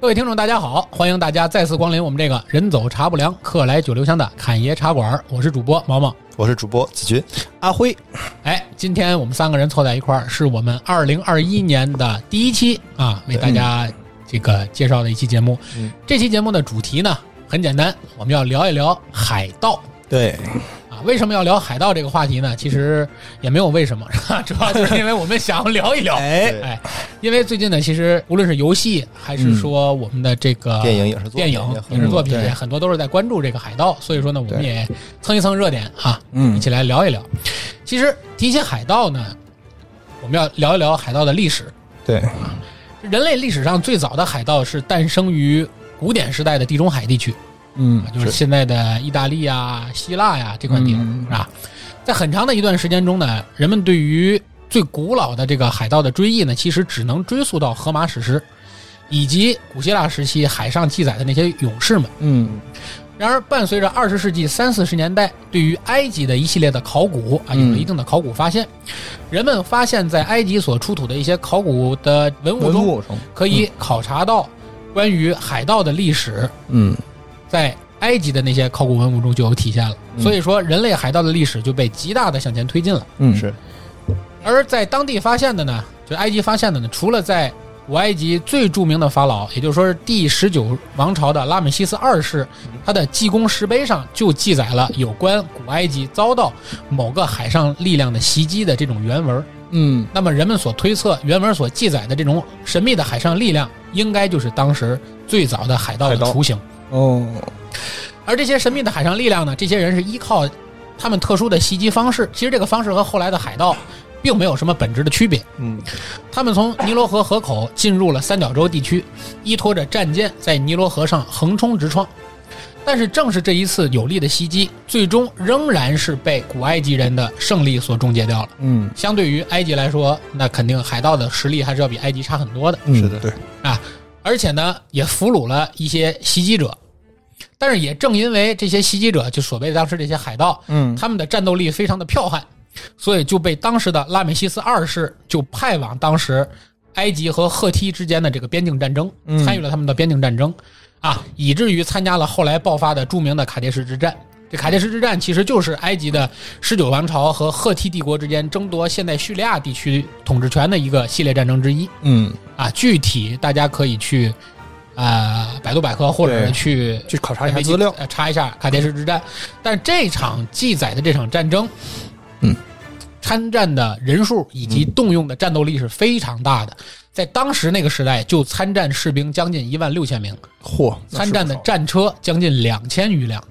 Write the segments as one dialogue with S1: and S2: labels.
S1: 各位听众，大家好！欢迎大家再次光临我们这个“人走茶不凉，客来酒留香”的侃爷茶馆。我是主播毛毛。
S2: 我是主播子君，
S3: 阿辉，
S1: 哎，今天我们三个人凑在一块儿，是我们二零二一年的第一期啊，为大家这个介绍的一期节目。
S2: 嗯
S1: 这期节目的主题呢很简单，我们要聊一聊海盗
S3: 对，
S1: 啊。为什么要聊海盗这个话题呢？其实也没有为什么，是吧主 要就是因为我们想要聊一聊。
S3: 哎，
S2: 对
S1: 哎，因为最近呢，其实无论是游戏还是说我们的这个
S2: 嗯电影影视作品
S1: 电影
S2: 也、很
S1: 影视作品
S3: 嗯对
S1: 也很多都是在关注这个海盗，所以说呢，我们
S3: 对
S1: 也蹭一蹭热点啊，一
S3: 嗯，
S1: 起来聊一聊。其实提起海盗呢，我们要聊一聊海盗的历史。
S3: 对，
S1: 人类历史上最早的海盗是诞生于古典时代的地中海地区，
S3: 嗯
S1: 啊，就是现在的意大利啊、希腊呀、这块地方、
S3: 嗯
S1: 是吧？在很长的一段时间中呢，人们对于最古老的这个海盗的追忆呢，其实只能追溯到荷马史诗，以及古希腊时期海上记载的那些勇士们。
S3: 嗯，
S1: 然而，伴随着二十世纪三四十年代对于埃及的一系列的考古啊，有了
S3: 嗯
S1: 一定的考古发现，人们发现，在埃及所出土的一些考古的文物
S3: 文
S1: 中，
S3: 物嗯中，
S1: 可以考察到关于海盗的历史，
S3: 嗯，
S1: 在埃及的那些考古文物中就有体现了。
S3: 嗯
S1: 所以说，人类海盗的历史就被极大的向前推进了。
S3: 嗯，
S2: 是
S1: 而在当地发现的呢，就埃及发现的呢，除了在古埃及最著名的法老，也就是说是第十九王朝的拉美西斯二世，他的济公石碑上就记载了有关古埃及遭到某个海上力量的袭击的这种原文。
S3: 嗯，
S1: 那么人们所推测，原文所记载的这种神秘的海上力量，应该就是当时最早的海盗的
S2: 海盗
S1: 雏形。
S3: 哦，
S1: 而这些神秘的海上力量呢，这些人是依靠他们特殊的袭击方式，其实这个方式和后来的海盗并没有什么本质的区别。
S2: 嗯
S1: 他们从尼罗河河口进入了三角洲地区，依托着战舰在尼罗河上横冲直撞。但是，正是这一次有力的袭击，最终仍然是被古埃及人的胜利所终结掉了。
S3: 嗯，
S1: 相对于埃及来说，那肯定海盗的实力还是要比埃及差很多的。
S2: 是的
S3: 对，
S1: 啊而且呢，也俘虏了一些袭击者。但是也正因为这些袭击者，就所谓当时这些海盗，
S3: 嗯，
S1: 他们的战斗力非常的剽悍，所以就被当时的拉美西斯二世就派往当时埃及和赫梯之间的这个边境战争，
S3: 嗯
S1: 参与了他们的边境战争，啊，以至于参加了后来爆发的著名的卡迭石之战。这卡迭石之战其实就是埃及的十九王朝和赫梯帝国之间争夺现在叙利亚地区统治权的一个系列战争之一。
S3: 嗯，
S1: 啊，具体大家可以去啊、呃百度百科或者
S3: 对
S1: 去
S3: 去考察
S1: 查
S3: 一下资料，，
S1: 呃查一下卡迭石之战。但这场记载的这场战争，
S3: 嗯，
S1: 参战的人数以及动用的战斗力是非常大的，在当时那个时代，就参战士兵将近一万六千名，
S3: 嚯，那
S1: 参
S3: 是
S1: 战的
S3: 不少
S1: 战车将近两千余辆。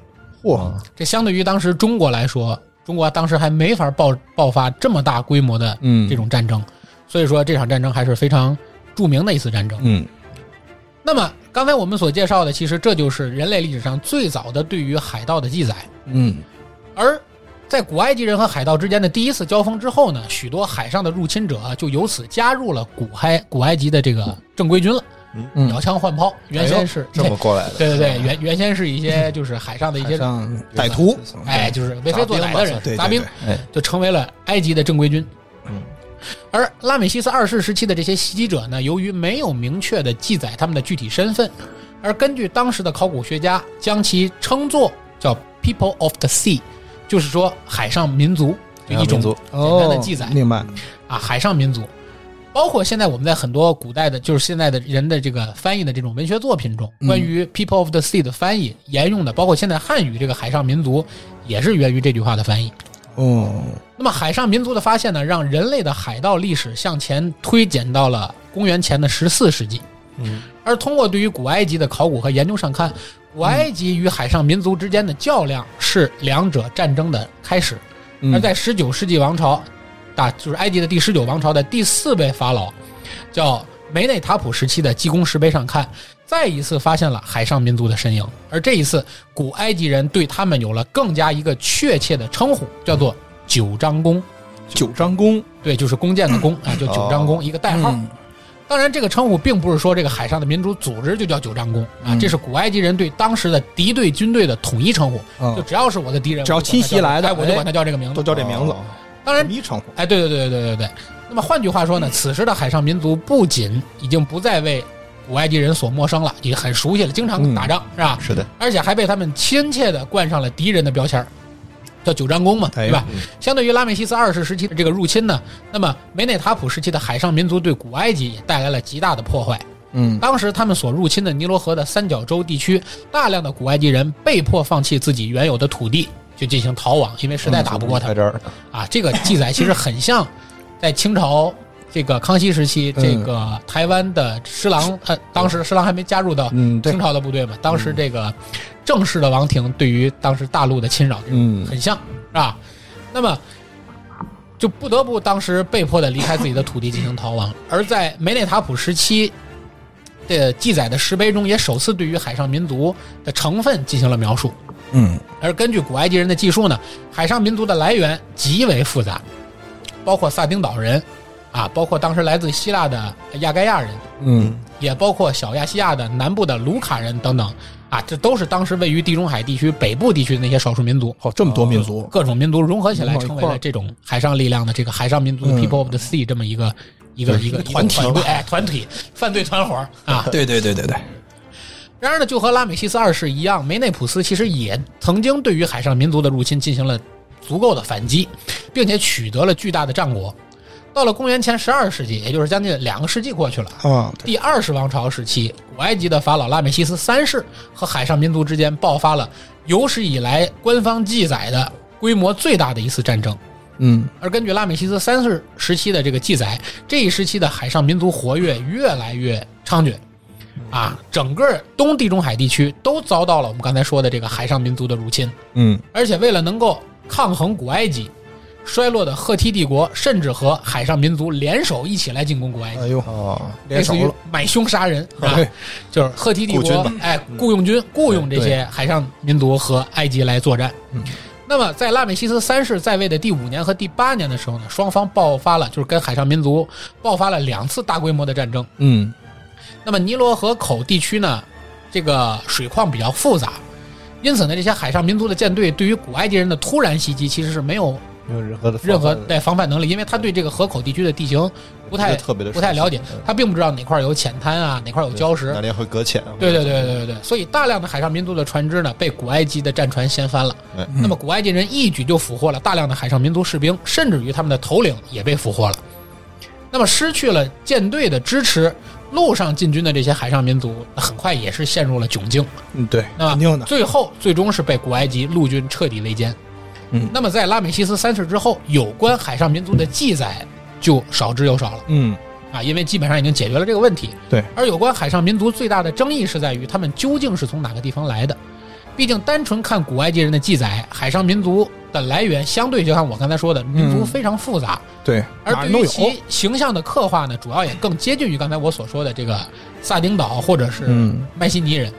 S3: 嚯，
S1: 这相对于当时中国来说，中国当时还没法爆爆发这么大规模的
S3: 嗯，
S1: 这，种战争，所以说这场战争还是非常著名的一次战争。
S3: 嗯，
S1: 那么刚才我们所介绍的，其实这就是人类历史上最早的对于海盗的记载。
S3: 嗯，
S1: 而在古埃及人和海盗之间的第一次交锋之后呢，许多海上的入侵者啊就由此加入了古埃古埃及的这个正规军了，
S3: 嗯
S1: 摇枪换炮。原先是、哎
S2: 这么过来的，
S1: 对对对，原原先是一些就是海上的一
S3: 海
S1: 些
S3: 上
S2: 歹徒，
S1: 哎，就是为非作歹的人
S2: 杂兵吧算
S1: 杂兵，
S3: 哎，
S1: 就成为了埃及的正规军。
S2: 嗯，
S1: 而拉美西斯二世时期的这些袭击者呢，由于没有明确的记载他们的具体身份，而根据当时的考古学家将其称作叫 “people of the sea”，就是说海上民族，
S4: 啊
S1: 就一种
S2: 民族
S1: 简单的记载
S3: 哦明白，
S1: 啊，海上民族。包括现在我们在很多古代的，就是现在的人的这个翻译的这种文学作品中，关于 “people of the sea” 的翻译沿用的，包括现在汉语这个“海上民族”也是源于这句话的翻译。
S3: 哦，
S1: 那么，海上民族的发现呢，让人类的海盗历史向前推减到了公元前的十四世纪。
S2: 嗯，
S1: 而通过对于古埃及的考古和研究上看，古埃及与海上民族之间的较量是两者战争的开始。
S3: 嗯
S1: 而在十九世纪王朝，大就是埃及的第十九王朝的第四位法老，叫梅内塔普时期的济公石碑上看，再一次发现了海上民族的身影。而这一次，古埃及人对他们有了更加一个确切的称呼，叫做九章弓。
S3: 九章弓，
S1: 对，就是弓箭的弓啊，就九章弓一个代号。
S3: 哦嗯
S1: 当然，这个称呼并不是说这个海上的民族组织就叫九章弓啊，
S3: 嗯
S1: 这是古埃及人对当时的敌对军队的统一称呼。就
S3: 嗯，
S1: 只要是我的敌人，
S3: 只要
S1: 我就管他
S3: 侵袭来的
S1: 叫哎我就
S3: 哎
S1: 管他叫这个名字。哦
S3: 叫
S1: 当然，
S3: 你称呼，
S1: 哎，
S3: 嗯
S1: 对对对对对对对。那么换句话说呢，此时的海上民族不仅已经不再为古埃及人所陌生了，也很熟悉了，经常打
S3: 嗯
S1: 仗、是吧？
S2: 是的，
S1: 而且还被他们亲切的冠上了敌人的标签儿，叫九章公嘛，
S3: 哎
S1: 对吧？
S2: 嗯
S1: 相对于拉美西斯二世时期的这个入侵呢，那么梅内塔普时期的海上民族对古埃及也带来了极大的破坏。
S3: 嗯
S1: 当时他们所入侵的尼罗河的三角洲地区，大量的古埃及人被迫放弃自己原有的土地，就进行逃亡，因为实在打不
S3: 嗯
S1: 过
S4: 嗯
S1: 他
S2: 在这儿，
S1: 啊。这个记载其实很像在清朝这个康熙时期，
S3: 嗯
S1: 这个台湾的施琅，呃，当时施琅还没加入到
S3: 嗯，对
S1: 清，朝的部队嘛，当时这个正式的王庭对于当时大陆的侵扰，
S3: 嗯
S1: 很像，是吧？那么就不得不当时被迫的离开自己的土地进行逃亡。而在梅内塔普时期的记载的石碑中，也首次对于海上民族的成分进行了描述。
S3: 嗯
S1: 而根据古埃及人的记述呢，海上民族的来源极为复杂，包括萨丁岛人，啊，包括当时来自希腊的亚该亚人，
S3: 嗯
S1: 也包括小亚细亚的南部的卢卡人等等，啊，这都是当时位于地中海地区北部地区的那些少数民族。
S3: 好，这么多民族，
S1: 各种民族融合起来，
S3: 融合一
S1: 成为
S3: 块儿
S1: 了这种海上力量的这个海上民族的
S3: 嗯
S1: people of the sea 这么一个一个一个
S3: 团体
S1: 一个队，哎，团体犯罪团伙儿啊。
S3: 对对对对对，
S1: 然而呢，就和拉美西斯二世一样，梅内普斯其实也曾经对于海上民族的入侵进行了足够的反击，并且取得了巨大的战果。到了公元前十二世纪，也就是将近两个世纪过去了，
S3: 啊，
S1: 第二世王朝时期，古埃及的法老拉美西斯三世和海上民族之间爆发了有史以来官方记载的规模最大的一次战争。
S3: 嗯
S1: 而根据拉美西斯三世时期的这个记载，这一时期的海上民族活跃越来越猖獗，啊，整个东地中海地区都遭到了我们刚才说的这个海上民族的入侵。
S3: 嗯
S1: 而且为了能够抗衡古埃及，衰落的赫梯帝国甚至和海上民族联手一起来进攻古埃及。
S3: 哎呦，
S2: 哦，
S1: 类
S3: 联手
S1: 似于
S3: 了，
S1: 买凶杀人，是吧
S3: 哎？
S1: 就是赫梯帝
S2: 雇军
S1: 国
S2: 吧
S1: 哎雇佣军雇佣这些海上民族和埃及来作战。
S3: 嗯，
S1: 那么在拉美西斯三世在位的第五年和第八年的时候呢，双方爆发了就是跟海上民族爆发了两次大规模的战争。
S3: 嗯
S1: 那么尼罗河口地区呢，这个水况比较复杂，因此呢，这些海上民族的舰队对于古埃及人的突然袭击其实是没有
S2: 没有任何的
S1: 任何
S2: 防范
S1: 对防范能力，因为他对这个河口地区的地形不太
S2: 不是特别的
S1: 不太了解
S2: 熟悉嗯，嗯
S1: 他并不知道哪块有浅滩啊，哪块有礁石
S2: 哪，里会搁浅，
S1: 对对对对对对，所以大量的海上民族的船只呢，被古埃及的战船掀翻了。
S2: 哎
S3: 嗯
S1: 那么古埃及人一举就俘获了大量的海上民族士兵，甚至于他们的头领也被俘获了。那么失去了舰队的支持，陆上进军的这些海上民族很快也是陷入了窘境。
S3: 嗯，对，
S1: 那
S3: 肯定的，
S1: 最后最终是被古埃及陆军彻底围歼。
S3: 嗯
S1: 那么在拉美西斯三世之后，有关海上民族的记载就少之又少了。
S3: 嗯
S1: 啊，因为基本上已经解决了这个问题。
S3: 对，
S1: 而有关海上民族最大的争议是在于他们究竟是从哪个地方来的。毕竟单纯看古埃及人的记载，海上民族的来源相对就像我刚才说的，民族
S3: 嗯
S1: 非常复杂，
S3: 对，
S1: 而
S3: 哪儿
S1: 对
S3: 都
S1: 于
S3: 有，
S1: 其形象的刻画呢，主要也更接近于刚才我所说的这个萨丁岛或者是
S3: 嗯
S1: 迈锡尼人。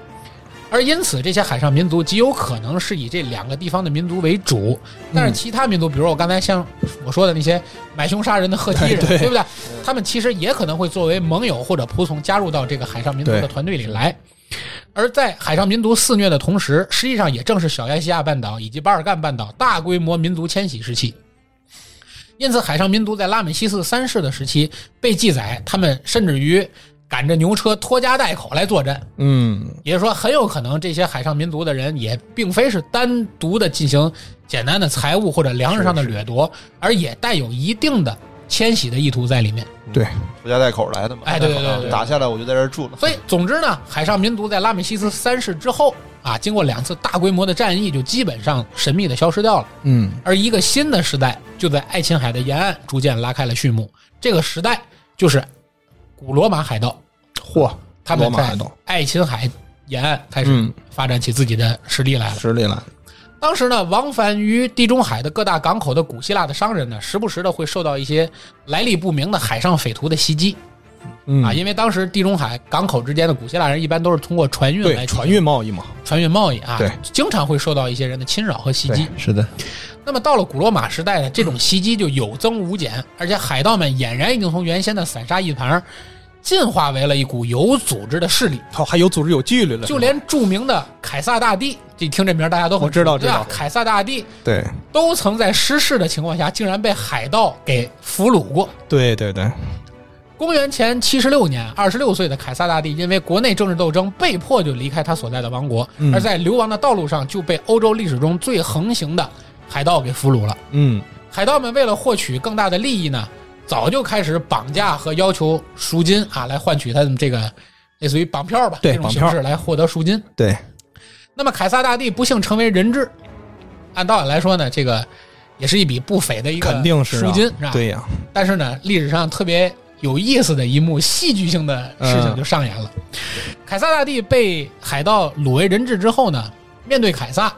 S1: 而因此，这些海上民族极有可能是以这两个地方的民族为主，
S3: 嗯
S1: 但是其他民族，比如我刚才像我说的那些买凶杀人的赫梯人，
S3: 哎对
S1: 对不对？他们其实也可能会作为盟友或者仆从加入到这个海上民族的
S3: 对
S1: 团队里来。而在海上民族肆虐的同时，实际上也正是小亚细亚半岛以及巴尔干半岛大规模民族迁徙时期。因此，海上民族在拉美西斯三世的时期被记载，他们甚至于赶着牛车拖家带口来作战。
S3: 嗯
S1: 也就是说，很有可能这些海上民族的人也并非是单独的进行简单的财务或者粮食上的掠夺，而也带有一定的迁徙的意图在里面。
S3: 对，
S2: 拖家带口来的嘛，
S1: 哎对对
S3: 啊
S1: 对对
S2: 打下来我就在这儿住了，
S1: 所以，总之呢，海上民族在拉美西斯三世之后啊，经过两次大规模的战役，就基本上神秘的消失掉了。
S3: 嗯
S1: 而一个新的时代就在爱琴海的沿岸逐渐拉开了序幕。这个时代就是古罗马海盗，
S3: 嚯，
S1: 他
S3: 罗
S1: 们
S3: 马
S1: 在
S3: 海盗
S1: 爱琴海沿岸开始
S3: 嗯
S1: 发展起自己的实力来了。
S3: 实力了，
S1: 当时呢，往返于地中海的各大港口的古希腊的商人呢，时不时的会受到一些来历不明的海上匪徒的袭击
S3: 嗯
S1: 啊，因为当时地中海港口之间的古希腊人一般都是通过船运
S3: 对，
S1: 来
S3: 船运贸易嘛，
S1: 船运贸易啊，
S3: 对，
S1: 经常会受到一些人的侵扰和袭击。
S3: 是的，
S1: 那么到了古罗马时代呢，这种袭击就有增无减，而且海盗们俨然已经从原先的散沙一盘儿进化为了一股有组织的势力。
S3: 好，还有组织有纪律了，
S1: 就连著名的凯撒大帝，这听这名儿大家都很
S3: 我知道
S1: 熟对吧
S3: 知道
S1: 凯撒大帝
S3: 对
S1: 都曾在失势的情况下，竟然被海盗给俘虏过。
S3: 对对对，
S1: 公元前七十六年，二十六岁的凯撒大帝因为国内政治斗争，被迫就离开他所在的王国，
S3: 嗯
S1: 而在流亡的道路上就被欧洲历史中最横行的海盗给俘虏了。
S3: 嗯
S1: 海盗们为了获取更大的利益呢，早就开始绑架和要求赎金啊，来换取他们这个类似于绑票吧，
S3: 对
S1: 这种
S3: 绑
S1: 形
S3: 票
S1: 式来获得赎金。
S3: 对，
S1: 那么凯撒大帝不幸成为人质，按道理来说呢，这个也是一笔不菲的一个
S3: 肯定是啊
S1: 赎金，是吧？。
S3: 对呀，
S1: 但是呢，历史上特别有意思的一幕戏剧性的事情
S3: 嗯
S1: 就上演了。凯撒大帝被海盗掳为人质之后呢，面对凯撒，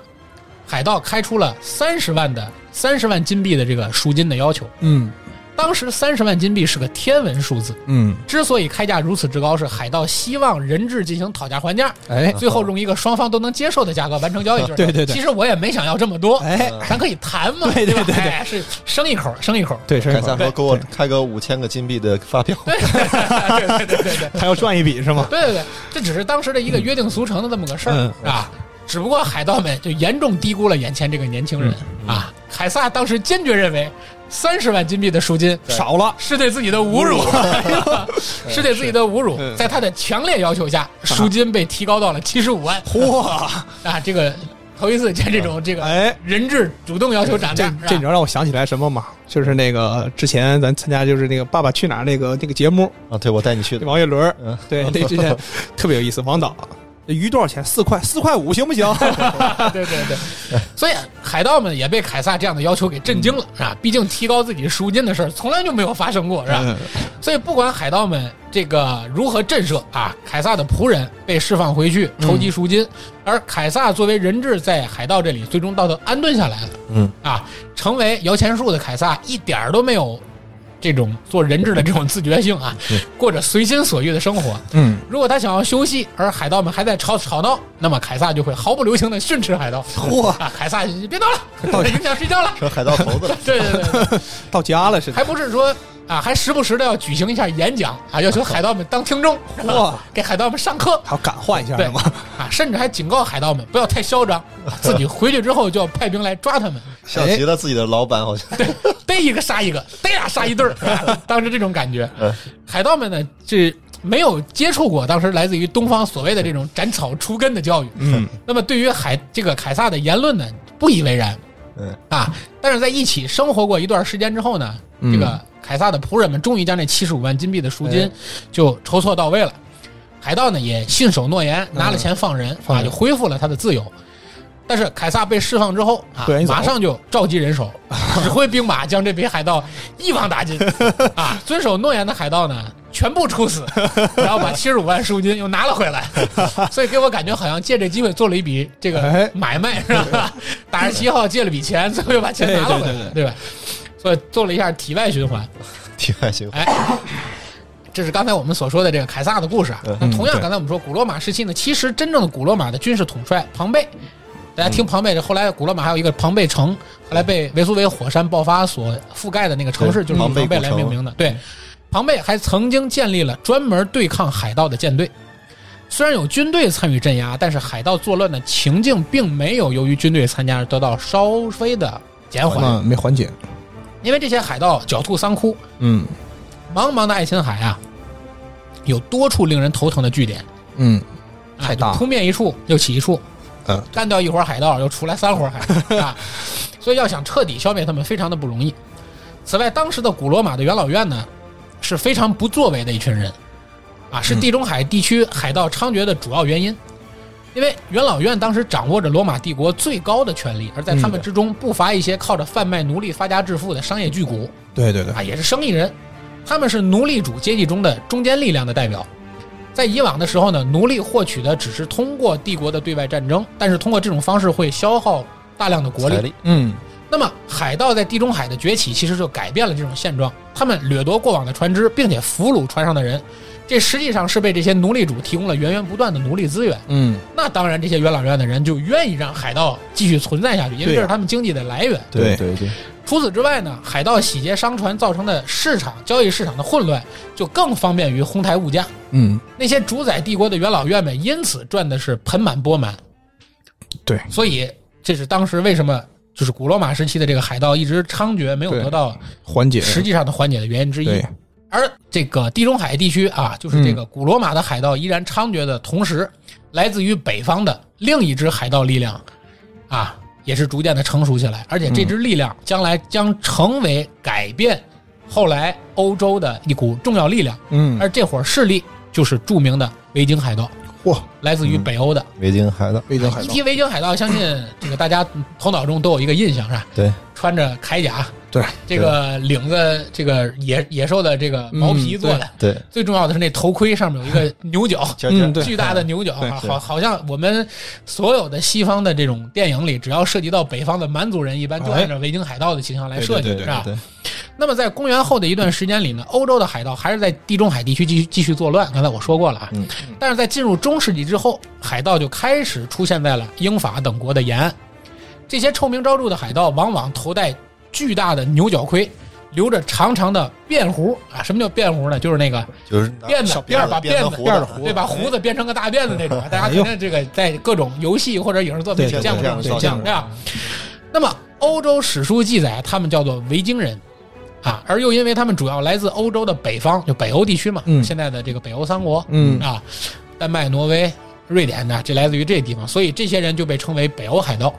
S1: 海盗开出了三十万的三十万金币的这个赎金的要求。
S3: 嗯
S1: 当时三十万金币是个天文数字，
S3: 嗯，
S1: 之所以开价如此之高，是海盗希望人质进行讨价还价，
S3: 哎
S1: 最后用一个双方都能接受的价格完成交易。就是
S3: 对对对
S1: 其实我也没想要这么多，
S3: 哎，
S1: 咱可以谈嘛，
S3: 对对
S1: 吧
S3: 对对
S1: 哎是生一口生一口。
S3: 对，是
S2: 凯撒说：“给我
S3: 对
S2: 开个五千个金币的发票。
S1: 对对对对对对。
S3: 还要赚一笔是吗？
S1: 对对对，这只是当时的一个约定俗成的这么个事儿、
S3: 嗯
S1: 啊。只不过海盗们就严重低估了眼前这个年轻人、
S3: 嗯
S1: 啊。凯撒当时坚决认为，三十万金币的赎金
S2: 对
S3: 少了，
S1: 是对自己的侮辱， 是对自己的侮辱。在他的强烈要求下，
S3: 嗯
S1: 赎金被提高到了七十五万
S3: 嚯，
S1: 啊！这个头一次见这种这 个
S3: 哎。
S1: 人质主动要求涨
S3: 这
S1: 价，
S3: 这你
S1: 是
S3: 知
S1: 吧
S3: 道让我想起来什么吗？就是那个之前咱参加就是那个《爸爸去哪儿》那个那个节目，”
S2: 啊，对，我带你去的。
S3: 王岳伦儿，
S2: 嗯，
S3: 对，那之前特别有意思。王导，那鱼多少钱？四块，四块五行不行？
S1: 对对对，所以海盗们也被凯撒这样的要求给震惊了啊！毕竟提高自己赎金的事儿从来就没有发生过，是吧？
S3: 嗯
S1: 所以不管海盗们这个如何震慑啊，凯撒的仆人被释放回去筹集赎金，而凯撒作为人质在海盗这里最终到的安顿下来了。
S2: 嗯
S1: 啊，成为摇钱树的凯撒一点儿都没有这种做人质的这种自觉性啊，过着随心所欲的生活。
S3: 嗯，
S1: 如果他想要休息，而海盗们还在吵吵闹，那么凯撒就会毫不留情的训斥海盗。
S3: 嚯
S1: 啊，凯撒你别 闹了， 影响睡觉了。
S2: 成海盗头子了。
S1: 对对对对。
S3: 到家了是的。
S1: 还不是说啊， 还时不时的要举行一下演讲啊，要求海盗们当听众，啊
S3: 嚯
S1: 给海盗们上课
S3: 还要感化一下
S1: 对
S3: 是吗？
S1: 啊，甚至还警告海盗们不要太 嚣张，自己回去之后就要派兵来抓他们，
S2: 像极了自己的老板，好像。
S1: 逮一个杀一个，逮俩杀 一对儿、啊当时这种感觉
S2: 嗯，
S1: 海盗们呢这没有接触过当时来自于东方所谓的这种斩草除根的教育，
S3: 嗯，
S1: 那么对于海这个凯撒的言论呢不以为然
S2: 嗯，
S1: 啊，但是在一起生活过一段时间之后呢，
S3: 嗯哎
S1: 这个凯撒的仆人们终于将这七十五万金币的赎金就筹措到位了，海盗呢也信守诺言，拿了钱放人、
S3: 嗯放
S1: 啊，
S3: 人
S1: 就恢复了他的自由。但是凯撒被释放之后啊
S3: 不愿意，走
S1: 马上就召集 人手，指挥兵马将这批海盗一网打尽啊！遵守诺言的海盗呢，全部处 死，然后把七十五万赎金又拿了回来，所以给我感觉好像借这机会做了一笔这个
S3: 哎
S1: 买卖，是吧？打着旗号借了笔钱，最后又把钱拿了回
S3: 对对
S1: 来，
S3: 对
S1: 对吧？所以做了一下体外循环。
S2: 挺还行。
S1: 这是刚才我们所说的这个凯撒的故事啊。
S2: 嗯
S1: 那同样，
S3: 对
S1: 刚才我们说古罗马时期呢，其实真正的古罗马的军事统帅庞贝，大家
S2: 嗯
S1: 听庞贝，这后来古罗马还有一个庞贝城，后来被维苏威火山爆发所覆盖的那个城市，
S2: 对
S1: 就是以
S2: 庞贝
S1: 庞贝
S2: 古
S1: 来
S2: 城
S1: 命名的。对，庞贝还曾经建立了专门对抗海盗的舰队。虽然有军队参与镇压，但是海盗作乱的情境并没有由于军队参加而得到稍微的减缓，
S3: 嗯，没缓解。
S1: 因为这些海盗狡兔三窟，
S3: 嗯
S1: 茫茫的爱琴海啊，有多处令人头疼的据点，
S3: 嗯
S1: 啊
S3: 太大了
S1: 就扑灭一处又起一处，
S3: 嗯，
S1: 干掉一伙海盗又出来三伙海 盗啊，所以要想彻底消灭他们非常的不容易。此外，当时的古罗马的元老院呢是非常不作为的一群人，啊，
S3: 嗯
S1: 是地中海地区海盗猖獗的主要原因。因为元老院当时掌握着罗马帝国最高的权力，而在他
S3: 嗯
S1: 们之中不乏一些靠着贩卖奴隶发家致富的商业巨贾，
S3: 对对对，
S1: 啊，也是生意人，他们是奴隶主阶级中的中坚力量的代表。在以往的时候呢，奴隶获取的只是通过帝国的对外战争，但是通过这种方式会消耗大量的国
S2: 财
S1: 力。
S2: 力
S3: 嗯
S1: 那么，海盗在地中海的崛起其实就改变了这种现状，他们掠夺过往的船只，并且俘虏船上的人，这实际上是为这些奴隶主提供了源源不断的奴隶资源。
S3: 嗯，
S1: 那当然，这些元老院的人就愿意让海盗继续存在下去，因为
S3: 对
S1: 这
S3: 呀
S1: 是他们经济的来源。
S3: 对
S2: 对对，
S1: 除此之外呢，海盗洗劫商船造成的市场交易市场的混乱，就更方便于哄抬物价。
S3: 嗯，
S1: 那些主宰帝国的元老院们因此赚的是盆满钵满。
S3: 对
S1: 所以这是当时为什么就是古罗马时期的这个海盗一直猖獗，没有
S3: 对
S1: 得到
S3: 缓解
S1: 实际上的缓解的原因之一
S3: 对。
S1: 而这个地中海地区啊，就是
S3: 嗯
S1: 这个古罗马的海盗依然猖獗的同时，来自于北方的另一支海盗力量啊，也是逐渐的成熟起来，而且这支力量将
S3: 嗯
S1: 来将成为改变后来欧洲的一股重要力量。
S3: 嗯，
S1: 而这伙势力就是著名的维京海盗，
S3: 嚯，
S1: 来自于北欧的。
S2: 维京海盗，
S3: 北京海
S1: 一
S3: 盗，
S1: 提维京海盗，相信这个大家头脑中都有一个印象，是吧？
S2: 对，
S1: 穿着铠甲，
S3: 对，嗯
S1: 这个领子，这个野野兽的这个毛皮做的。
S2: 对，
S1: 最重要的是那头盔上面有一 个牛角，
S2: 圈
S3: 嗯
S2: 圈
S3: 对
S1: 巨大的牛角
S3: 对
S1: 啊，
S2: 对
S1: 好，好像我们所有的西方的这种电影里，只要涉及到北方的蛮族人，一般都按照维京海盗的形象来
S2: 哎对
S1: 设计，
S2: 对
S1: 是
S2: 对
S1: 吧？
S2: 对，
S1: 那么在公元后的一段时间里呢，欧洲的海盗还是在地中海地区继续继续作乱。刚才我说过了啊，
S2: 嗯
S1: 但是在进入中世纪之后，海盗就开始出现在了英法等国的沿岸。这些臭名昭著的海盗往往头戴巨大的牛角盔，留着长长的辫胡啊。什么叫辫胡呢？就是那个
S2: 就是
S1: 辫子，第二把
S2: 辫
S1: 辫
S2: 子
S1: 子，
S2: 辫子
S1: 对，把胡子编成个大辫子那种啊。大家肯定这个在各种游戏或者影视作品里
S3: 哎对
S1: 见过这种
S2: 见
S1: 形
S2: 过
S1: 象，
S2: 见过
S1: 对吧？那么欧洲史书记载，他们叫做维京人。啊，而又因为他们主要来自欧洲的北方，就北欧地区嘛，
S3: 嗯
S1: 现在的这个北欧三国，
S3: 嗯
S1: 啊，丹麦、挪威、瑞典呢，这来自于这地方，所以这些人就被称为北欧海盗。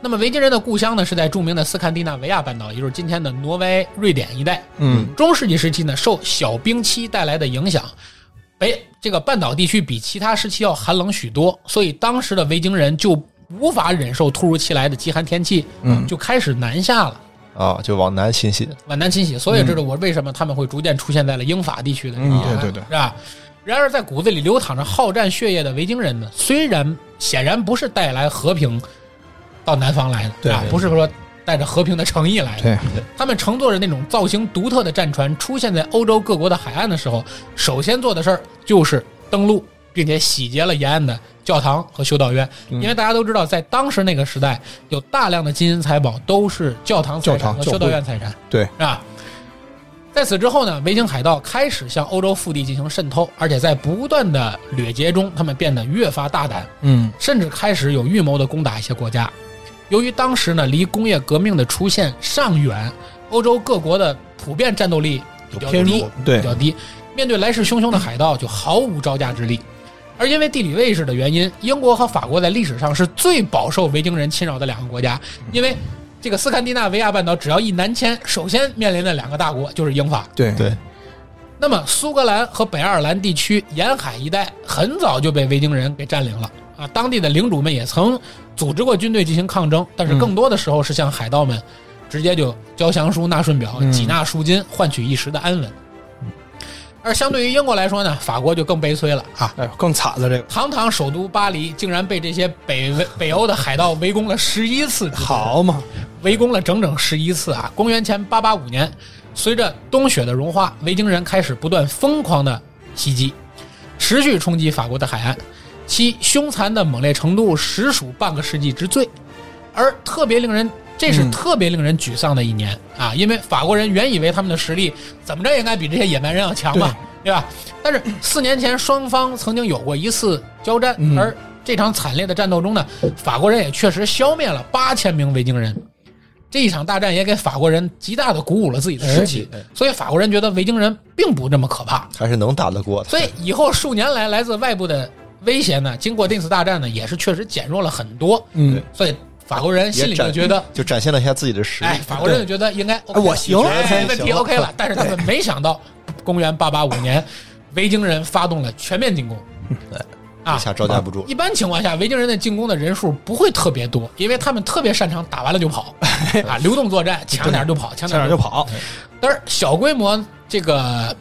S1: 那么维京人的故乡呢是在著名的斯堪的纳维亚半岛，也就是今天的挪威、瑞典一带。
S3: 嗯
S1: 中世纪时期呢，受小冰期带来的影响，北这个半岛地区比其他时期要寒冷许多，所以当时的维京人就无法忍受突如其来的极寒天气，
S3: 嗯
S1: 就开始南下了，
S2: 啊，就往南侵袭，
S1: 往南侵袭。所以这是我为什么他们会逐渐出现在了英法地区的这个
S3: 嗯
S1: 沿岸
S3: 对对对
S1: 啊是吧？然而，在骨子里流淌着好战血液的维京人呢，虽然显然不是带来和平到南方来的，
S3: 对
S1: 啊，
S3: 对
S1: 不是说带着和平的诚意来的，
S3: 对，
S1: 他们乘坐着那种造型独特的战船出现在欧洲各国的海岸的时候，首先做的事儿就是登陆，并且洗劫了沿岸的教堂和修道院。
S3: 嗯
S1: 因为大家都知道，在当时那个时代，有大量的金银财宝都是教堂财
S3: 教
S1: 产
S3: 堂
S1: 和修道院财产，
S3: 对
S1: 是吧？在此之后呢，维京海盗开始向欧洲腹地进行渗透，而且在不断的掠劫中，他们变得越发大胆，
S3: 嗯
S1: 甚至开始有预谋的攻打一些国家。由于当时呢离工业革命的出现尚远，欧洲各国的普遍战斗力比较
S3: 偏
S1: 低
S3: 弱，对
S1: 比较低，面对来势汹汹的海盗就毫无招架之力。而因为地理位置的原因，英国和法国在历史上是最饱受维京人侵扰的两个国家，因为这个斯堪的纳维亚半岛只要一南迁，首先面临的两个大国就是英法。
S3: 对
S2: 对，
S1: 那么，苏格兰和北爱尔兰地区沿海一带很早就被维京人给占领了啊！当地的领主们也曾组织过军队进行抗争，但是更多的时候是向海盗们直接就交降书、纳税表、
S3: 嗯
S1: 缴纳赎金，换取一时的安稳。而相对于英国来说呢，法国就更悲催了啊！
S3: 哎呦，更惨了这个，
S1: 堂堂首都巴黎竟然被这些北维北欧的海盗围攻了十一次之多，
S3: 好嘛，
S1: 围攻了整整十一次啊！公元前八八五年，随着冬雪的融化，维京人开始不断疯狂的袭击，持续冲击法国的海岸，其凶残的猛烈程度实属半个世纪之最。而特别令人，这是
S3: 嗯
S1: 特别令人沮丧的一年、啊！因为法国人原以为他们的实力怎么着也应该比这些野蛮人要强吧，对吧？但是四年前双方曾经有过一次交战，
S3: 嗯
S1: 而这场惨烈的战斗中呢，法国人也确实消灭了八千名维京人。这一场大战也给法国人极大的鼓舞了自己的士气，所以法国人觉得维京人并不这么可怕。
S2: 还是能打得过的，
S1: 所以以后数年来来自外部的威胁呢，经过这次大战呢，也是确实减弱了很多。
S3: 嗯，
S1: 所以法国人心里
S2: 也
S1: 就
S2: 展
S1: 觉得，
S2: 就展现了一下自己的实力
S1: 哎，，法国人就觉得应该 OK 了，
S3: 我行了
S1: 哎问题
S2: 行了
S1: OK 了。但是他们没想到，公元八八五年，维京人发动了全面进攻，啊
S2: 一，下招架不住，
S1: 一般情况下，维京人的进攻的人数不会特别多，因为他们特别擅长打完了就跑，啊，流动作战，抢点儿就跑，抢
S3: 差
S1: 点儿
S3: 点就。跑，
S1: 但是小规模这个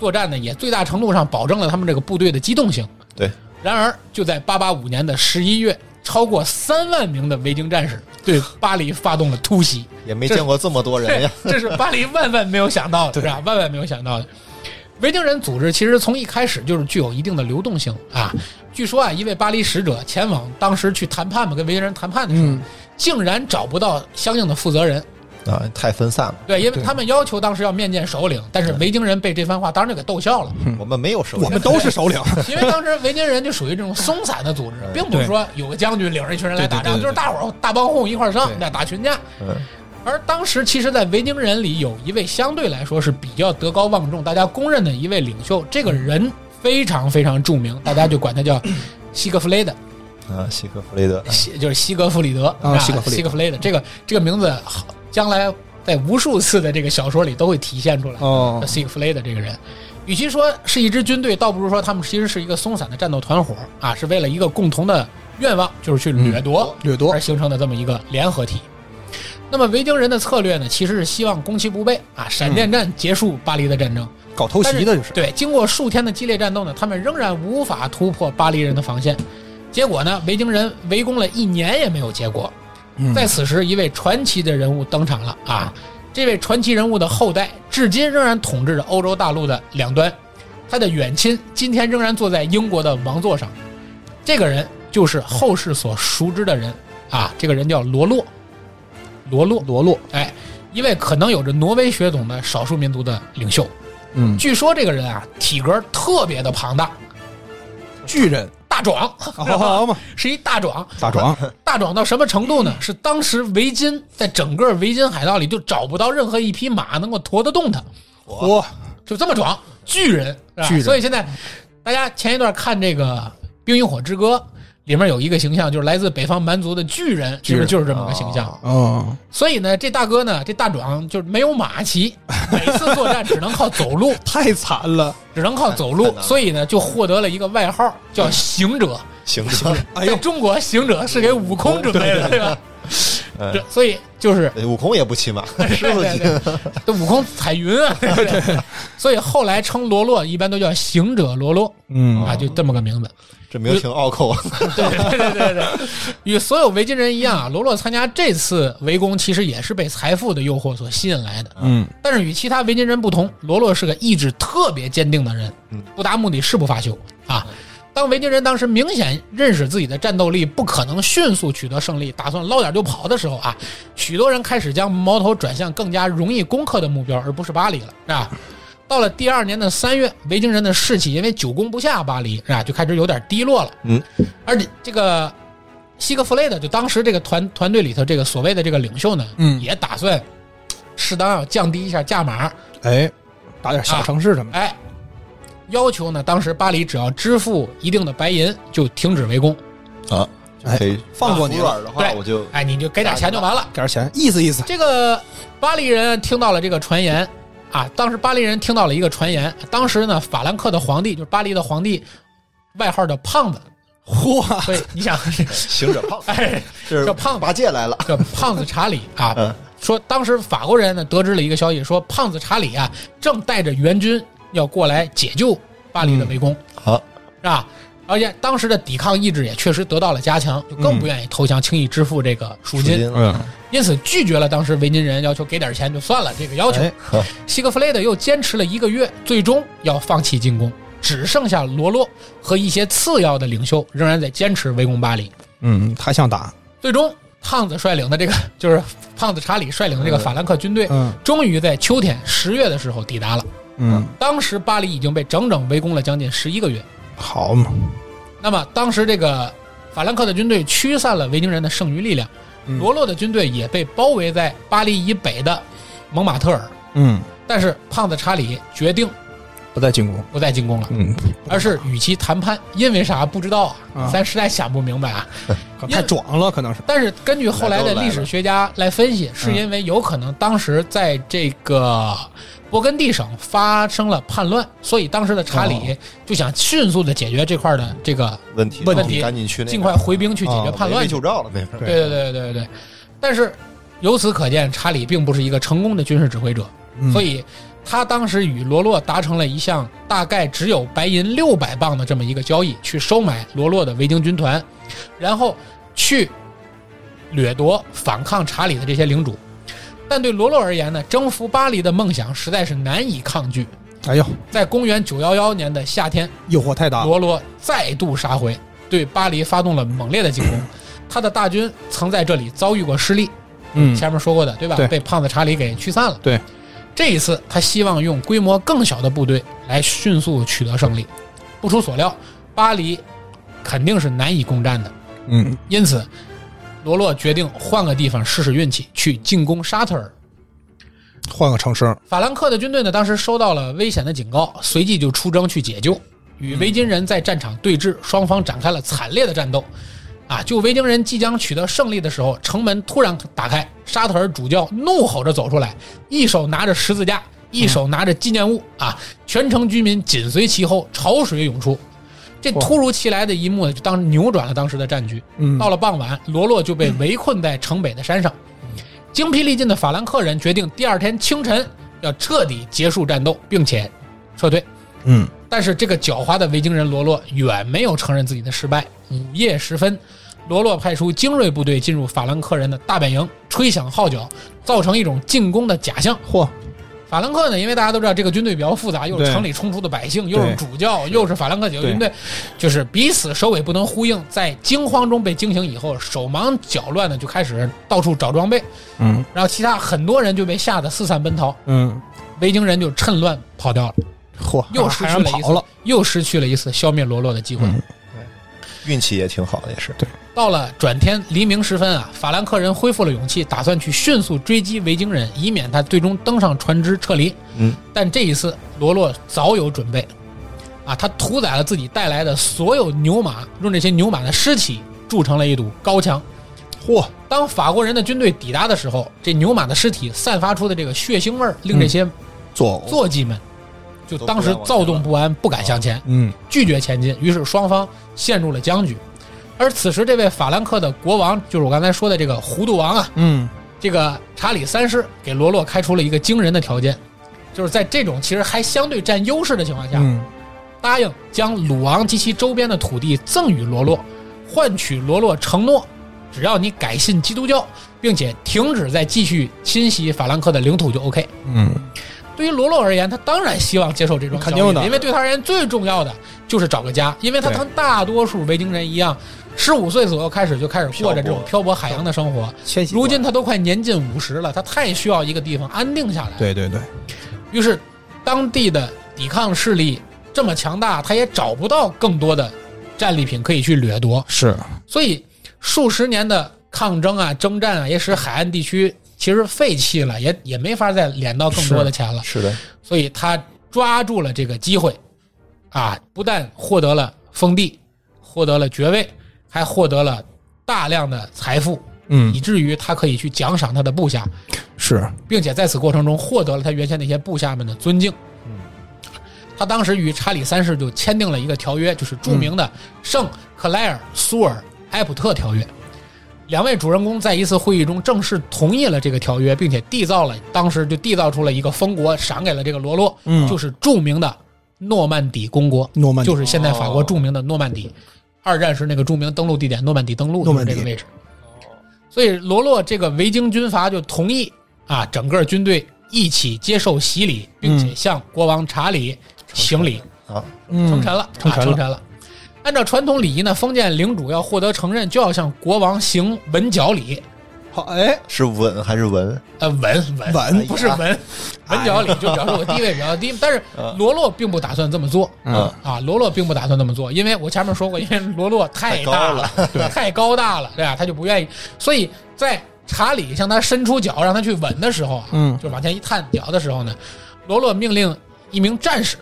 S1: 作战呢，也最大程度上保证了他们这个部队的机动性。
S2: 对，
S1: 然而，就在八八五年的十一月，超过三万名的维京战士对巴黎发动了突袭，
S2: 也没见过这么多哎人呀，
S1: 这是巴黎万万没有想到的，是吧？万万没有想到的。维京人组织其实从一开始就是具有一定的流动性啊。据说啊，一位巴黎使者前往当时去谈判嘛，跟维京人谈判的时候，
S3: 嗯
S1: 竟然找不到相应的负责人。
S2: 啊，太分散了，
S1: 对，因为
S3: 对
S1: 他们要求当时要面见首领，但是维京人被这番话当然就给逗笑了，
S3: 嗯
S2: 我们没有手，
S3: 我们都是首领，
S1: 因为当时维京人就属于这种松散的组织，并不是说有个将军领着一群人来打
S3: 嗯
S1: 仗，
S3: 对对对对
S1: 就是大伙儿大帮户一块儿上
S3: 对
S1: 那打群架。
S2: 嗯
S1: 而当时其实，在维京人里有一位相对来说是比较德高望重、大家公认的一位领袖，这个
S3: 嗯
S1: 人非常非常著名，大家就管 他叫西格弗雷德，
S2: 啊，希克弗雷德，
S1: 西就是西格弗里德
S3: 嗯啊
S1: 是
S3: 西格
S1: 吧
S3: 弗里德
S1: 西格弗雷德这个这个名字，好将来在无数次的这个小说里都会体现出来。
S3: 哦，
S1: 西呃格弗雷德这个人，与其说是一支军队，倒不如说他们其实是一个松散的战斗团伙啊，是为了一个共同的愿望，就是去掠夺、
S3: 掠嗯夺
S1: 而形成的这么一个联合体。那么维京人的策略呢，其实是希望攻其不备啊，闪电战结束巴黎的战争。
S3: 搞偷袭嗯的就是，
S1: 对，经过数天的激烈战斗呢，他们仍然无法突破巴黎人的防线。结果呢，维京人围攻了一年也没有结果。
S3: 嗯
S1: 在此时，一位传奇的人物登场了啊！这位传奇人物的后代至今仍然统治着欧洲大陆的两端，他的远亲今天仍然坐在英国的王座上。这个人就是后世所熟知的人啊，这个人叫罗洛，罗洛，
S3: 罗洛，
S1: 哎，一位可能有着挪威血统的少数民族的领袖。
S3: 嗯，
S1: 据说这个人啊，体格特别的庞大，
S3: 巨 人，
S1: 大壮，
S3: 好好嘛，
S1: 是一大壮。
S3: 大 壮，
S1: 大壮到什么程度呢？是当时维京在整个维京海盗里就找不到任何一匹马能够驮得动他，
S3: 哇，
S1: 就这么壮，巨人，是吧
S3: 巨人
S1: 所以现在大家前一段看这个《冰与火之歌》。里面有一个形象，就是来自北方蛮族的巨人，
S3: 巨
S1: 其实
S3: 人
S1: 就是这么个形象。
S3: 哦，
S1: 所以呢，这大哥呢，这大壮就是没有马骑，每次作战只能靠走 路。
S3: 太惨了，
S1: 只能靠走
S2: 太
S1: 路
S2: 难，了
S1: 所以呢，就获得了一个外号叫“行者
S2: 行者，”。
S3: 哎呦
S1: 在中国，行者是给悟空准备的，对吧？
S3: 哎
S2: 嗯
S1: 这所以就是
S2: 哎悟空也不骑马，师傅
S1: 对
S2: 骑
S1: 对对，这悟空彩云啊，对不对？所以后来称罗洛一般都叫行者罗洛
S3: 嗯
S1: 啊，就这么个名字。
S2: 这名挺拗口啊。
S1: 对对对对对，与所有维京人一样啊，罗洛参加这次围攻，其实也是被财富的诱惑所吸引来的。
S3: 嗯，
S1: 但是与其他维京人不同，罗洛是个意志特别坚定的人
S2: 嗯，
S1: 不达目的誓不罢休啊。当维京人当时明显认识自己的战斗力不可能迅速取得胜利，打算捞点就跑的时候啊，许多人开始将矛头转向更加容易攻克的目标，而不是巴黎了，是吧？到了第二年的三月，维京人的士气因为久攻不下巴黎，是吧，就开始有点低落了。
S2: 嗯，
S1: 而且这个西格弗雷德，就当时这个团团队里头这个所谓的这个领袖呢，
S3: 嗯
S1: 也打算适当要降低一下价码，
S3: 哎，打点小城市什么的，
S1: 哎，要求呢，当时巴黎只要支付一定的白银就停止围攻，
S2: 啊，就可以
S3: 哎放过你
S2: 服
S3: 了，
S2: 软的话，
S1: 对
S2: 我就
S1: 哎，你就给点钱就完了。
S3: 给点钱意思意思，
S1: 这个巴黎人听到了这个传言啊，当时巴黎人听到了一个传言，啊当时呢，法兰克的皇帝就是巴黎的皇帝，外号叫胖子，
S3: 嚯，
S1: 所以你 想，，
S2: 行者胖
S1: 哎，
S2: 这
S1: 叫
S2: 是
S1: 胖子，
S2: 八戒来了。
S1: 这胖子查理啊，
S2: 嗯，
S1: 说当时法国人呢得知了一个消息，说胖子查理啊正带着援军要过来解救巴黎的围攻，
S2: 好，
S1: 是吧？而且当时的抵抗意志也确实得到了加强，就更不愿意投降，轻易支付这个赎金，
S2: 金
S3: 嗯，
S1: 因此拒绝了当时维京人要求给点钱就算了这个要求。
S3: 哎，
S1: 西格弗雷德又坚持了一个月，最终要放弃进攻，只剩下罗洛和一些次要的领袖仍然在坚持围攻巴黎。
S3: 嗯，他想打，
S1: 最终，胖子率领的这个就是胖子查理率领的这个法兰克军队，
S3: 嗯
S1: 终于在秋天十月的时候抵达了。
S3: 嗯，
S1: 当时巴黎已经被整整围攻了将近十一个月。
S3: 好嘛，
S1: 那么当时这个法兰克的军队驱散了维京人的剩余力量，
S3: 嗯
S1: 罗洛的军队也被包围在巴黎以北的蒙马特尔。
S3: 嗯，
S1: 但是胖子查理决定
S3: 不再进攻，
S1: 不再进攻了，
S3: 嗯，
S1: 而啊是与其谈判，因为啥不知道啊
S3: 啊，
S1: 咱实在想不明白啊。
S3: 太壮了，可能是，
S1: 但是根据后来的历史学家来分析，是因为有可能当时在这个勃艮第省发生了叛乱，所以当时的查
S3: 哦
S1: 理就想迅速的解决这块的这个，
S2: 问题啊
S1: 问题
S2: 赶紧去那个
S1: 尽快回兵去解
S3: 哦
S1: 决叛
S2: 啊围
S1: 乱
S2: 魏
S1: 去。
S2: 救赵了那边。
S1: 对对对对对对。但是由此可见，查理并不是一个成功的军事指挥者，
S3: 嗯
S1: 所以他当时与罗洛达成了一项大概只有白银六百磅的这么一个交易，去收买罗洛的维京军团，然后去掠夺反抗查理的这些领主。但对罗洛而言呢，征服巴黎的梦想实在是难以抗拒。
S3: 哎呦，
S1: 在公元911年的夏天，
S3: 诱惑太大了，
S1: 罗罗再度杀回，对巴黎发动了猛烈的进攻。他的大军曾在这里遭遇过失利，
S3: 嗯，
S1: 前面说过的，对吧？
S3: 对
S1: 被胖子查理给驱散了。
S3: 对，
S1: 这一次他希望用规模更小的部队来迅速取得胜利。不出所料，巴黎肯定是难以攻占的，
S3: 嗯，
S1: 因此，罗洛决定换个地方试试运气，去进攻沙特尔。
S3: 换个城市，
S1: 法兰克的军队呢，当时收到了危险的警告，随即就出征去解救，与维京人在战场对峙，双方展开了惨烈的战斗。啊，就维京人即将取得胜利的时候，城门突然打开，沙特尔主教怒吼着走出来，一手拿着十字架，一手拿着纪念物，啊，全城居民紧随其后，潮水涌出。这
S3: 哇
S1: 突如其来的一幕呢，就当扭转了当时的战局。
S3: 嗯，
S1: 到了傍晚，罗洛就被围困在城北的山上。精疲力尽的法兰克人决定第二天清晨要彻底结束战斗，并且撤退。
S2: 嗯，
S1: 但是这个狡猾的维京人罗洛远没有承认自己的失败。午夜时分，罗洛派出精锐部队进入法兰克人的大本营，吹响号角，造成一种进攻的假象。
S3: 嚯，
S1: 法兰克呢，因为大家都知道这个军队比较复杂，又是
S3: 对
S1: 城里冲出的百姓，又是
S3: 对
S1: 主教，又是法兰克解放军队，就是彼此首尾不能呼应，在惊慌中被惊醒以后，手忙脚乱的就开始到处找装备，
S3: 嗯
S1: 然后其他很多人就被吓得四散奔逃，
S3: 嗯，
S1: 维京人就趁乱跑掉了，
S3: 嚯，
S1: 又失
S3: 还让
S1: 去了一
S3: 跑
S1: 次，
S3: 了，
S1: 又失去了一次消灭罗洛的机会。
S3: 嗯
S2: 运气也挺好的，也是。
S1: 到了转天黎明时分啊，法兰克人恢复了勇气，打算去迅速追击维京人，以免他最终登上船只撤离。
S2: 嗯，
S1: 但这一次罗洛早有准备，啊，他屠宰了自己带来的所有牛马，用这些牛马的尸体筑成了一堵高墙。
S3: 嚯，
S1: 当法国人的军队抵达的时候，这牛马的尸体散发出的这个血腥味儿，令这些
S3: 作呕，
S1: 坐骑们就当时躁动不安，不敢向前。
S3: 嗯
S1: 拒绝前进，于是双方陷入了僵局。而此时，这位法兰克的国王，就是我刚才说的这个糊涂王啊，
S3: 嗯，
S1: 这个查理三世给罗洛开出了一个惊人的条件，就是在这种其实还相对占优势的情况下，
S3: 嗯
S1: 答应将鲁昂及其周边的土地赠与罗洛，换取罗洛承诺，只要你改信基督教，并且停止再继续侵袭法兰克的领土就 OK。
S3: 嗯，
S1: 对于罗洛而言，他当然希望接受这种
S3: 肯
S1: 教育
S3: 定的
S1: 因为对他而言最重要的就是找个家，因为他
S3: 对
S1: 跟大多数维京人一样，十五岁左右开始就开始过着这种漂泊海洋的生活。
S3: 千禧，
S1: 如今他都快年近五十了，他太需要一个地方安定下来。，
S3: 对对对，
S1: 于是当地的抵抗势力这么强大，他也找不到更多的战利品可以去掠夺，
S3: 是，
S1: 所以数十年的抗争啊、征战啊，也使海岸地区其实废弃了，也也没法再敛到更多的钱了。
S2: 是的，
S1: 所以他抓住了这个机会，啊，不但获得了封地，获得了爵位，还获得了大量的财富，
S3: 嗯
S1: 以至于他可以去奖赏他的部下，
S3: 是，
S1: 并且在此过程中获得了他原先那些部下们的尊敬。
S2: 嗯，
S1: 他当时与查理三世就签订了一个条约，就是著名的圣克莱尔苏尔埃普特条约。两位主人公在一次会议中正式同意了这个条约，并且缔造了当时就缔造出了一个封国，赏给了这个罗洛，
S3: 嗯
S1: 就是著名的诺曼底公国，
S3: 诺曼底哦
S1: 就是现在法国著名的诺曼底，二战时那个著名登陆地点诺曼底登陆，
S3: 诺曼底
S1: 就是这个位置。所以罗洛这个维京军阀就同意啊，整个军队一起接受洗礼，并且向国王查理行礼，
S2: 啊，
S1: 成
S3: 嗯
S1: 臣了，
S3: 成
S1: 啊
S3: 臣了
S1: 成臣了。按照传统礼仪呢，封建领主要获得承认，就要向国王行吻脚礼。
S3: 好，哎，
S2: 是吻还是文？
S1: 呃，吻吻
S3: 吻
S1: 不是吻，吻脚礼就表示我地位比 较
S3: 啊
S1: 低。但是罗洛并不打算这么做
S3: 嗯
S1: 啊，罗洛并不打算这么做，因为我前面说过，因为罗洛太大了， 对，太高大了，对吧？他就不愿意。所以在查理向他伸出脚让他去吻的时候啊，
S3: 嗯
S1: 就往前一探脚的时候呢，罗洛命令一名战士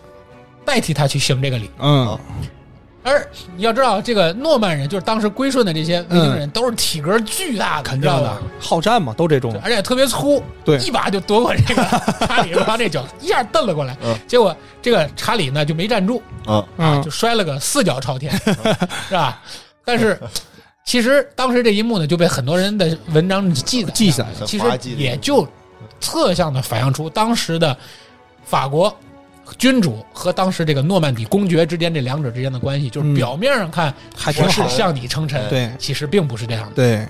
S1: 代替他去行这个礼。
S3: 嗯，
S1: 而你要知道，这个诺曼人就是当时归顺的这些维京人，都是体格巨大
S3: 嗯
S1: 的，
S3: 肯定
S1: 你知道
S3: 的，
S1: 吧
S3: 好战嘛，都这种
S1: 对，而且特别粗，
S3: 对
S1: 一把就夺过这个 查理罗这脚，一下蹬了过来
S2: 嗯，
S1: 结果这个查理呢就没站住，
S2: 啊，
S3: 嗯
S1: 就摔了个四脚朝天， 是吧？但是其实当时这一幕呢就被很多人的文章记载，
S3: 记载
S2: 很
S1: 其
S2: 滑
S1: 实
S2: 稽的
S1: 也就侧向的反映出当时的法国君主和当时这个诺曼底公爵之间这两者之间的关系，就是
S3: 嗯
S1: 表面上看
S3: 还挺
S1: 我
S3: 好
S1: 是
S3: 的，
S1: 向你称臣，
S3: 对
S1: 其实并不是这样的。
S3: 对，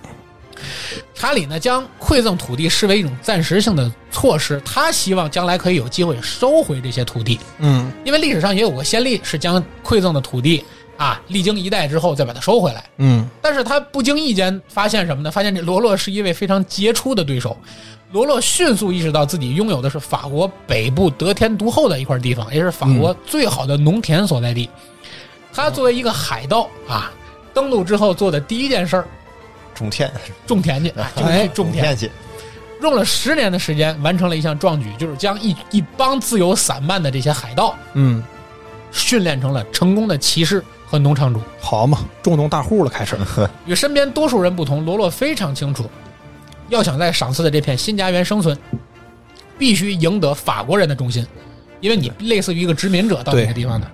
S1: 查理呢，将馈赠土地视为一种暂时性的措施，他希望将来可以有机会收回这些土地，
S3: 嗯
S1: 因为历史上也有过先例，是将馈赠的土地啊，历经一代之后再把它收回来。
S3: 嗯
S1: 但是他不经意间发现什么呢？发现这罗洛是一位非常杰出的对手。罗洛迅速意识到自己拥有的是法国北部得天独厚的一块地方，也是法国最好的农田所在地。他作为一个海盗啊，登陆之后做的第一件事儿，
S2: 种田，
S1: 种田去，哎，就是去 种
S2: 种
S1: 田，
S2: 田去，
S1: 用了十年的时间完成了一项壮举，就是将一一帮自由散漫的这些海盗
S3: 嗯，
S1: 训练成了成功的骑士和农场主。
S3: 好嘛，种农大户了，开始。
S1: 与身边多数人不同，罗洛非常清楚，要想在赏赐的这片新家园生存，必须赢得法国人的忠心，因为你类似于一个殖民者到那
S3: 对
S1: 个地方的，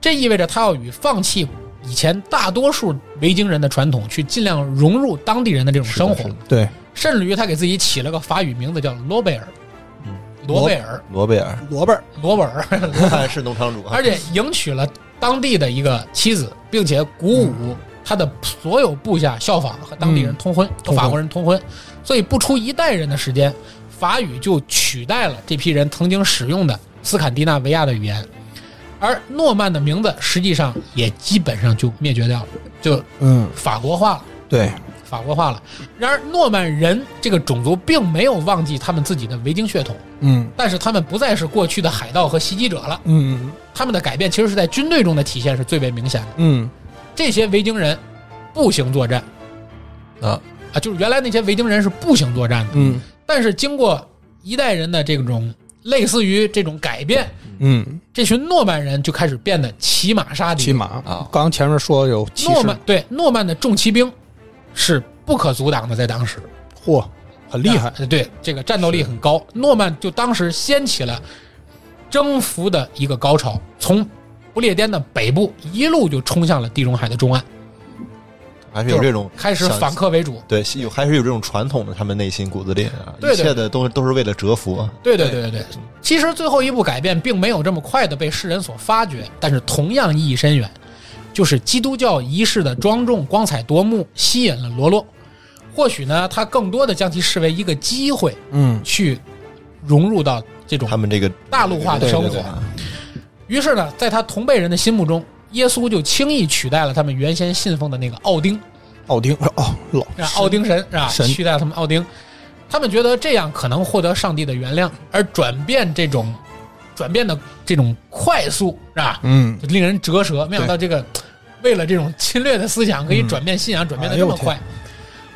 S1: 这意味着他要与放弃以前大多数维京人的传统，去尽量融入当地人的这种生活
S2: 是的是，
S3: 对，
S1: 甚至于他给自己起了个法语名字叫罗贝尔，
S2: 嗯
S1: 罗贝尔，
S2: 罗贝尔，
S3: 萝卜儿，
S1: 罗贝尔，
S2: 他是农场主，啊
S1: 而
S3: 啊
S1: 且迎娶了当地的一个妻子，并且鼓
S3: 嗯
S1: 舞他的所有部下效仿和当地人通婚，和
S3: 通婚
S1: 法国人通婚。所以不出一代人的时间，法语就取代了这批人曾经使用的斯堪的纳维亚的语言，而诺曼的名字实际上也基本上就灭绝掉了，就
S3: 嗯，
S1: 法国化了。
S3: 对，
S1: 法国化了。然而，诺曼人这个种族并没有忘记他们自己的维京血统，
S3: 嗯
S1: 但是他们不再是过去的海盗和袭击者了。
S3: 嗯
S1: 他们的改变其实是在军队中的体现是最为明显的。
S3: 嗯，
S1: 这些维京人步行作战
S2: 啊，
S1: 啊，就是原来那些维京人是步行作战的，
S3: 嗯
S1: 但是经过一代人的这种类似于这种改变，
S3: 嗯，
S1: 这群诺曼人就开始变得骑马杀敌。
S3: 骑马
S2: 啊
S3: 刚前面说有骑
S1: 诺曼
S3: 士，
S1: 对诺曼的重骑兵是不可阻挡的，在当时
S3: 嚯，很厉害。
S1: 啊对这个战斗力很高。诺曼就当时掀起了征服的一个高潮，从不列颠的北部一路就冲向了地中海的中岸。
S2: 还是有这种
S1: 开始
S2: 想
S1: 反客为主。
S2: 对，有还是有这种传统的，他们内心骨子里啊，
S1: 对对
S2: 一切的都都是为了折服啊。
S1: 对对对对对，其实最后一步改变并没有这么快的被世人所发掘，但是同样意义深远，就是基督教仪式的庄重、光彩夺目吸引了罗洛。或许呢，他更多的将其视为一个机会，
S3: 嗯
S1: 去融入到这种
S2: 他们这个
S1: 大陆化的生活。
S2: 对对对
S1: 于是呢，在他同辈人的心目中，耶稣就轻易取代了他们原先信奉的那个奥丁。
S3: 奥丁哦，老
S1: 让啊奥丁神是吧？
S3: 神
S1: 取代他们奥丁，他们觉得这样可能获得上帝的原谅，而转变这种转变的这种快速是吧？
S3: 嗯，
S1: 就令人折舌。没想到这个为了这种侵略的思想，可以
S3: 嗯
S1: 转变信仰，转变的
S3: 哎
S1: 这
S3: 呦
S1: 么快。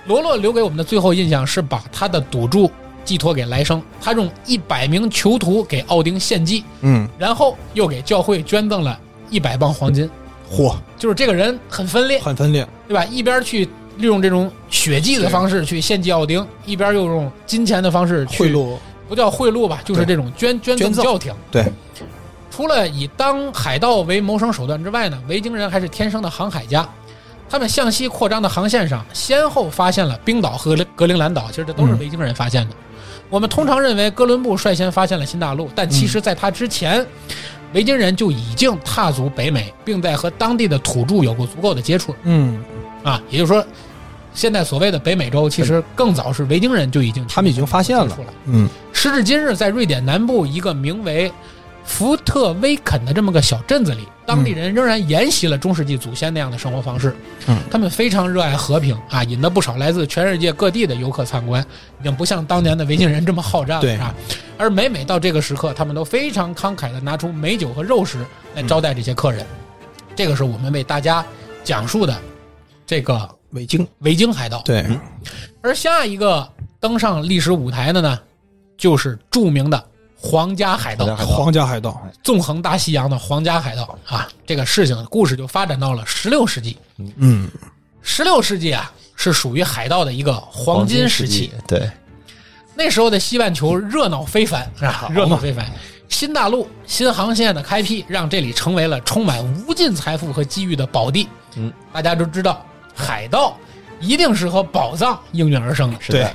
S1: 罗洛留给我们的最后印象是把他的赌注寄托给来生，他用一百名囚徒给奥丁献祭，
S3: 嗯，
S1: 然后又给教会捐赠了一百磅黄金。
S3: 嚯，
S1: 就是这个人很分裂，
S3: 很分裂，
S1: 对吧？一边去利用这种血祭的方式去献祭奥丁，一边又用金钱的方式去
S3: 贿，赂，
S1: 不叫贿赂吧，就是这种捐捐赠
S3: 捐赠
S1: 教廷。
S3: 对，
S1: 除了以当海盗为谋生手段之外呢，维京人还是天生的航海家。他们向西扩张的航线上，先后发现了冰岛和格陵兰岛，其实这都是
S3: 嗯
S1: 维京人发现的。我们通常认为哥伦布率先发现了新大陆，但其
S3: 嗯
S1: 实在他之前，维京人就已经踏足北美，并在和当地的土著有过足够的接触。
S3: 嗯，
S1: 啊，也就是说，现在所谓的北美洲，其实更早是维京人就已经
S3: 他们已经发现
S1: 接
S3: 了
S1: 触，了。
S3: 嗯
S1: 时至今日，在瑞典南部一个名为福特威肯的这么个小镇子里，当地人仍然沿袭了中世纪祖先那样的生活方式。
S3: 嗯
S1: 他们非常热爱和平啊，引得不少来自全世界各地的游客参观，已经不像当年的维京人这么好战
S3: 对
S1: 了啊。而每每到这个时刻，他们都非常慷慨地拿出美酒和肉食来招待这些客人。这个是我们为大家讲述的这个
S3: 维京，
S1: 维京海盗。
S3: 对，
S1: 而下一个登上历史舞台的呢，就是著名的皇家海
S2: 大家
S1: 盗，
S2: 还
S3: 皇家海盗，
S1: 纵横大西洋的皇家海盗啊。这个事情故事就发展到了十六世纪。
S3: 嗯
S1: 十六世纪啊，是属于海盗的一个黄金时期。，
S2: 对，
S1: 那时候的西半球热闹非凡啊
S3: 好，嘛
S1: 热闹非凡。新大陆、新航线的开辟，让这里成为了充满无尽财富和机遇的宝地。
S2: 嗯，
S1: 大家都知道，海盗一定是和宝藏应运而生的。
S2: 是的，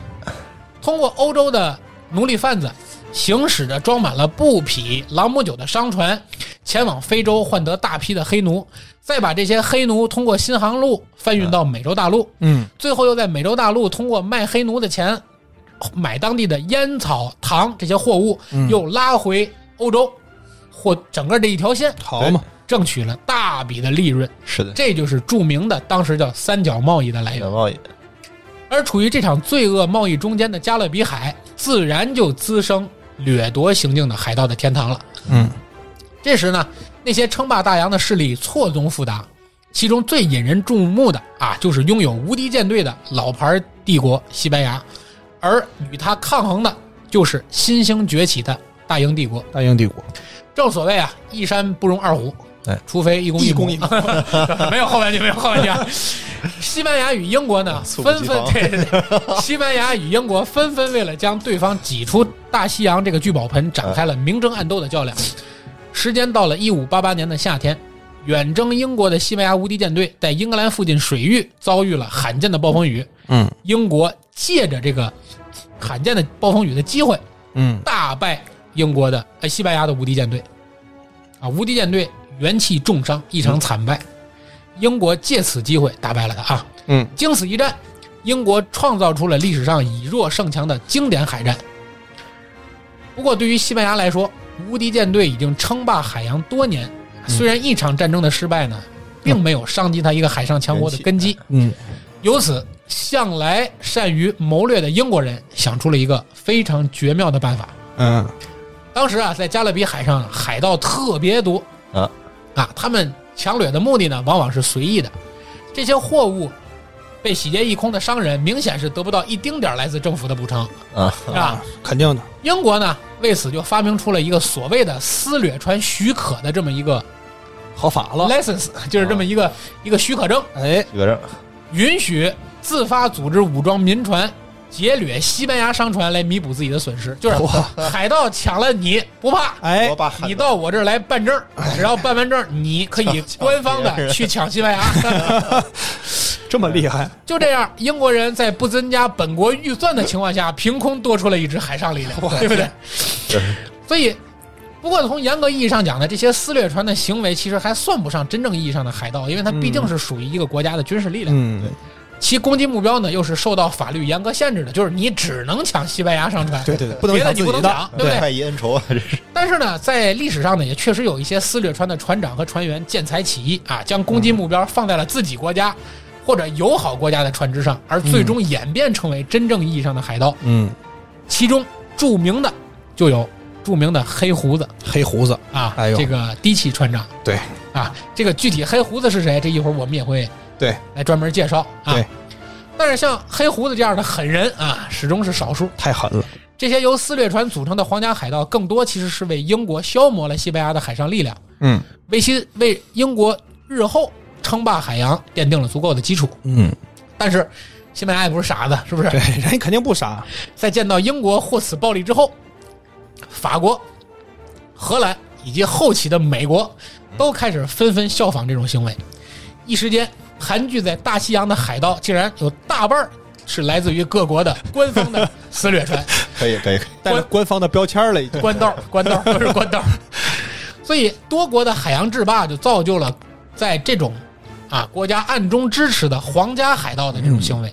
S1: 通过欧洲的奴隶贩子行驶着装满了布匹、朗姆酒的商船，前往非洲换得大批的黑奴，再把这些黑奴通过新航路贩运到美洲大陆，
S3: 嗯
S1: 最后又在美洲大陆通过卖黑奴的钱买当地的烟草、糖这些货物，
S3: 嗯
S1: 又拉回欧洲，或整个这一条线
S3: 好嘛，
S1: 挣取了大笔的利润。
S2: 是的，
S1: 这就是著名的当时叫三角贸易的来源
S2: 远。贸易
S1: 而处于这场罪恶贸易中间的加勒比海，自然就滋生掠夺行径的海盗的天堂了。
S3: 嗯
S1: 这时呢，那些称霸大洋的势力错综复杂，其中最引人注目的啊，就是拥有无敌舰队的老牌帝国西班牙，而与它抗衡的就是新兴崛起的大英帝国。
S4: 大英帝国，
S1: 正所谓啊，一山不容二虎，
S2: 哎，
S1: 除非一公
S3: 一
S1: 母
S3: 公一 母
S1: 没有后半句，没有后半句 啊。西班牙与英国呢，
S2: 啊猝不
S1: 纷
S2: 及
S1: 纷
S2: 防
S1: 对对 对，西班牙与英国纷纷为了将对方挤出大西洋这个聚宝盆，展开了明争暗斗的较量。时间到了一五八八年的夏天，远征英国的西班牙无敌舰队在英格兰附近水域遭遇了罕见的暴风雨。
S4: 嗯
S1: 英国借着这个罕见的暴风雨的机会，
S4: 嗯，
S1: 大败英国的呃西班牙的无敌舰队，啊，无敌舰队元气重伤，一场惨败。英国借此机会打败了他啊，
S3: 嗯，
S1: 经此一战，英国创造出了历史上以弱胜强的经典海战。不过，对于西班牙来说，无敌舰队已经称霸海洋多年，
S4: 嗯
S1: 虽然一场战争的失败呢，并没有伤及他一个海上强国的根基。
S4: 嗯，
S1: 由此，向来善于谋略的英国人想出了一个非常绝妙的办法，
S3: 嗯，
S1: 当时啊，在加勒比海上海盗特别多
S2: 啊
S1: 啊，他们抢掠的目的呢，往往是随意的。这些货物被洗劫一空的商人，明显是得不到一丁点儿来自政府的补偿，
S2: 啊，
S1: 是吧？
S3: 肯定的，
S1: 英国呢，为此就发明出了一个所谓的私掠船许可的这么一个
S4: 合法了，啊
S1: license，就是这么一个、一个许可证，
S4: 哎，
S2: 许可证
S1: 允许自发组织武装民船劫掠西班牙商船来弥补自己的损失。就是
S4: 哇
S1: 海盗抢了你不怕，
S3: 哎
S2: 我，把
S1: 你到我这儿来办 证儿，只要办完证儿，你可以官方的去抢西班牙。
S3: 这么厉害，
S1: 就这样，英国人在不增加本国预算的情况下，凭空多出了一支海上力量，对不对？所以，不过从严格意义上讲呢，这些私掠船的行为其实还算不上真正意义上的海盗，因为它毕竟是属于一个国家的军事力量，
S3: 嗯，
S1: 其攻击目标呢又是受到法律严格限制的，就是你只能抢西班牙商船，
S3: 对对对，不能
S1: 别的
S3: 想
S1: 你
S3: 自
S1: 不
S3: 己
S1: 能
S3: 的，
S1: 抢，对不对？
S2: 快意 恩仇啊，这是
S1: 但是呢，在历史上呢，也确实有一些私掠船的船长和船员见财起意啊，将攻击目标放在了自己国
S4: 嗯
S1: 家或者友好国家的船只上，而最终演变成为真正意义上的海盗。
S4: 嗯，
S1: 其中著名的就有著名的黑胡子
S4: 黑胡子，
S1: 啊，
S4: 哎呦
S1: 这个低气船长
S3: 对
S1: 啊，这个具体黑胡子是谁，这一会儿我们也会
S3: 对
S1: 来专门介绍啊
S3: 对。
S1: 但是像黑胡子这样的狠人啊，始终是少数。
S3: 太狠了，
S1: 这些由私掠船组成的皇家海盗，更多其实是为英国消磨了西班牙的海上力量，
S3: 嗯，
S1: 为其为英国日后称霸海洋奠定了足够的基础。
S4: 嗯，
S1: 但是，西班牙也不是傻子，是不
S3: 对
S1: 是？，
S3: 人家肯定不傻，
S1: 在见到英国获此暴利之后，法国、荷兰以及后起的美国都开始纷纷效仿这种行为，一时间盘踞在大西洋的海盗竟然有大半儿是来自于各国的官方的 私掠船。
S2: 可以可以，可以
S3: 带着官方的标签了已经，
S1: 官道，官道都是官道。 所以，多国的海洋制霸就造就了在这种啊国家暗中支持的皇家海盗的这种行为。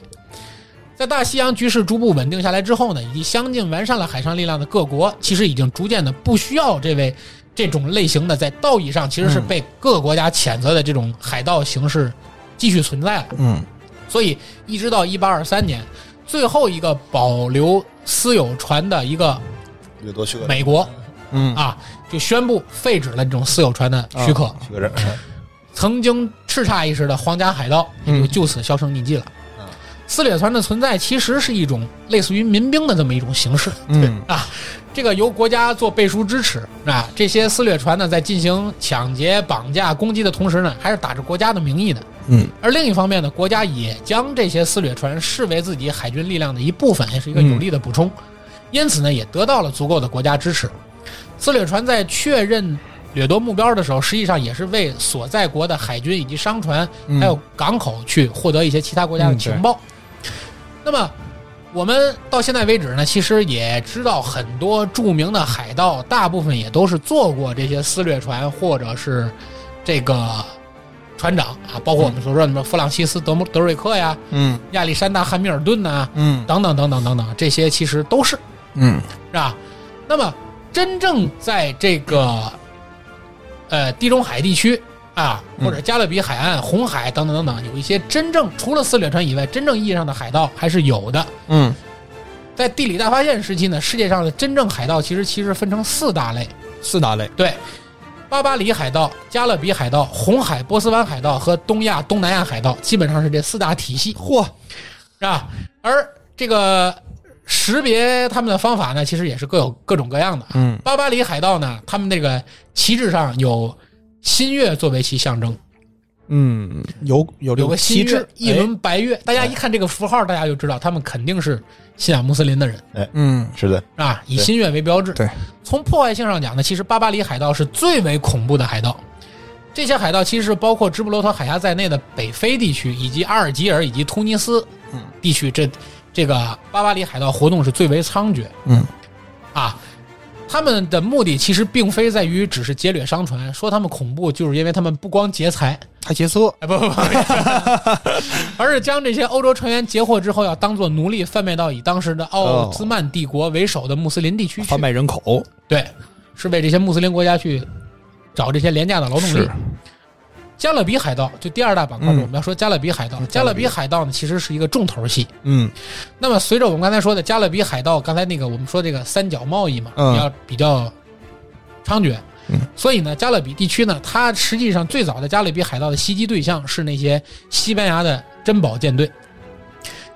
S1: 在大西洋局势逐步稳定下来之后呢，以及相近完善了海上力量的各国，其实已经逐渐的不需要这位这种类型的在道义上其实是被各国家谴责的这种海盗形式继续存在了。
S4: 嗯，
S1: 所以一直到一八二三年，最后一个保留私有船的一个
S2: 有多许可证
S1: 美国，
S3: 嗯
S1: 啊，就宣布废止了这种私有船的许可。
S2: 许可证，
S1: 嗯曾经叱咤一时的皇家海盗也就就此销声匿迹了。
S2: 嗯
S1: 私掠船的存在其实是一种类似于民兵的这么一种形式，
S3: 嗯
S1: 这个由国家做背书支持啊。这些私掠船呢，在进行抢劫、绑架、攻击的同时呢，还是打着国家的名义的。
S4: 嗯，
S1: 而另一方面呢，国家也将这些私掠船视为自己海军力量的一部分，也是一个有力的补充，因此呢，也得到了足够的国家支持。私掠船在确认掠夺目标的时候，实际上也是为所在国的海军以及商船嗯
S4: 嗯
S1: 还有港口去获得一些其他国家的情报。那么，我们到现在为止呢，其实也知道很多著名的海盗，大部分也都是坐过这些私掠船或者是这个船长啊，包括我们所说的什么弗朗西斯德姆德瑞克呀、
S3: 嗯
S1: 亚历山大汉密尔顿呐、
S3: 嗯
S1: 等等等等等等，这些其实都是
S4: 嗯，
S1: 是吧？那么，真正在这个呃地中海地区啊，或者加勒比海岸、红海等等等等，有一些真正除了私掠船以外，真正意义上的海盗还是有的。
S3: 嗯
S1: 在地理大发现时期呢，世界上的真正海盗其实其实分成四大类。
S3: 四大类，
S1: 对，巴巴里海盗、加勒比海盗、红海、波斯湾海盗和东亚、东南亚海盗，基本上是这四大体系，
S3: 嚯，
S1: 是吧？而这个识别他们的方法呢，其实也是各有各种各样的。啊
S3: 嗯，
S1: 巴巴里海盗呢，他们那个旗帜上有新月作为其象征，
S3: 嗯，有有这
S1: 有个
S3: 旗
S1: 新
S3: 帜
S1: 月，一
S3: 哎
S1: 轮白月，大家一看这个符号，大家就知道他们肯定是信仰穆斯林的人，
S3: 嗯，
S2: 是的，
S1: 是吧？以
S2: 对
S1: 新月为标志。
S3: 对，
S1: 从破坏性上讲呢，其实巴巴里海盗是最为恐怖的海盗。这些海盗其实是包括直布罗陀海峡在内的北非地区，以及阿尔及尔以及突尼斯
S3: 嗯
S1: 地区，这这个巴巴里海盗活动是最为猖獗。
S3: 嗯，
S1: 啊，他们的目的其实并非在于只是劫掠商船，说他们恐怖，就是因为他们不光劫财，
S3: 还劫色，
S1: 哎，不不不， 而是将这些欧洲船员截获之后，要当做奴隶贩卖到以当时的奥斯曼帝国为首的穆斯林地区去。
S3: 哎哦贩卖人口，
S1: 对，是为这些穆斯林国家去找这些廉价的劳动力
S3: 是。
S1: 加勒比海盗就第二大板块，
S3: 嗯
S1: 我们要说加勒比海盗。加
S3: 加
S1: 勒
S3: 勒比
S1: 比海盗呢，其实是一个重头戏。
S3: 嗯
S1: 那么随着我们刚才说的加勒比海盗，刚才那个我们说这个三角贸易嘛，
S3: 嗯
S1: 比较比较猖獗，
S3: 嗯
S1: 所以呢，加勒比地区呢，它实际上最早的加勒比海盗的袭击对象是那些西班牙的珍宝舰队，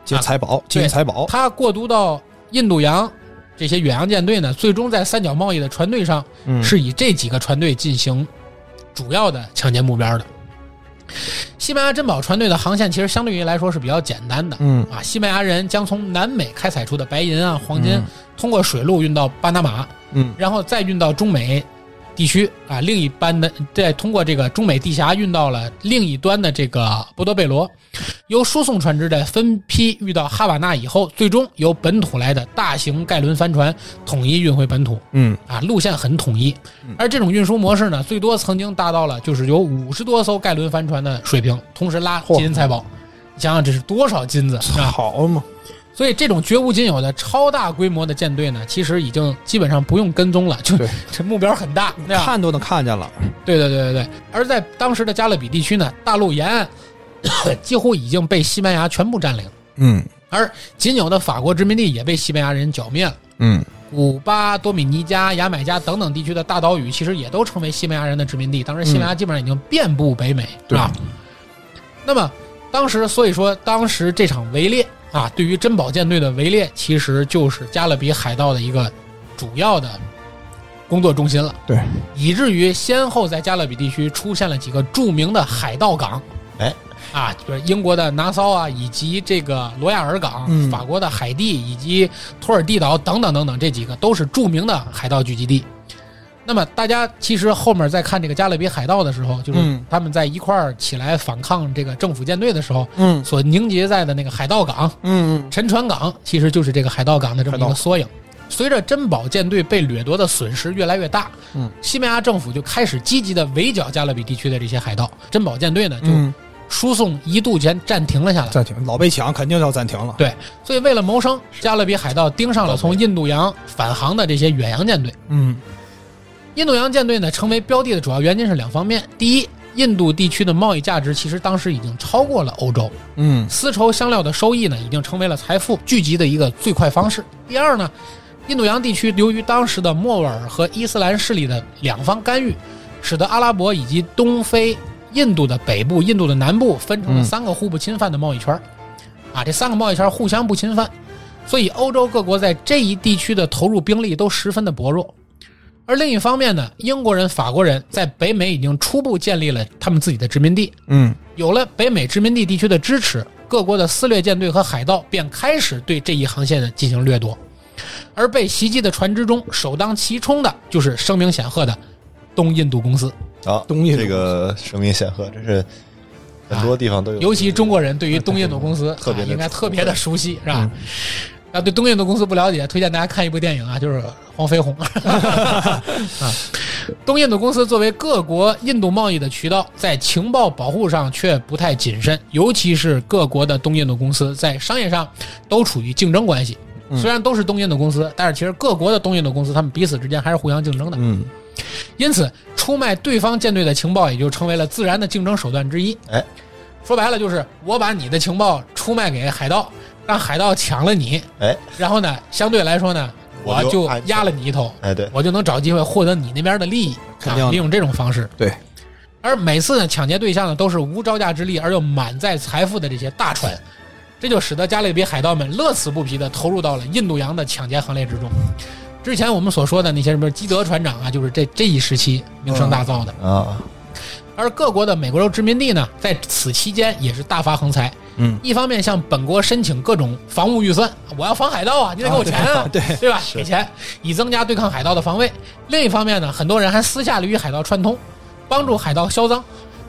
S3: 劫财宝，
S1: 对
S3: 劫财宝，
S1: 它过渡到印度洋这些远洋舰队呢，最终在三角贸易的船队上
S3: 嗯
S1: 是以这几个船队进行主要的抢劫目标的。西班牙珍宝船队的航线其实相对于来说是比较简单的，
S3: 嗯
S1: 啊，西班牙人将从南美开采出的白银啊、黄金，通过水路运到巴拿马，
S3: 嗯
S1: 然后再运到中美地区啊，另一班的再通过这个中美地峡运到了另一端的这个波多贝罗，由输送船只在分批运到哈瓦那以后，最终由本土来的大型盖伦帆船统一运回本土
S3: 嗯
S1: 啊，路线很统一。而这种运输模式呢，最多曾经达到了就是有五十多艘盖伦帆船的水平，同时拉金银财宝。你想想这是多少金子
S3: 嗯，
S1: 啊！
S3: 好嘛，
S1: 所以这种绝无仅有的超大规模的舰队呢，其实已经基本上不用跟踪了，就
S3: 对
S1: 这目标很大，对吧？
S3: 看都能看见了，
S1: 对对对对对。而在当时的加勒比地区呢，大陆沿岸 几乎已经被西班牙全部占领，
S3: 嗯
S1: 而仅有的法国殖民地也被西班牙人剿灭了。
S3: 嗯
S1: 古巴、多米尼加、牙买加等等地区的大岛屿，其实也都成为西班牙人的殖民地。当时西班牙基本上已经遍布北美，
S3: 对
S1: 啊。那么当时，所以说当时这场围猎啊，对于珍宝舰队的围猎，其实就是加勒比海盗的一个主要的工作中心了。
S3: 对，
S1: 以至于先后在加勒比地区出现了几个著名的海盗港。
S2: 哎，
S1: 啊，就是英国的拿骚啊，以及这个罗亚尔港、
S3: 嗯
S1: 法国的海地以及托尔蒂岛等等等等，这几个都是著名的海盗聚集地。那么大家其实后面在看这个加勒比海盗的时候，就是
S3: 嗯
S1: 他们在一块儿起来反抗这个政府舰队的时候，
S3: 嗯
S1: 所凝结在的那个海盗港、
S3: 嗯
S1: 沉船港，其实就是这个海盗港的这么一
S3: 海
S1: 个
S3: 盗
S1: 缩影。随着珍宝舰队被掠夺的损失越来越大，
S3: 嗯，
S1: 西班牙政府就开始积极的围剿加勒比地区的这些海盗，珍宝舰队呢就
S3: 嗯，
S1: 输送一度前暂停了下来。
S3: 暂停，老被抢肯定要暂停了，
S1: 对，所以为了谋生，加勒比海盗盯上了从印度洋返航的这些远洋舰队。
S3: 嗯
S1: 印度洋舰队呢，成为标的的主要原因是两方面：第一，印度地区的贸易价值其实当时已经超过了欧洲，
S3: 嗯
S1: 丝绸香料的收益呢，已经成为了财富聚集的一个最快方式；第二呢，印度洋地区由于当时的莫卧儿和伊斯兰势力的两方干预，使得阿拉伯以及东非、印度的北部、印度的南部分成了
S3: 嗯
S1: 三个互不侵犯的贸易圈儿。啊，这三个贸易圈儿互相不侵犯，所以欧洲各国在这一地区的投入兵力都十分的薄弱。而另一方面呢，英国人、法国人在北美已经初步建立了他们自己的殖民地，
S3: 嗯
S1: 有了北美殖民地地区的支持，各国的私掠舰队和海盗便开始对这一航线进行掠夺。而被袭击的船只中，首当其冲的就是声名显赫的东印度公司。
S2: 啊，
S3: 东印度
S2: 这个声名显赫，这是很多地方都有，
S1: 尤其中国人对于东印度公司
S2: 特别
S1: 啊
S2: 的
S1: 应该特别的熟悉，是吧
S3: 嗯？
S1: 啊，对东印度公司不了解，推荐大家看一部电影啊，就是《黄飞鸿》 啊。东印度公司作为各国印度贸易的渠道，在情报保护上却不太谨慎，尤其是各国的东印度公司在商业上都处于竞争关系。
S3: 嗯
S1: 虽然都是东印度公司，但是其实各国的东印度公司，他们彼此之间还是互相竞争的。
S3: 嗯
S1: 因此，出卖对方舰队的情报也就成为了自然的竞争手段之一。
S2: 哎，
S1: 说白了就是我把你的情报出卖给海盗，让海盗抢了你，
S2: 哎
S1: 然后呢，相对来说呢，我
S2: 我就
S1: 就
S2: 安全
S1: 压了你一头，
S2: 哎对，
S1: 我就能找机会获得你那边的利益。
S3: 肯定
S1: 啊
S3: 的
S1: 利用这种方式。
S3: 对，
S1: 而每次呢，抢劫对象呢都是无招架之力而又满载财富的这些大船，这就使得加勒比海盗们乐此不疲地投入到了印度洋的抢劫行列之中。之前我们所说的那些什么基德船长啊，就是这这一时期名声大噪的。
S2: 啊，
S1: 而各国的美国殖民地呢，在此期间也是大发横财。
S3: 嗯，
S1: 一方面向本国申请各种防务预算，我要防海盗啊，你得给我钱啊，
S3: 对
S1: 对吧？给钱，以增加对抗海盗的防卫。另一方面呢，很多人还私下里与海盗串通，帮助海盗销赃，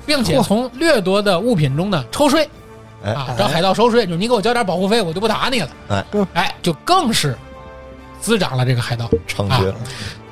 S1: 并且从掠夺的物品中呢抽税
S2: 哎
S1: 啊，找海盗收税，就是你给我交点保护费，我就不打你了。
S2: 哎
S1: 哎，就更是滋长了这个海盗。
S2: 猖獗
S1: 啊
S2: 了，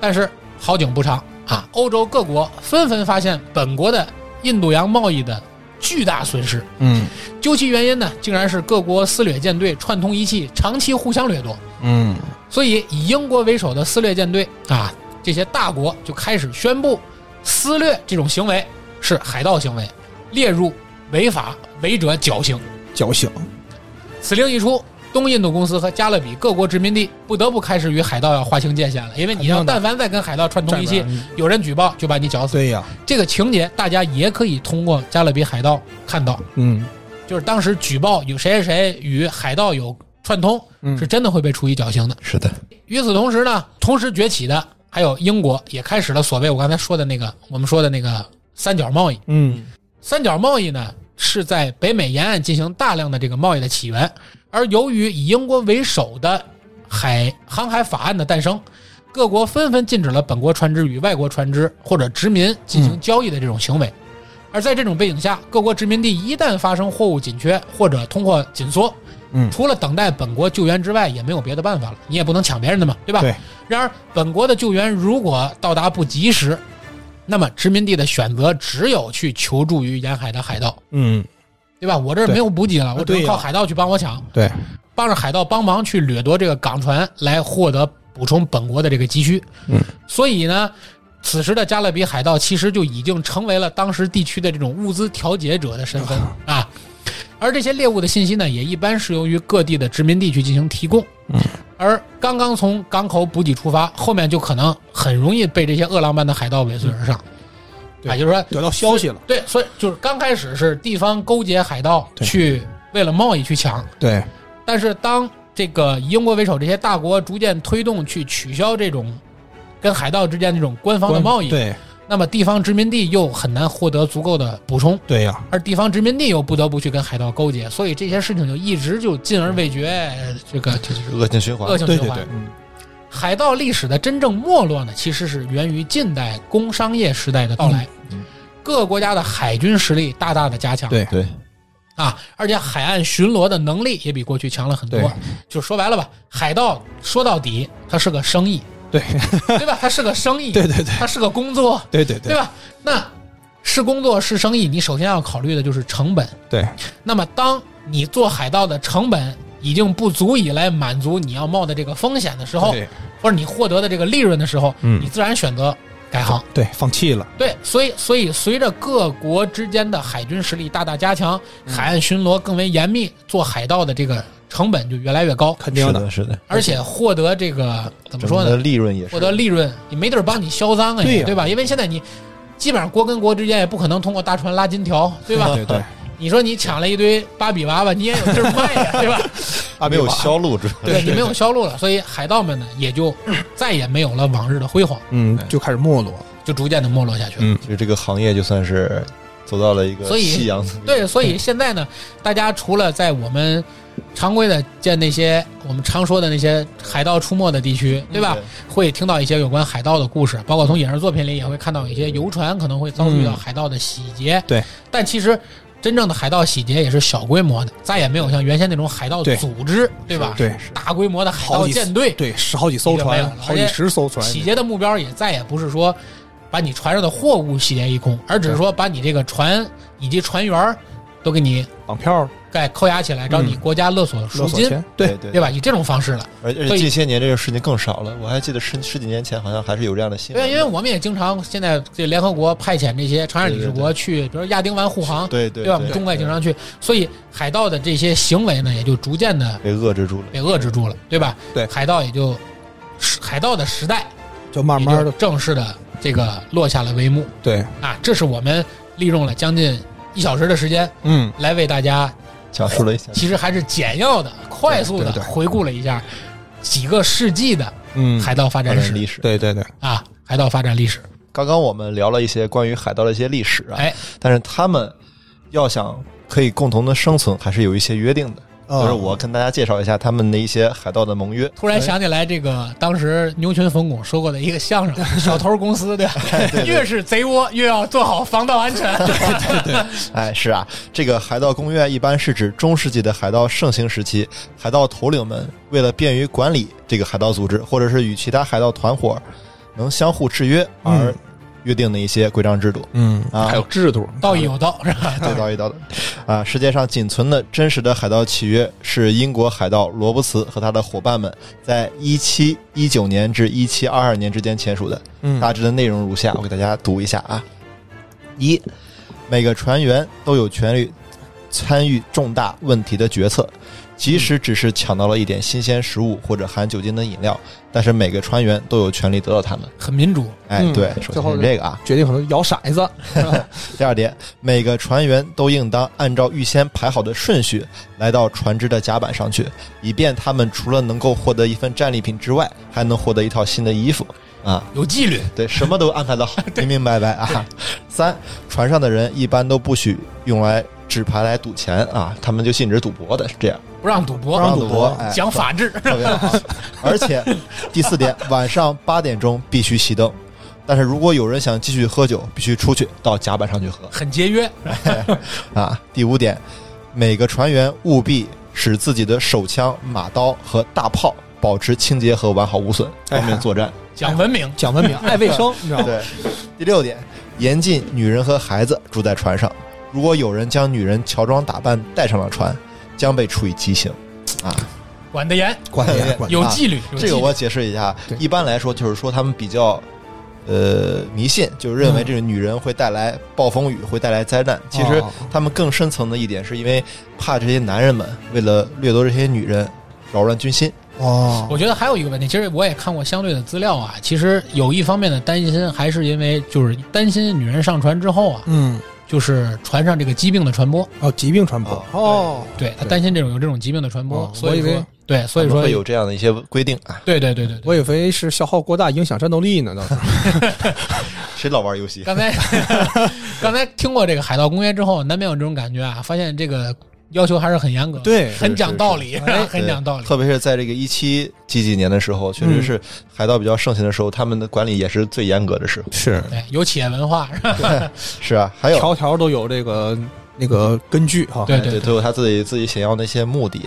S1: 但是好景不长啊，欧洲各国纷纷发现本国的印度洋贸易的巨大损失。
S3: 嗯
S1: 究其原因呢，竟然是各国私掠舰队串通一气，长期互相掠夺。
S3: 嗯
S1: 所以，以英国为首的私掠舰队啊，这些大国就开始宣布，私掠这种行为是海盗行为，列入违法，违者绞刑。
S3: 叫醒，
S1: 此令一出，东印度公司和加勒比各国殖民地不得不开始与海盗要划清界限了，因为你要
S3: 肯定的
S1: 但凡再跟海盗串通一气
S3: 站不了，
S1: 有人举报就把你绞死。
S3: 对呀，
S1: 这个情节大家也可以通过加勒比海盗看到，
S3: 嗯
S1: 就是当时举报有谁谁谁与海盗有串通，
S3: 嗯
S1: 是真的会被处以绞刑的。
S2: 是的，
S1: 与此同时呢，同时崛起的还有英国，也开始了所谓我刚才说的那个我们说的那个三角贸易。
S3: 嗯
S1: 三角贸易呢是在北美沿岸进行大量的这个贸易的起源，而由于以英国为首的海航海法案的诞生，各国纷纷禁止了本国船只与外国船只或者殖民进行交易的这种行为。而在这种背景下，各国殖民地一旦发生货物紧缺或者通货紧缩，
S3: 嗯
S1: 除了等待本国救援之外，也没有别的办法了。你也不能抢别人的嘛，对吧？
S3: 对。
S1: 然而，本国的救援如果到达不及时，那么殖民地的选择只有去求助于沿海的海盗，
S3: 嗯，
S1: 对吧？我这儿没有补给了，我只
S3: 啊对
S1: 能
S3: 呀
S1: 靠海盗去帮我抢，
S3: 对，
S1: 帮着海盗帮忙去掠夺这个港船，来获得补充本国的这个急需。
S3: 嗯，
S1: 所以呢，此时的加勒比海盗其实就已经成为了当时地区的这种物资调节者的身份啊。而这些猎物的信息呢，也一般是由于各地的殖民地去进行提供。
S3: 嗯
S1: 而刚刚从港口补给出发，后面就可能很容易被这些饿狼般的海盗尾随而上。
S3: 对
S1: 啊，就是说
S3: 得到消息了，
S1: 对，所以就是刚开始是地方勾结海盗
S3: 对
S1: 去为了贸易去抢，
S3: 对，
S1: 但是当这个以英国为首这些大国逐渐推动去取消这种跟海盗之间这种官方的贸易，
S3: 对
S1: 那么地方殖民地又很难获得足够的补充，
S3: 对呀，
S1: 而地方殖民地又不得不去跟海盗勾结，所以这些事情就一直就进而未决，呃这个这就是
S2: 恶性循环
S1: 恶，性
S3: 对
S1: 循
S3: 对
S1: 环。
S3: 对，嗯
S1: 海盗历史的真正没落呢，其实是源于近代工商业时代的到来，
S2: 嗯嗯
S1: 各个国家的海军实力大大的加强，
S3: 对
S2: 对，
S1: 啊，而且海岸巡逻的能力也比过去强了很多
S3: 对。
S1: 就说白了吧，海盗说到底，它是个 生意，
S3: 对
S1: 对吧？它是个生意，
S3: 对对对
S1: 它是个工作，
S3: 对对
S1: 对
S3: 对
S1: 吧？那是工作是生意，你首先要考虑的就是成本。
S3: 对，
S1: 那么，当你做海盗的成本已经不足以来满足你要冒的这个风险的时候，
S3: 对
S1: 或者你获得的这个利润的时候，
S3: 嗯
S1: 你自然选择改行。
S3: 对，放弃了，
S1: 对，所以所以随着各国之间的海军实力大大加强，海岸巡逻更为严密，做海盗的这个成本就越来越高，
S3: 肯定
S2: 是
S3: 的，
S2: 的，是的，
S1: 而且获得这个怎么
S2: 整
S1: 说
S2: 个
S1: 呢？
S2: 的利润也是
S1: 获得利润，你没地儿帮你销赃啊，
S3: 对呀
S1: 对吧？因为现在你基本上国跟国之间也不可能通过大船拉金条，对吧？
S3: 对对，
S1: 你说你抢了一堆芭比娃娃，你也有地儿卖呀，对吧？
S3: 啊，
S2: 没有
S3: 消，
S2: 销路，主要
S1: 对你没有销路了，所以海盗们呢也就再也没有了往日的辉煌，
S3: 嗯，就开始没落，
S1: 就逐渐的没落下去了。
S3: 嗯
S2: 就这个行业就算是走到了一个
S1: 所以
S2: 夕阳，
S1: 对，所以现在呢，大家除了在我们常规的见那些我们常说的那些海盗出没的地区，对吧？会听到一些有关海盗的故事，包括从影视作品里也会看到一些游船可能会遭遇到
S3: 嗯
S1: 海盗的洗劫。
S3: 对，
S1: 但其实真正的海盗洗劫也是小规模的，再也没有像原先那种海盗
S3: 对
S1: 组织，对吧？
S3: 对
S1: 大规模的海
S3: 好
S1: 盗
S3: 几
S1: 舰队
S3: 对，十好几艘
S1: 没有
S3: 船
S1: 了，
S3: 好几十艘船，
S1: 洗劫的目标也再也不是说把你船上的货物洗劫一空，而只是说把你这个船以及船员儿都给你
S3: 绑票、
S1: 该扣押起来，找你国家勒索
S3: 嗯
S1: 赎
S3: 勒索
S1: 金，
S3: 钱，
S2: 对
S3: 对，
S2: 对
S1: 对吧？以这种方式了。
S2: 而而
S1: 所
S2: 且
S1: 以
S2: 近些年这个事情更少了，我还记得十十几年前好像还是有这样的新
S1: 对，
S2: 闻，
S1: 因为我们也经常现在这联合国派遣这些常任理事国
S2: 对
S1: 去，比如亚丁湾护航，
S2: 对对
S1: 对吧？我们中国也经常去，所以海盗的这些行为呢，也就逐渐的
S2: 被遏制住了，
S1: 被遏制住了，对吧？
S3: 对
S1: 海盗也就海盗的时代
S3: 就慢慢
S1: 也就
S3: 的
S1: 正式的这个落下了帷幕
S3: 对，
S1: 啊！这是我们利用了将近一小时的时间
S3: 嗯，
S1: 来为大家，
S2: 讲述 了一下
S1: 其实还是简要的、快速的
S3: 对对
S1: 回顾了一下几个世纪的
S3: 嗯，
S1: 海盗发
S2: 发
S1: 展
S2: 展历
S1: 史
S2: 史。
S3: 对对对，
S1: 啊，海盗发展历史。
S2: 刚刚我们聊了一些关于海盗的一些历史啊，
S1: 哎，
S2: 但是他们要想可以共同的生存，还是有一些约定的。
S1: 哦
S2: 就是我
S3: 嗯
S2: 跟大家介绍一下他们的一些海盗的盟约。
S1: 突然想起来，这个当时牛群冯巩说过的一个相声《小偷 公 司》，对吧？ 越是贼窝，越要做好防盗安全。
S2: 哎，是啊，这个海盗公约一般是指中世纪的海盗盛行时期，海盗头领们为了便于管理这个海盗组织，或者是与其他海盗团伙能相互制约而
S3: 嗯
S2: 约定的一些规章制度、
S3: 嗯，
S2: 啊
S3: 还有制度，
S1: 道义有道，是吧？
S2: 对，道一道的啊！世界上仅存的真实的海盗契约是英国海盗罗伯茨和他的伙伴们在一七一九年至一七二二年之间签署的。
S3: 嗯
S2: 大致的内容如下，我给大家读一下啊：一，每个船员都有权利参与重大问题的决策，即使只是抢到了一点新鲜食物或者含酒精的饮料，但是每个船员都有权利得到它们。
S1: 很民主，
S2: 哎，
S3: 嗯
S2: 对，
S3: 最
S2: 首先
S3: 后
S2: 是这个啊。
S3: 决定可能摇骰子，
S2: 第二点，每个船员都应当按照预先排好的顺序来到船只的甲板上去，以便他们除了能够获得一份战利品之外，还能获得一套新的衣服啊。
S1: 有纪律，
S2: 对，什么都安排的好，明明白白啊。三，船上的人一般都不许用来纸牌来赌钱啊，他们就禁止赌博的，是这样。
S1: 不让赌博，
S2: 不让赌博哎
S1: 讲法治。
S2: 特别好。而且第四点，晚上八点钟必须熄灯，但是如果有人想继续喝酒，必须出去到甲板上去喝。
S1: 很节约，
S2: 啊，第五点，每个船员务必使自己的手枪、马刀和大炮保持清洁和完好无损，
S3: 哎啊
S2: 方便作战。
S1: 讲文
S4: 哎
S1: 明，
S3: 讲文明，爱卫 生，你知道吗？
S2: 对，第六点，严禁女人和孩子住在船上。如果有人将女人乔装打扮带上了船，将被处以极刑。啊，
S1: 管得严，
S3: 管
S2: 对对
S3: 严，管
S1: 有纪律。有纪
S2: 这
S1: 律
S2: 个我解释一下
S3: 对。
S2: 一般来说，就是说他们比较。呃，迷信就是认
S3: 嗯
S2: 为这个女人会带来暴风雨，会带来灾难。其实
S3: 哦
S2: 他们更深层的一点，是因为怕这些男人们为了掠夺这些女人，扰乱军心。
S3: 哦，
S1: 我觉得还有一个问题，其实我也看过相对的资料啊。其实有一方面的担心，还是因为就是担心女人上船之后啊，
S3: 嗯，
S1: 就是船上这个疾病的传播。
S3: 哦，疾病传播，
S2: 哦，
S1: 对他
S3: 对
S1: 担心这种有这种疾病的传播
S3: 哦，
S1: 所以
S3: 我以
S1: 说
S3: 为
S1: 对，所以
S2: 他们
S1: 说
S2: 会有这样的一些规定啊。
S1: 对对对对对。
S3: 我以为是消耗过大影响战斗力呢，倒 是，
S2: 谁老玩游戏？
S1: 刚才刚才听过这个《海盗公约》之后，难免有这种感觉啊，发现这个要求还是很严格，，
S3: 对
S1: 很讲道
S3: 是
S1: 理，
S3: 是哎
S1: 很讲道理。
S2: 特别是在这个一七几几年的时候，确实是海盗比较盛行的时候，他们的管理也是最严格的时候。
S3: 是
S1: 对，有企业文化，是吧？
S2: 是啊，还有哎
S3: 条条都有这个那个根据哈，
S1: 对对嗯
S2: 对，都有他自己自己想要的一些目的。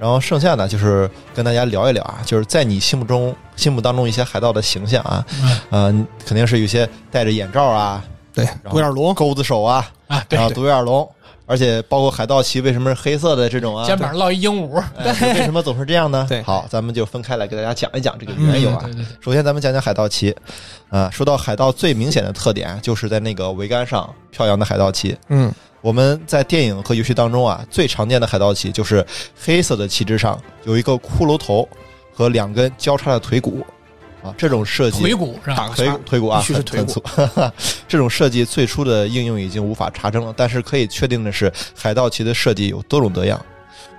S2: 然后剩下呢，就是跟大家聊一聊啊，就是在你心目中心目当中一些海盗的形象啊，
S1: 嗯
S2: 呃，肯定是有些戴着眼罩啊，
S3: 对，
S2: 后
S3: 独眼龙，
S2: 钩子手啊，
S1: 啊，对
S2: 然，后独眼龙，而且包括海盗旗为什么是黑色的这种啊，
S1: 肩膀落一鹦鹉，
S2: 哎为什么总是这样呢？
S3: 对
S2: 好，咱们就分开来给大家讲一讲这个缘由啊。
S1: 嗯对对对，
S2: 首先，咱们讲讲海盗旗。啊，说到海盗最明显的特点啊，就是在那个桅杆上飘扬的海盗旗。
S3: 嗯，
S2: 我们在电影和游戏当中啊，最常见的海盗旗就是黑色的旗帜上有一个骷髅头和两根交叉的腿骨啊，这种设计
S1: 腿骨是吧？
S2: 腿腿骨啊，
S3: 必须是
S2: 很
S3: 腿骨
S2: 很粗 这种设计最初的应用已经无法查证了，但是可以确定的是，海盗旗的设计有多种多样。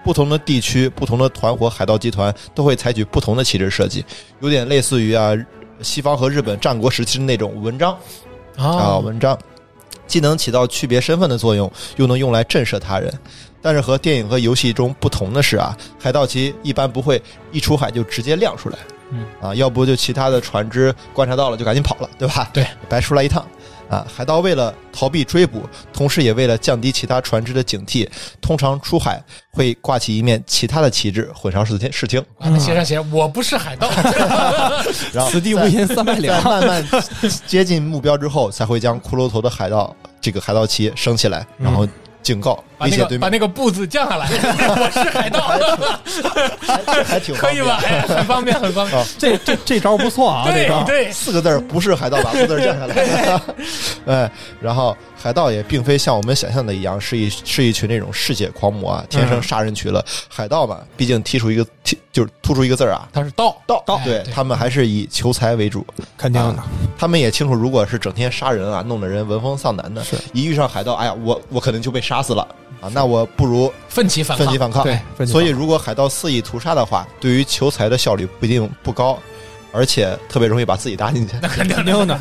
S2: 不同的地区、不同的团伙、海盗集团都会采取不同的旗帜设计，有点类似于啊西方和日本战国时期的那种文章啊
S1: 啊，
S2: 文章，既能起到区别身份的作用，又能用来震慑他人。但是和电影和游戏中不同的是啊，海盗旗一般不会一出海就直接亮出来，
S1: 嗯
S2: 啊，要不就其他的船只观察到了就赶紧跑了，对吧？
S1: 对，
S2: 白出来一趟。啊，海盗为了逃避追捕，同时也为了降低其他船只的警惕，通常出海会挂起一面其他的旗帜，混淆视听视听，
S1: 完了，写上写上，我不是海盗，
S2: 然后
S3: 此地
S2: 在
S3: 无银三 百两
S2: 在，慢慢接近目标之后，才会将骷髅头的海盗这个海盗旗升起来，然后警告
S1: 嗯把
S2: 威
S1: 那
S2: 胁对
S1: 个把那
S2: 面，
S1: 个“不”字降下来，我是海盗，
S2: 还还 挺
S1: 可以吧？
S2: 吧？
S1: 哎很方便，很方便。
S3: 这这这招不错啊，这
S1: 对
S3: 招，
S1: 对，
S2: 四个字儿不是海盗，把四个字儿 降下来。 哎，然后海盗也并非像我们想象的一样，是一是一群那种嗜血狂魔啊，天
S1: 嗯
S2: 生杀人取乐。海盗嘛，毕竟提出一个提就是突出一个字儿啊，
S1: 他是盗，
S2: 盗
S1: 盗
S2: 对
S1: 哎对
S2: 他们还是以求财为主，
S3: 肯定的
S2: 啊，他们也清楚，如果是整天杀人啊，弄得人闻风丧胆的，
S3: 是
S2: 一遇上海盗，哎呀，我我可能就被杀死了啊，那我不如
S1: 奋起反
S2: 奋
S1: 抗
S2: 起。反抗。
S3: 对，分析
S2: 所以，如果海盗肆意屠杀的话，对于求财的效率不一定不高，而且特别容易把自己搭进去。
S1: 那肯定
S3: 定的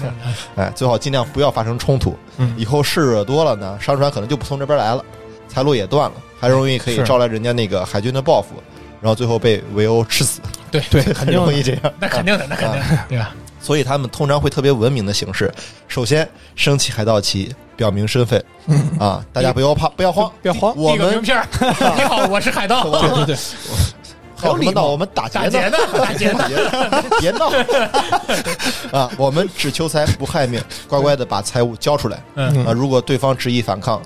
S2: 哎，最好尽量不要发生冲突。
S3: 嗯
S2: 以后事惹多了呢，商船可能就不从这边来了，财路也断了，还容易可以
S3: 是
S2: 招来人家那个海军的报复，然后最后被围殴致死，
S1: 对
S3: 对，
S2: 很
S3: 肯定
S2: 容
S3: 的
S2: 易这样。
S1: 那肯定的，那肯定的，对吧？
S2: 所以他们通常会特别文明的形式，首先升起海盗旗，表明身份啊，大家不要怕，不要慌，
S3: 别慌，
S2: 我
S1: 递个名
S2: 们
S1: 片儿，你好，我是海盗，
S2: 对
S3: 对对，
S2: 好什么闹？我们打劫
S1: 打劫
S2: 呢？
S1: 的，打劫的，
S2: 别闹啊！我们只求财不害命，乖乖的把财物交出来
S1: 嗯，
S2: 啊！如果对方执意反抗，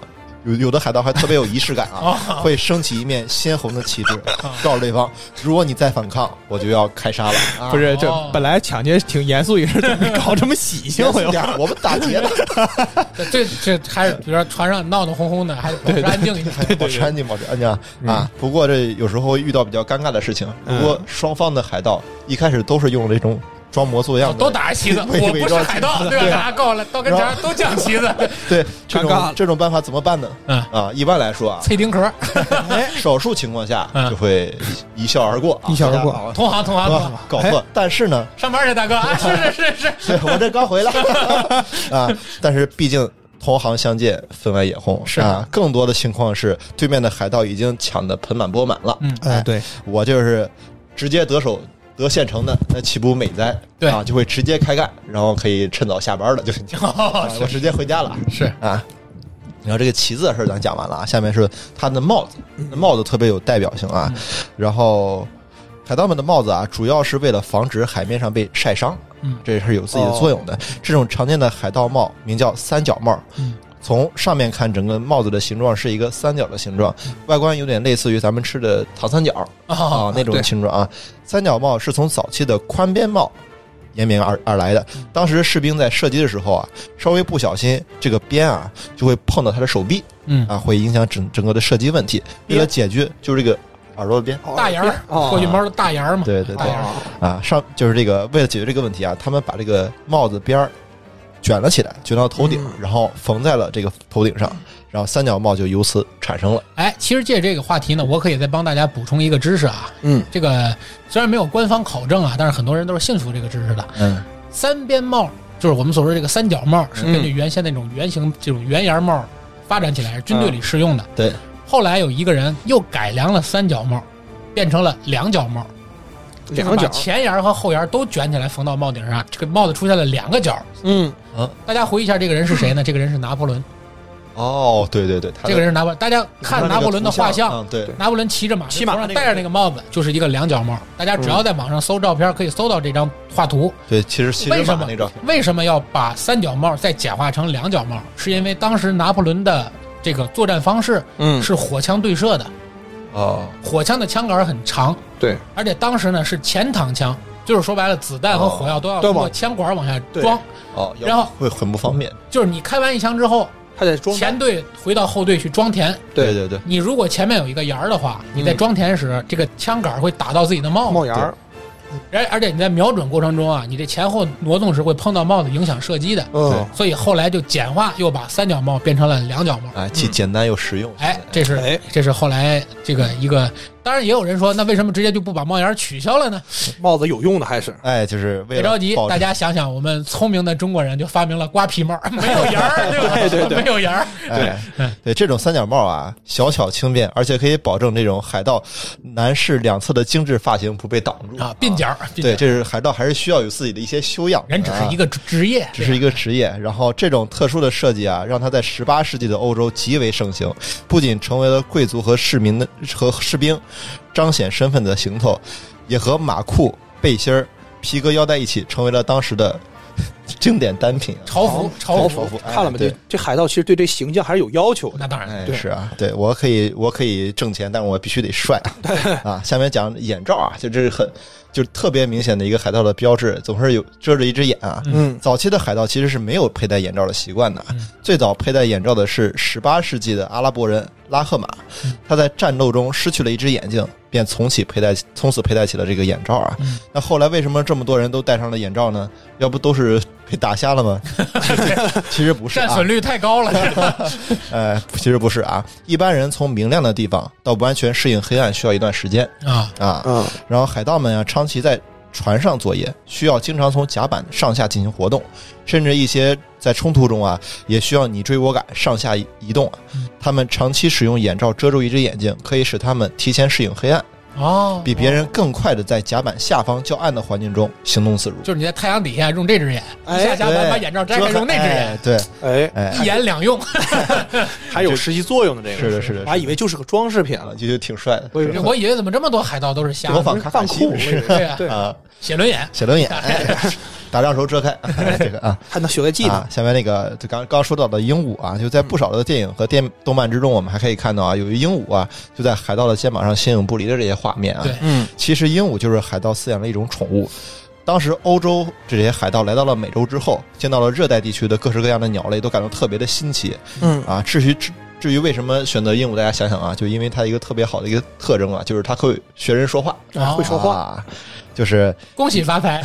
S2: 有有的海盗还特别有仪式感啊，
S1: 哦，
S2: 会升起一面鲜红的旗帜，告诉对方，如果你再反抗，我就要开杀了。啊
S3: 不是这
S1: 哦
S3: 本来抢劫挺严肃一 事，怎么搞这么喜庆
S2: 严肃
S3: 了又？
S2: 点 儿，我们打劫的，
S1: 这这还是比如说船上闹闹哄哄的，还保持安静一点。
S2: 保持安静，保持安静啊啊！不过这有时候会遇到比较尴尬的事情，不过双方的海盗一开始都是用这种装模作样的，
S1: 哦都打着旗子，
S2: 伪
S1: 我不
S2: 伪
S1: 是
S2: 装
S1: 海盗，对吧？
S2: 对啊
S1: 大家够了，到跟前儿都讲旗子，
S2: 对这
S3: 尴尬
S2: 种
S3: 了
S2: 这种办法怎么办呢？
S1: 嗯
S2: 啊，一般来说啊，
S1: 脆丁壳儿，
S2: 少数情况下
S1: 嗯
S2: 就会一笑而过啊，
S3: 一笑而过
S2: 大家
S1: 同行同行同行，
S2: 啊搞错。但是呢，
S1: 上班去，大哥啊，是是是是，
S2: 对我这刚回来啊，但是毕竟。同行相见，分外眼红
S1: 是
S2: 啊。更多的情况是，对面的海盗已经抢得盆满钵满了，
S1: 嗯
S3: 哎，对，
S2: 我就是直接得手得现成的，那岂不美哉？
S1: 对
S2: 啊，就会直接开干，然后可以趁早下班了，就是你、啊
S1: 哦，
S2: 我直接回家了
S1: 是是
S2: 啊。然后这个旗子的事儿咱讲完了啊，下面是他的帽子，那帽子特别有代表性啊。
S1: 嗯
S2: 然后海盗们的帽子啊，主要是为了防止海面上被晒伤，
S1: 嗯哦
S2: 这是有自己的作用的。这种常见的海盗帽名叫三角帽，
S1: 嗯
S2: 从上面看，整个帽子的形状是一个三角的形状，
S1: 嗯
S2: 外观有点类似于咱们吃的糖三角，啊
S1: 哦，
S2: 那种
S3: 对
S2: 形状啊。三角帽是从早期的宽边帽延绵而而来的。
S1: 嗯
S2: 当时士兵在射击的时候啊，稍微不小心，这个边啊就会碰到他的手臂
S1: 嗯，
S2: 啊，会影响整整个的射击问题。为了解决，就是这个耳朵的边。
S1: 大牙儿，
S3: 哦
S1: 过去猫的大牙儿嘛，
S2: 对对
S1: 大
S2: 对
S1: 牙儿，
S3: 嗯
S2: 啊，上就是这个为了解决这个问题啊，他们把这个帽子边儿卷了起来，卷到头顶，
S3: 嗯
S2: 然后缝在了这个头顶
S1: 嗯
S2: 上，然后三角帽就由此产生了。
S1: 哎，其实借这个话题呢，我可以再帮大家补充一个知识啊。
S3: 嗯，
S1: 这个虽然没有官方考证啊，但是很多人都是信服这个知识的。
S2: 嗯，
S1: 三边帽就是我们所说这个三角帽，是根据原先那种圆形这种圆檐帽发展起来，是军队里适用的。
S2: 对，
S1: 后来有一个人又改良了三角帽，变成了两角帽，就是
S3: 两
S1: 把
S3: 角，
S1: 前檐和后檐都卷起来缝到帽顶上，这个帽子出现了两个角。
S3: 嗯，
S1: 大家回忆一下，这个人是谁呢？这个人是拿破仑。
S2: 哦，对对对，他
S1: 这个人是拿破，大家看拿破仑的画像，
S2: 像，嗯，对，
S1: 拿破仑骑着马，
S3: 骑马
S1: 头
S3: 那个
S1: 上戴着那个帽子，就是一个两角帽。大家只要在网上搜照片，可以搜到这张画图。
S2: 对，其实骑
S1: 为
S2: 着
S1: 什
S2: 马
S1: 么
S2: 那种，
S1: 为什么要把三角帽再简化成两角帽？是因为当时拿破仑的这个作战方式
S3: 嗯，
S1: 是火枪对射的，
S2: 哦，
S1: 火枪的枪杆很长，
S3: 对，
S1: 而且当时呢是前膛枪，就是说白了，子弹和火药都要
S3: 嗯都要
S1: 通过
S3: 往
S1: 枪管往下
S3: 对
S1: 装，
S2: 哦，要
S1: 然后
S2: 会很不方便。
S1: 就是你开完一枪之后，
S3: 他在装
S1: 前队回到后队去装填。
S2: 对对对，
S1: 你如果前面有一个沿儿的话，你在
S3: 嗯
S1: 装填时，这个枪杆会打到自己的帽子，
S3: 帽檐儿，
S1: 而而且你在瞄准过程中啊，你这前后挪动时会碰到帽子，影响射击的。
S3: 嗯，
S1: 所以后来就简化，又把三角帽变成了两角帽。
S2: 哎，既
S3: 嗯
S2: 简单又实用。
S1: 哎，这是
S3: 哎
S1: 这是后来这个一个，当然也有人说，那为什么直接就不把帽檐取消了呢？
S3: 帽子有用的还是
S2: 哎，就是为
S1: 别
S2: 了
S1: 着急
S2: 保，
S1: 大
S2: 证
S1: 家想想，我们聪明的中国人就发明了瓜皮帽， 没有檐儿，对吧？
S3: 对对对
S1: 没有檐儿。
S2: 哎，对这种三角帽啊，小巧轻便，而且可以保证这种海盗男士两侧的精致发型不被挡住
S1: 啊，鬓。角儿，鬓角
S2: 对，
S1: 儿
S2: 这是海盗还是需要有自己的一啊些修养。
S1: 人只是一个
S2: 个，
S1: 职职业，
S2: 只是一
S1: 个
S2: 个职业。然后这种特殊的设计啊，让它在十八世纪的欧洲极为盛行，不仅成为了贵族和市民的和士兵彰显身份的行头，也和马裤、背心儿、皮革腰带一起成为了当时的经典单品啊。
S1: 朝服，朝
S2: 朝
S1: 服。
S2: 服哎
S3: 看了吗？这
S2: 对
S3: 这海盗其实对这形象还是有要求的。
S1: 那当然，
S2: 哎，
S3: 对
S2: 是啊，对我可以，我可以挣钱，但我必须得帅啊啊！下面讲眼罩啊，就这是很，就是特别明显的一个海盗的标志，总是有遮着一只眼啊。
S3: 嗯，
S2: 早期的海盗其实是没有佩戴眼罩的习惯的，
S1: 嗯
S2: 最早佩戴眼罩的是18世纪的阿拉伯人拉赫马，
S1: 嗯
S2: 他在战斗中失去了一只眼睛，便从起佩戴，从此佩戴起了这个眼罩啊
S1: 嗯。
S2: 那后来为什么这么多人都戴上了眼罩呢？要不都是被打瞎了 吗？其实不是
S1: 战
S2: 啊，
S1: 损率太高了，这个
S2: 呃，其实不是啊。一般人从明亮的地方到完全适应黑暗需要一段时间
S1: 啊，
S2: 啊。
S3: 嗯
S2: 然后海盗们啊，长期在船上作业，需要经常从甲板上下进行活动，甚至一些在冲突中啊，也需要你追我赶，上下移动啊
S1: 嗯。
S2: 他们长期使用眼罩遮住一只眼睛，可以使他们提前适应黑暗，
S1: 哦，
S2: 比别人更快的在甲板下方较暗的环境中行动自如。
S1: 就是你在太阳底下用这只眼，一下
S3: 哎
S1: 甲板
S2: 对
S1: 把眼罩摘
S2: 遮
S1: 开
S2: 开
S1: 用那只眼，
S2: 哎对，
S3: 哎，
S2: 哎，
S1: 一眼两用，
S3: 还有实际作用的这个
S2: 是的是的
S3: 我还以为就是个装饰品
S2: 啊
S3: 了，嗯
S2: 就就挺帅的，
S3: 我以为
S1: 哎我以为怎么这么多海盗都是瞎
S2: 模
S1: 的，
S2: 仿卡卡西
S3: 我以为
S1: 对啊，
S3: 对
S2: 啊，
S1: 写轮眼，
S2: 写轮 眼，哎打仗时候遮开，哎这个啊。
S3: 还能学个技
S2: 啊
S3: 能。。嗯
S2: 下面那个就刚刚说到的鹦鹉啊，就在不少的电影和电动漫之中，我们还可以看到啊，有一鹦鹉啊，就在海盗的肩膀上形影不离的这些画面啊。
S1: 对
S3: 嗯
S2: 其实鹦鹉就是海盗饲养的一种宠物。当时欧洲这些海盗来到了美洲之后，见到了热带地区的各式各样的鸟类，都感到特别的新奇
S3: 嗯
S2: 啊。至于至至于为什么选择鹦鹉，大家想想啊，就因为它一个特别好的一个特征啊，就是它会学人说话，
S1: 哦
S3: 会说话
S2: 啊就是
S1: 恭喜发财，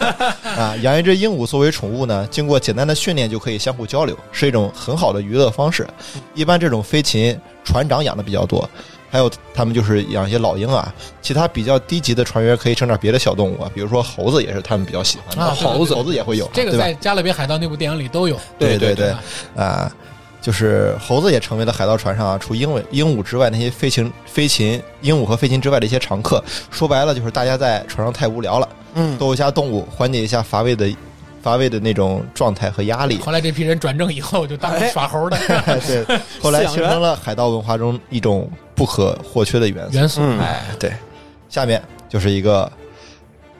S2: 啊，养一只鹦鹉作为宠物呢，经过简单的训练就可以相互交流，是一种很好的娱乐方式。一般这种飞禽船长养的比较多，还有他们就是养一些老鹰啊，其他比较低级的船员可以生点别的小动物啊，比如说猴子也是他们比较喜欢的，
S1: 啊
S2: 猴
S1: 对对
S2: 子
S1: 对
S2: 猴子也会有啊，
S1: 这个
S2: 对吧
S1: 在？《加勒比海盗》那部电影里都有，
S2: 对对
S1: 对
S2: 对
S1: 吧，
S2: 啊。就是猴子也成为了海盗船上啊，除鹦鹉、鹦鹉之外那些飞禽、飞禽、鹦鹉和飞禽之外的一些常客。说白了，就是大家在船上太无聊了，
S3: 嗯，
S2: 逗一下动物，缓解一下乏味的乏味的那种状态和 压力。哎
S1: 后来这批人转正以后，就当成耍 猴的
S2: 对，后来形成了海盗文化中一种不可或缺的元素。
S1: 元素。
S3: 嗯
S2: 哎，对，下面就是一个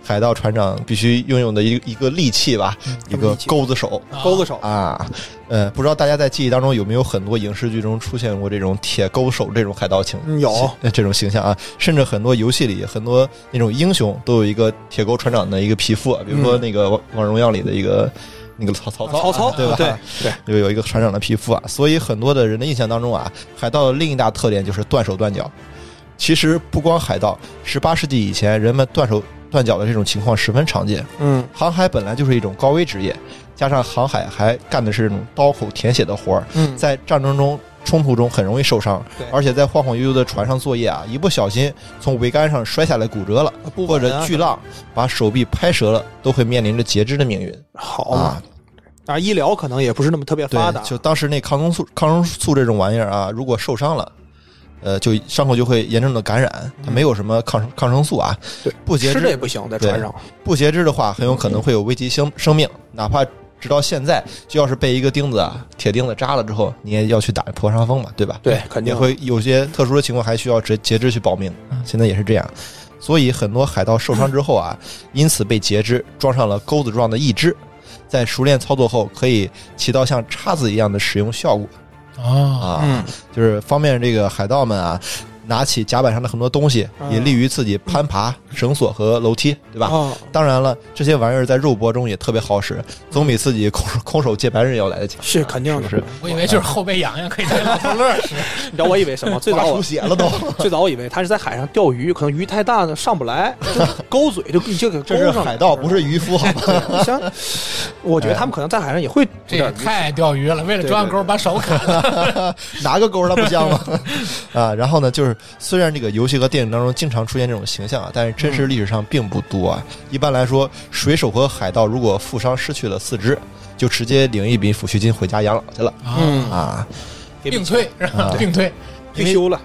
S2: 海盗船长必须拥有的一一个利器吧，一
S3: 什么
S2: 个
S3: 嗯利器
S2: 钩子手。
S1: 啊
S3: 勾个手，
S2: 啊，呃，不知道大家在记忆当中有没有很多影视剧中出现过这种铁钩手这种海盗情
S3: 嗯有
S2: 呃这种形象啊，甚至很多游戏里很多那种英雄都有一个铁钩船长的一个皮肤啊，比如说
S3: 嗯
S2: 那个王《王者荣耀》里的一个那个曹曹操啊、
S3: 曹操
S2: 对吧？
S3: 对对，
S2: 就有一个船长的皮肤啊，所以很多的人的印象当中啊，海盗的另一大特点就是断手断脚。其实不光海盗，十八世纪以前人们断手断脚的这种情况十分常见。
S3: 嗯
S2: 航海本来就是一种高危职业，加上航海还干的是这种刀口舔血的活儿，
S3: 嗯，
S2: 在战争中冲突中很容易受伤
S3: 对，
S2: 而且在晃晃悠悠的船上作业啊，一不小心从桅杆上摔下来骨折了，
S3: 不
S2: 或
S3: 稳啊
S2: 者巨浪把手臂拍折了，都会面临着截肢的命运
S3: 好嘛
S2: 啊。
S3: 当然医疗可能也不是那么特别
S2: 对
S3: 哦发达，，
S2: 就当时那抗生素、抗生素这种玩意儿啊，如果受伤了。呃，就伤口就会严重的感染，它
S3: 嗯
S2: 没有什么抗抗生素啊，
S3: 对，
S2: 不截
S3: 吃的也
S2: 肢
S3: 不行，在
S2: 对
S3: 船上，
S2: 不截肢的话，很有可能会有危及生生命，哪怕直到现在，就要是被一个钉子啊、铁钉子扎了之后，你也要去打破伤风嘛，对吧？
S3: 对，肯
S2: 也
S3: 定
S2: 会有些特殊的情况还需要截截肢去保命
S1: 嗯，
S2: 现在也是这样。所以很多海盗受伤之后啊，因此被截肢，装上了钩子状的义肢，在熟练操作后，可以起到像叉子一样的使用效果
S1: 哦，
S2: 啊，
S3: 嗯，
S2: 就是方便这个海盗们啊拿起甲板上的很多东西，
S3: 嗯
S2: 也利于自己攀爬绳索和楼梯，对吧？
S3: 哦，
S2: 当然了，这些玩意儿在肉搏中也特别好使，总比自己空手空手借白刃要来的强。
S3: 是肯定的。
S2: 是不
S1: 我以为就是后背痒痒可以当老头乐儿使，
S3: 你知道我以为什么？最
S2: 挖
S3: 早
S2: 出
S3: 我
S2: 血了 都，
S3: 最早我以为他是在海上钓鱼，可能鱼太大了上不来，就勾嘴就就给
S2: 这
S3: 勾
S2: 是
S3: 上来。
S2: 海盗，不是渔 夫，好吧？
S3: 你想，我觉得他们可能在海上也会
S1: 哎这
S3: 有
S1: 也
S3: 点
S1: 太爱钓鱼了。为了装上钩，把手砍了。
S2: 拿个钩儿它不香吗？啊，然后呢，就是虽然这个游戏和电影当中经常出现这种形象啊，但是真实历史上并不多啊。一般来说，水手和海盗如果负伤失去了四肢，就直接领一笔抚恤金回家养老去了
S1: 啊，
S3: 嗯，
S2: 啊。
S3: 给
S1: 病退是吧
S2: 啊？
S1: 病退，
S2: 因
S3: 退
S2: 为
S3: 休了，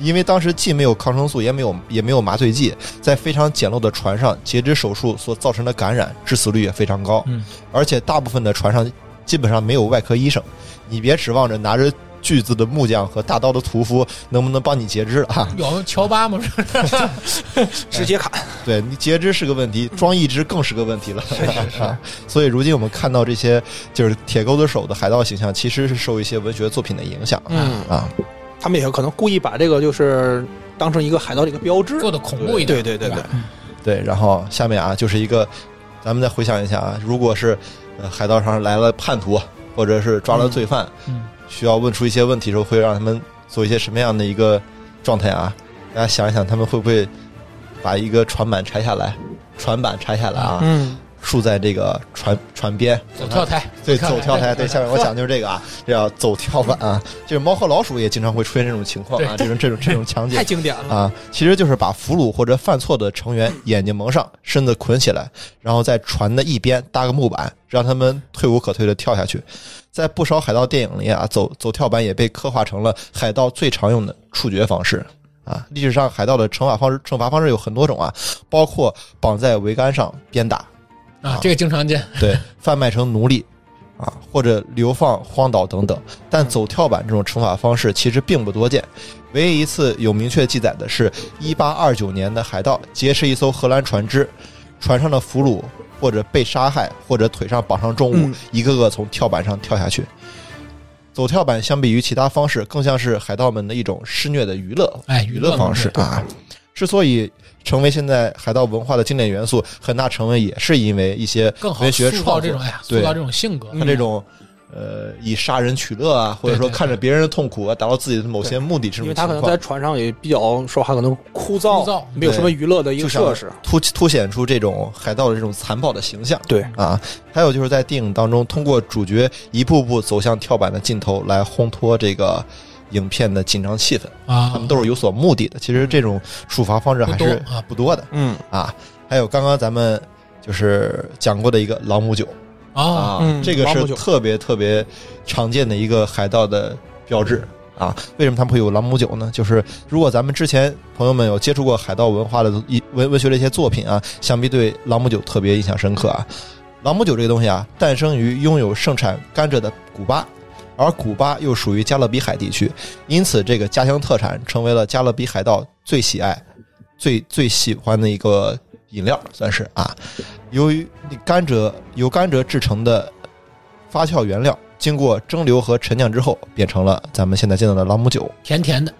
S2: 因为当时既没有抗生素，也没有也没有麻醉剂，在非常简陋的船上，截肢手术所造成的感染致死率也非常高。
S1: 嗯，
S2: 而且大部分的船上基本上没有外科医生，你别指望着拿着锯子的木匠和大刀的屠夫能不能帮你截肢了啊！
S1: 有乔巴吗？哎
S3: 直接砍。
S2: 对你截肢是个问题，装义肢更是个问题了。啊 所以如今我们看到这些就是铁钩子手的海盗形象，其实是受一些文学作品的影响
S3: 嗯，
S2: 啊。
S3: 他们也可能故意把这个就是当成一个海盗的一个标志。
S1: 做的恐怖一点，
S3: 对对对
S1: 对吧，
S2: 对，然后下面啊，就是一个，咱们再回想一下啊，如果是呃海盗船上来了叛徒，啊或者是抓了罪犯，
S1: 嗯嗯
S2: 需要问出一些问题的时候，会让他们做一些什么样的一个状态啊？大家想一想，他们会不会把一个船板拆下来，船板拆下来啊，
S3: 嗯，
S2: 竖在这个船船边，
S1: 走跳台，
S2: 对，走跳台，对，下面我讲
S1: 讲，
S2: 的就是这个啊，这叫走跳板啊，就是猫和老鼠也经常会出现这种情况啊，这种这种 这种
S1: 嗯
S2: 场景
S3: 太经典了。
S2: 啊，其实就是把俘虏或者犯错的成员眼睛蒙上，身子捆起来，然后在船的一边搭个木板，让他们退无可退的跳下去。在不少海盗电影里啊，走走跳板也被刻画成了海盗最常用的处决方式啊。历史上海盗的惩罚方式惩罚方式有很多种啊，包括绑在桅杆上鞭打，
S1: 啊，这个经常见，
S2: 对，贩卖成奴隶啊，或者流放荒岛等等。但走跳板这种惩罚方式其实并不多见，唯一一次有明确记载的是1829年的海盗劫持一艘荷兰船只，船上的俘虏或者被杀害，或者腿上绑上重物，
S3: 嗯
S2: 一个个从跳板上跳下去。走跳板相比于其他方式，更像是海盗们的一种施虐的娱乐
S1: 哎，
S2: 娱乐方式啊。之所以成为现在海盗文化的经典元素，很大成分也是因为一些
S1: 更好
S2: 文学
S1: 塑造
S2: 创
S1: 这
S2: 作
S1: 种，哎呀，塑
S2: 对嗯
S1: 造这种性格，
S2: 他这种。呃，以杀人取乐啊，或者说
S1: 对对
S2: 看着别人的痛苦啊，达到自己的某些目的，这
S4: 因
S2: 种
S4: 为他可
S2: 情
S4: 能在
S2: 况，
S4: 船上也比较说话可能枯燥，
S1: 枯燥
S4: 没有什么娱乐的一
S2: 就
S4: 个
S2: 像
S4: 设施。
S2: 凸凸显出这种海盗的这种残暴的形象
S4: 对，
S2: 啊。还有就是在电影当中，通过主角一步步走向跳板的尽头，来烘托这个影片的紧张气氛。
S1: 啊，
S2: 他们都是有所目的的。其实这种处罚方式还
S1: 不
S2: 是
S1: 多啊
S2: 不多的
S3: 嗯
S2: 啊。还有刚刚咱们就是讲过的一个朗姆酒
S1: 啊，
S2: 啊
S3: 嗯，
S2: 这个
S3: 朗姆
S2: 是
S3: 酒
S2: 特别特别常见的一个海盗的标志啊。为什么他们会有朗姆酒呢？就是如果咱们之前朋友们有接触过海盗文化的一文文学的一些作品啊，想必对朗姆酒特别印象深刻啊。朗姆酒这个东西啊，诞生于拥有盛产甘蔗的古巴，而古巴又属于加勒比海地区，因此这个家乡特产成为了加勒比海盗最喜爱、最最喜欢的一个饮料，算是啊。由于甘蔗由甘蔗制成的发酵原料，经过蒸馏和陈酿之后，变成了咱们现在见到的朗姆酒。
S1: 甜甜的，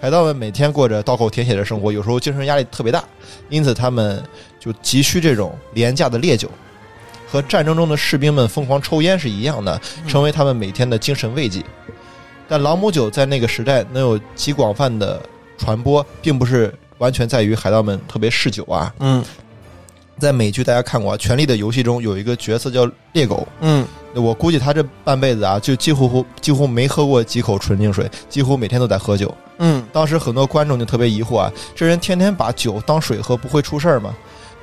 S2: 海盗们每天过着刀口舔血的生活，有时候精神压力特别大，因此他们就急需这种廉价的烈酒，和战争中的士兵们疯狂抽烟是一样的，成为他们每天的精神慰藉。但朗姆酒在那个时代能有极广泛的传播，并不是完全在于海盗们特别嗜酒啊。
S3: 嗯
S2: 在美剧大家看过啊，《权力的游戏》中有一个角色叫猎狗，
S3: 嗯，
S2: 我估计他这半辈子啊，就几乎几乎没喝过几口纯净水，几乎每天都在喝酒。
S3: 嗯，
S2: 当时很多观众就特别疑惑啊，这人天天把酒当水喝，不会出事儿吗？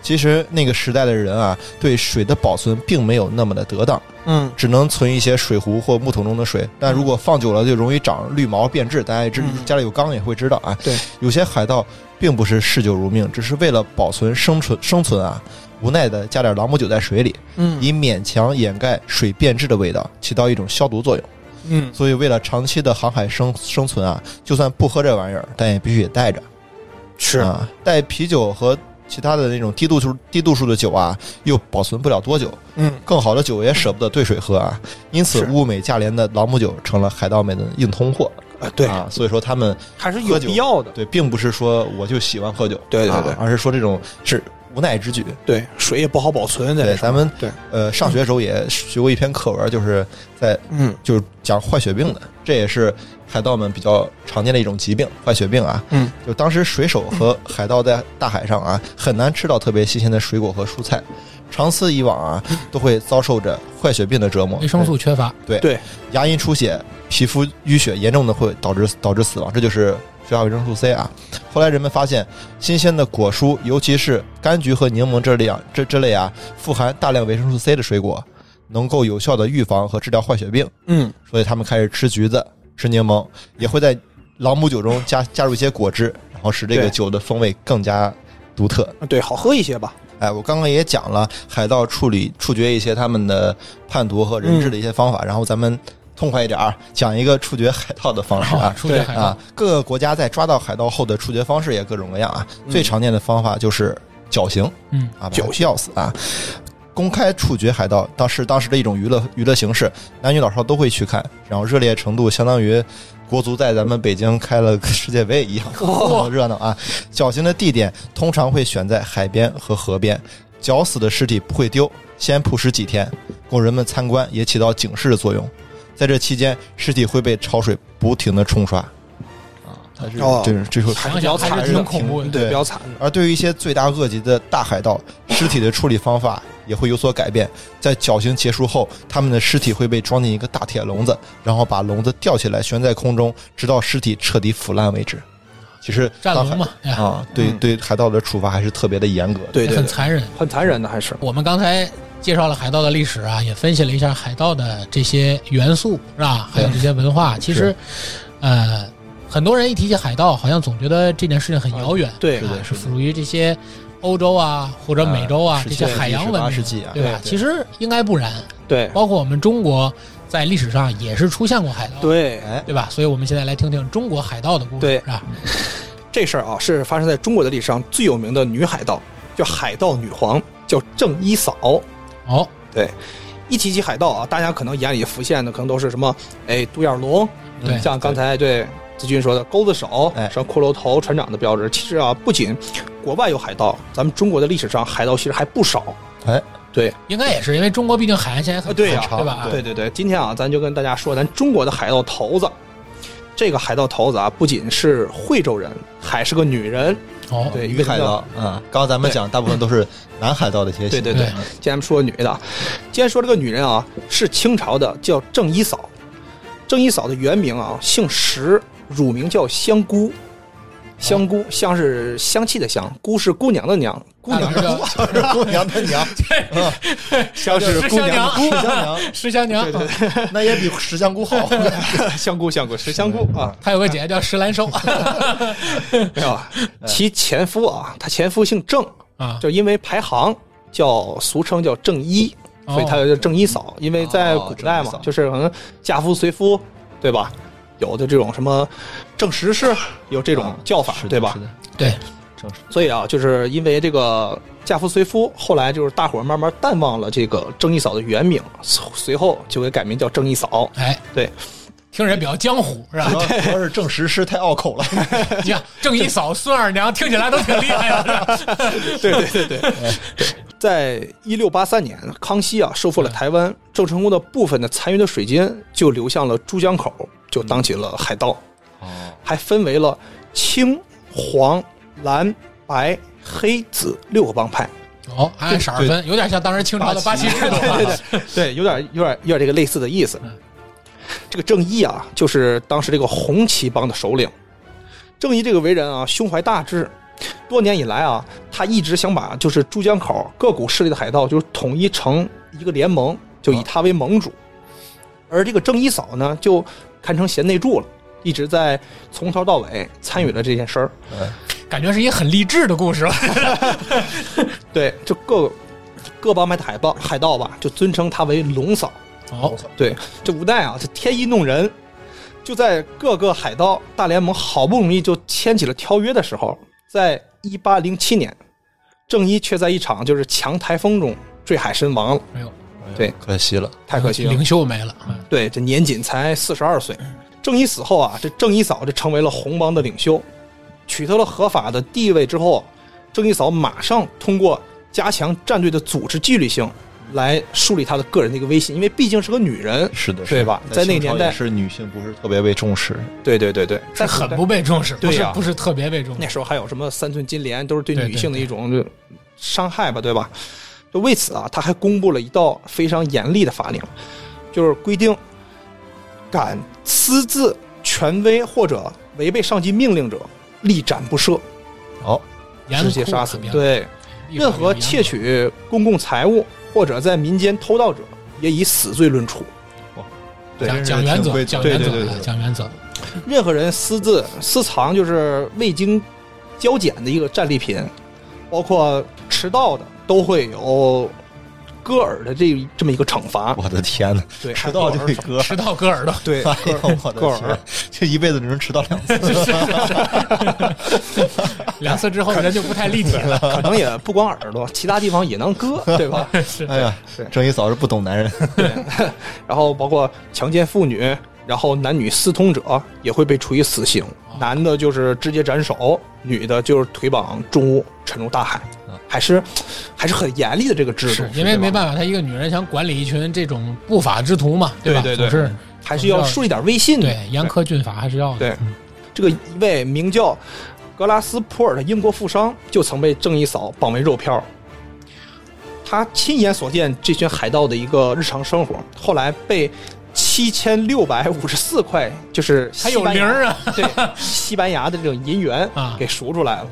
S2: 其实那个时代的人啊，对水的保存并没有那么的得当，
S3: 嗯
S2: 只能存一些水壶或木桶中的水。但如果放久了，就容易长绿毛变质。大家也知
S3: 嗯
S2: 家里有缸也会知道啊。
S3: 对，
S2: 有些海盗并不是嗜酒如命，只是为了保存生存生存啊，无奈的加点朗姆酒在水里，
S3: 嗯
S2: 以勉强掩盖水变质的味道，起到一种消毒作用。
S3: 嗯
S2: 所以，为了长期的航海生生存啊，就算不喝这玩意儿，但也必须得带着。
S4: 是
S2: 啊，带啤酒和其他的那种低度数低度数的酒啊，又保存不了多久。
S3: 嗯，
S2: 更好的酒也舍不得兑水喝啊，因此
S4: 是
S2: 物美价廉的朗姆酒成了海盗们的硬通货
S4: 啊，对，
S2: 啊。所以说，他们
S4: 还是有必要的。
S2: 对，并不是说我就喜欢喝酒，
S4: 对对对
S2: 啊而是说这种是无奈之举。
S4: 对，水也不好保存，在
S2: 对，
S4: 这上
S2: 咱们
S4: 对
S2: 呃上学时候也学过一篇课文，就是在
S3: 嗯
S2: 就是讲坏血病的，这也是海盗们比较常见的一种疾病——坏血病啊。
S3: 嗯，
S2: 就当时水手和海盗在大海上啊，很难吃到特别新鲜的水果和蔬菜，长此以往啊，都会遭受着坏血病的折磨。
S1: 嗯维生素缺乏，
S2: 牙龈出血、皮肤淤血，严重的会导致导致死亡，这就是缺乏维生素 C 啊。后来人们发现，新鲜的果蔬，尤其是柑橘和柠檬这类啊这这类啊富含大量维生素 C 的水果，能够有效的预防和治疗坏血病，
S3: 嗯
S2: 所以他们开始吃橘子、吃柠檬，也会在朗姆酒中加加入一些果汁，然后使这个
S4: 对
S2: 酒的风味更加独特。
S4: 啊对，好喝一些吧。
S2: 哎，我刚刚也讲了海盗处理处决一些他们的叛徒和人质的一些方法，然后咱们痛快一点儿，讲一个处决海盗的方式
S1: 好，
S2: 啊。
S1: 出去海
S2: 啊
S1: 盗，，
S2: 各个国家在抓到海盗后的处决方式也各种各样啊。最常见的方法就是绞刑
S1: 嗯，
S2: 啊，
S4: 绞
S2: 绞死啊。公开处决海盗当是当时的一种娱乐娱乐形式，男女老少都会去看，然后热烈程度相当于国足在咱们北京开了个世界杯一样。
S4: 哦，
S2: 热闹啊！绞刑的地点通常会选在海边和河边，绞死的尸体不会丢，先曝尸几天，供人们参观，也起到警示的作用。在这期间，尸体会被潮水不停的冲刷，啊，它是
S4: 哦
S2: 这是这是
S1: 想想还是挺恐怖的，
S2: 对
S4: 比较惨的。
S2: 而对于一些罪大恶极的大海盗，尸体的处理方法也会有所改变。在绞刑结束后，他们的尸体会被装进一个大铁笼子，然后把笼子吊起来悬在空中，直到尸体彻底腐烂为止。其实
S1: 战
S2: 当海
S1: 龙嘛，哎呀，
S2: 啊，对
S4: 嗯
S2: 对，海盗的处罚还是特别的严格的。
S4: 对
S1: 也
S4: 对
S1: 很
S4: 对，
S1: 残忍。
S4: 很残忍的还是
S1: 我们刚才介绍了海盗的历史啊，也分析了一下海盗的这些元素是吧？还有这些文化。
S4: 嗯
S1: 其实，呃，很多人一提起海盗，好像总觉得这件事情很遥远，
S4: 对
S2: 是
S1: 啊
S2: 的
S1: 是
S2: 的
S1: 属于这些欧洲啊或者美洲啊
S2: 呃
S1: 这些
S2: 17世纪
S1: 海洋文
S2: 18
S1: 明，
S2: 世纪啊
S1: 对吧？
S4: 对对
S1: 其实应该不然，
S4: 对
S1: 包括我们中国在历史上也是出现过海盗，
S4: 对
S2: 哎，
S1: 对吧？所以我们现在来听听中国海盗的故事，
S4: 对
S1: 是吧？
S4: 这事儿啊，是发生在中国的历史上最有名的女海盗，叫海盗女皇，叫郑一嫂。
S1: 哦，
S4: 一提起海盗啊，大家可能眼里浮现的可能都是什么，哎，独眼龙，
S1: 对
S4: 像刚才对子君说的钩子手
S2: 哎，
S4: 什么骷髅头、船长的标志。其实啊，不仅国外有海盗，咱们中国的历史上海盗其实还不少。
S2: 哎，
S4: 对，
S1: 应该也是因为中国毕竟海岸线还
S4: 啊
S1: 很
S4: 对呀、
S2: 很长
S1: 对吧？
S4: 对对对，今天啊，咱就跟大家说咱中国的海盗头子。这个海盗头子啊，不仅是惠州人，还是个女人。
S1: 哦，
S4: 对，
S2: 女海盗啊，嗯刚刚咱们
S4: 对
S2: 讲大部分都是男海盗的这些
S4: 对
S2: 行
S4: 对
S2: 为，
S4: 对
S1: 对，
S4: 今天咱们说女的，啊，今天说这个女人啊，是清朝的，叫郑一嫂。郑一嫂的原名啊，姓石，乳名叫香菇。香菇，香是香气的香，姑是姑娘的娘，姑
S1: 那
S4: 娘
S1: 老师
S4: 的
S1: 叫
S4: 姑，
S2: 姑娘的娘，嗯
S4: 香
S1: 是姑娘的
S2: 石香娘，
S1: 石香娘，
S2: 那也比石香菇好。
S4: 香菇，香菇，石香菇啊，
S1: 还有个姐姐叫石兰 寿
S4: 没有啊。其前夫啊，他前夫姓郑，
S1: 啊，
S4: 就因为排行叫俗称叫郑一，
S1: 哦
S4: 所以她叫郑一嫂。因为在古代
S2: 哦郑一
S4: 嘛
S2: 嫂，
S4: 就是可能嫁夫随夫，对吧？有的这种什么正十世，有这种叫法
S2: 啊是，的
S4: 对吧
S2: 是？的
S1: 对，
S2: 正是
S4: 所以啊，就是因为这个嫁夫随夫，后来就是大伙儿慢慢淡忘了这个郑一嫂的原名，随后就给改名叫郑一嫂。
S1: 哎，
S4: 对，
S1: 听着也比较江湖 是吧？
S2: 主要主要是正实师太拗口了，
S1: 你看郑一嫂、孙二娘，听起来都挺厉害的。是吧
S4: 对对对对。在一六八三年，康熙啊收复了台湾，郑成功的部分的残余的水军就流向了珠江口，就当起了海盗。
S2: 哦，
S4: 还分为了青、黄、蓝、白、黑、紫六个帮派。
S1: 哦，还按色儿分，有点像当时清朝的八旗制度啊。
S4: 对对对，有点有点有点这个类似的意思。这个郑义啊，就是当时这个红旗帮的首领。郑义这个为人啊，胸怀大志，多年以来啊，他一直想把就是珠江口各股势力的海盗，就是统一成一个联盟，就以他为盟主。而这个郑一嫂呢，就堪称贤内助了，一直在从头到尾参与了这件事儿。
S2: 嗯
S1: 感觉是一个很励志的故事了。
S4: 对，就各各帮派的海盗海盗吧，就尊称她为龙嫂。
S1: 哦，
S4: 对，这无奈啊，这天意弄人，就在各个海盗大联盟好不容易就签起了条约的时候，在一八零七年，郑一却在一场就是强台风中坠海身亡了，
S1: 没有，
S4: 对
S2: 可惜了，
S4: 太可惜了
S2: 啊
S1: 领。袖没了。嗯
S4: 对，这年仅才四十二岁。
S2: 嗯
S4: 郑一死后啊，这郑一嫂就成为了红帮的领袖，取得了合法的地位之后，郑一嫂马上通过加强战队的组织纪律性，来树立她的个人的一个威信，因为毕竟是个女人。
S2: 是的，
S4: 对吧在那个年代
S2: 是女性不是特别被重视，
S4: 对对对对，
S1: 是
S4: 在
S1: 很
S4: 古代
S1: 不被重视，不
S4: 对
S1: 是
S4: 呀
S1: 不是特别被重
S4: 那
S1: 视。
S4: 时候还有什么三寸金莲，都是对
S1: 对
S4: 女
S1: 对
S4: 性的一种伤害吧，对吧？就为此啊，他还公布了一道非常严厉的法令，就是规定，敢私自权威或者违背上级命令者，立斩不赦，
S2: 哦，
S1: 严
S4: 直接
S1: 酷
S4: 杀死。
S1: 严酷
S4: 对，任何窃，取公共财物或者在民间偷盗者，也以死罪论处。
S1: 立
S2: 对
S1: 法严格讲讲原则，讲原
S2: 对对对
S1: 则，啊
S2: 对
S1: 讲原 则。
S4: 任何人私自私藏就是未经交检的一个战利品，包括迟到的都会有割耳的这这么一个惩罚。
S2: 我的天哪，
S4: 对，
S2: 迟到就
S4: 还
S2: 被
S4: 有割耳
S2: 割。
S1: 迟到割 耳朵，
S4: 对
S2: 哎呦我
S4: 割
S2: 的
S4: 耳
S2: 天， 这一辈子只能迟到两 次，
S1: 两次之后人就不太立体了。
S4: 可能也不光耳朵，其他地方也能 割，对吧？
S1: 是
S2: 哎呀
S4: 对，
S2: 郑一嫂是不懂男人，
S4: 然后包括强奸妇女，然后男女私通者也会被处以死刑，男的就是直接斩首，女的就是腿绑重物沉入大海
S2: 啊，
S4: 还是还是很严厉的这个制度
S1: 嗯是，因为没
S4: 法，
S1: 办法，她一个女人想管理一群这种不法之徒嘛，吧？
S4: 对对
S1: 总
S4: 对
S1: 是
S4: 还是要树立点威信的。
S1: 对严苛峻法还是要的。
S4: 对
S1: 嗯
S4: 这个一位名叫格拉斯普尔的英国富商，就曾被郑一嫂绑为肉票。他亲眼所见这群海盗的一个日常生活，后来被七千六百五十四块，就是
S1: 还有
S4: 西班
S1: 零
S4: 牙
S1: 儿啊
S4: 对，西班牙的这种银元
S1: 啊
S4: 给赎出来了。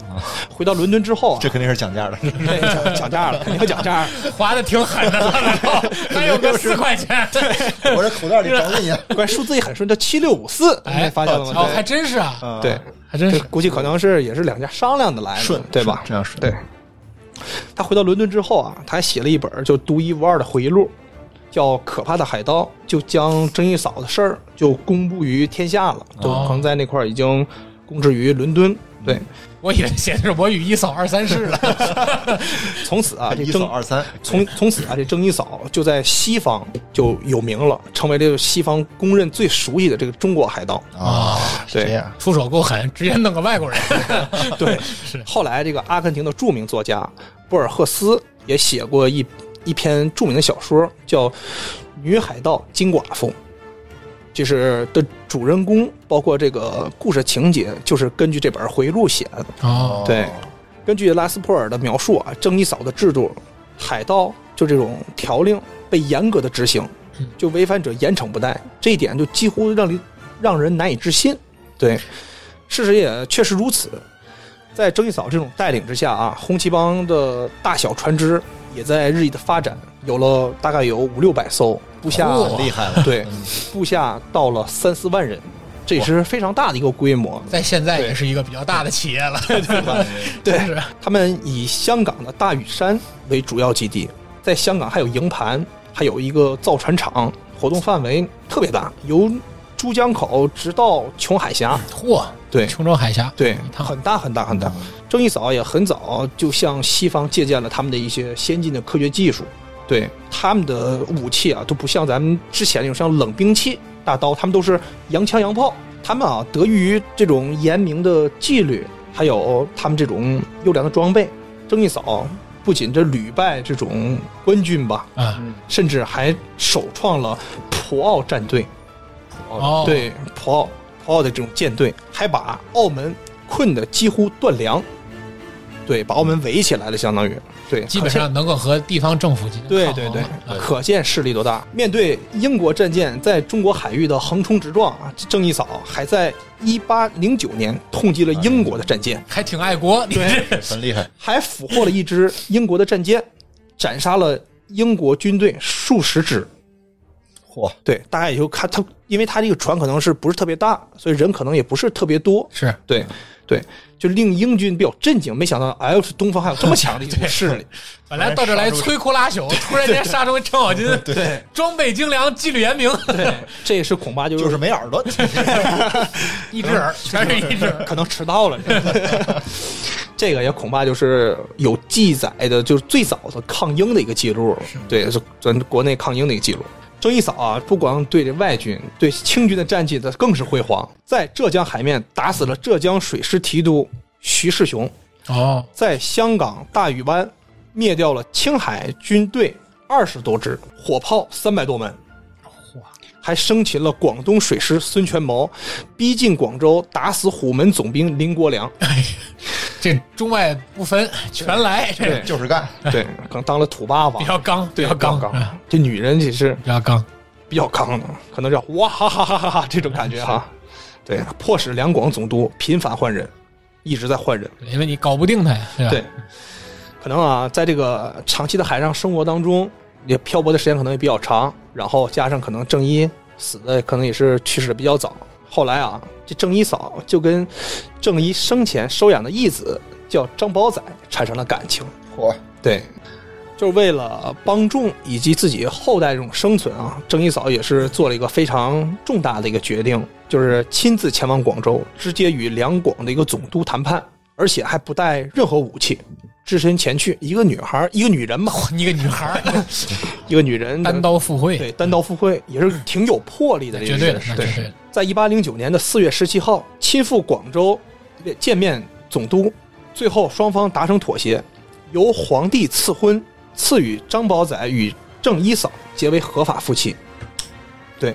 S4: 回到伦敦之后啊，
S2: 这肯定是讲价的。
S4: 对讲讲价了，肯定要讲价了。
S1: 划的挺狠的， 还有个四块钱，
S2: 我这口袋里找你。
S4: 关于数字也很顺，这七六五四，
S1: 哎
S4: 哎，发现了
S1: 哦，还
S4: 吗？
S1: 真是啊，
S2: 啊
S4: 对，嗯对，
S1: 还真
S4: 这
S1: 是
S4: 估计可能是也是两家商量的来的，
S2: 嗯顺
S4: 对吧？
S2: 这样顺
S4: 对，他回到伦敦之后啊，他还写了一本就独一无二的回忆录，叫《可怕的海盗》，就将郑一嫂的事儿就公布于天下了，就
S1: 哦
S4: 可能在那块儿已经公之于伦敦。对，
S1: 我以为写的是我与一嫂二三世了，
S4: 从此啊，这
S2: 一
S4: 郑
S2: 扫二三，
S4: 从从此啊，这郑一嫂就在西方就有名了，成为了西方公认最熟悉的这个中国海盗。
S2: 啊，是这
S4: 对
S2: 样
S1: 出手够狠，直接弄个外国人，
S4: 对，
S1: 是
S4: 后来这个阿根廷的著名作家博尔赫斯也写过一一篇著名的小说，叫《女海盗金寡妇》，就是的主人公，包括这个故事情节，就是根据这本回忆录写的。
S1: 哦，
S4: 对，根据拉斯普尔的描述啊，正义嫂的制度，海盗就这种条令被严格的执行
S1: 嗯，
S4: 就违反者严惩不贷，这一点就几乎让人让人难以置信。对，事实也确实如此。在正义嫂这种带领之下啊，红旗帮的大小船只也在日益的发展，有了大概有五六百艘，部下、
S1: 哦
S2: 厉害了。
S4: 对
S2: 嗯，
S4: 部下到了三四万人，这也是非常大的一个规模。
S1: 在现在也是一个比较大的企业了，
S4: 对
S1: 真，是
S4: 他们以香港的大屿山为主要基地，在香港还有营盘，还有一个造船厂，活动范围特别大，由珠江口直到琼海峡。
S1: 嚯，
S4: 对
S1: 琼州海峡，
S4: 对，
S1: 它
S4: 很大很大很大。郑一嫂也很早就向西方借鉴了他们的一些先进的科学技术。对他们的武器啊，都不像咱们之前那种像冷兵器、大刀，他们都是洋枪洋炮。他们啊，得益于这种严明的纪律，还有他们这种优良的装备，郑一嫂不仅这屡败这种官军吧，
S1: 啊，
S4: 甚至还首创了普奥战队。
S1: 哦，，
S4: 对普奥普奥的这种舰队，还把澳门困得几乎断粮，对，把澳门围起来了，相当于对，
S1: 基本上能嗯够和地方政府进啊行
S4: 对
S1: 抗
S4: 对
S1: 衡
S4: 对
S1: 了，
S4: 可见势力多大。面对英国战舰在中国海域的横冲直撞啊，郑一嫂还在一八零九年痛击了英国的战舰，
S1: 还挺爱国，你
S4: 对
S1: 这
S2: 很厉害。
S4: 还俘获了一支英国的战舰，斩杀了英国军队数十支。
S2: 嚯，
S4: 对，大家也就看他，因为他这个船可能是不是特别大，所以人可能也不是特别多，
S1: 是
S4: 对对，就令英军比较震惊，没想到 L 东方还有这么强的一股势力。
S1: 本来到这儿来摧枯拉朽，突然间杀出个程 咬金，对，装备精良，纪律严 明，
S4: 对，这也是恐怕就
S2: 就是没耳 朵，
S1: 一只耳，全是一只耳，
S4: 可能迟到了。 这个这个也恐怕就是有记载的，就是最早的抗英的一个记录了。对，是咱国内抗英的一个记录。郑一嫂啊，不光对这外军，对清军的战绩，那更是辉煌。在浙江海面打死了浙江水师提督徐世雄，
S1: 哦，
S4: 在香港大屿湾灭掉了青海军队二十多支，火炮三百多门，还生擒了广东水师孙权谋，逼近广州，打死虎门总兵林国 良。
S1: 这中外不分，全来，这
S4: 对
S2: 就是干。
S4: 对，可能当了土霸王
S1: 比，较刚，比
S4: 对，
S1: 较刚，嗯
S4: 刚。这女人也是
S1: 比较刚，
S4: 比较刚的，可能叫哇哈哈哈哈哈这种感觉 哈。对，迫使两广总督频繁换人，一直在换人。
S1: 因为你搞不定他呀，对吧？
S4: 对，可能啊，在这个长期的海上生活当中，也漂泊的时间可能也比较长，然后加上可能郑一死的可能也是去世的比较早。后来啊，这郑一嫂就跟郑一生前收养的义子叫张宝仔产生了感情。
S2: 嚯，
S4: 对，就是为了帮众以及自己后代这种生存啊，郑一嫂也是做了一个非常重大的一个决定，就是亲自前往广州，直接与两广的一个总督谈判，而且还不带任何武器，只身前去。一个女孩儿，一个女人嘛，
S1: 你个女孩 儿
S4: 一个女人
S1: 单刀赴会，
S4: 对单刀赴会也是挺有魄力的，
S1: 绝对的，那
S4: 对
S1: 绝对的，
S4: 在一八零九年的四月十七号，亲赴广州见面总督，最后双方达成妥协，由皇帝赐婚，赐予张宝仔与郑一嫂结为合法夫妻。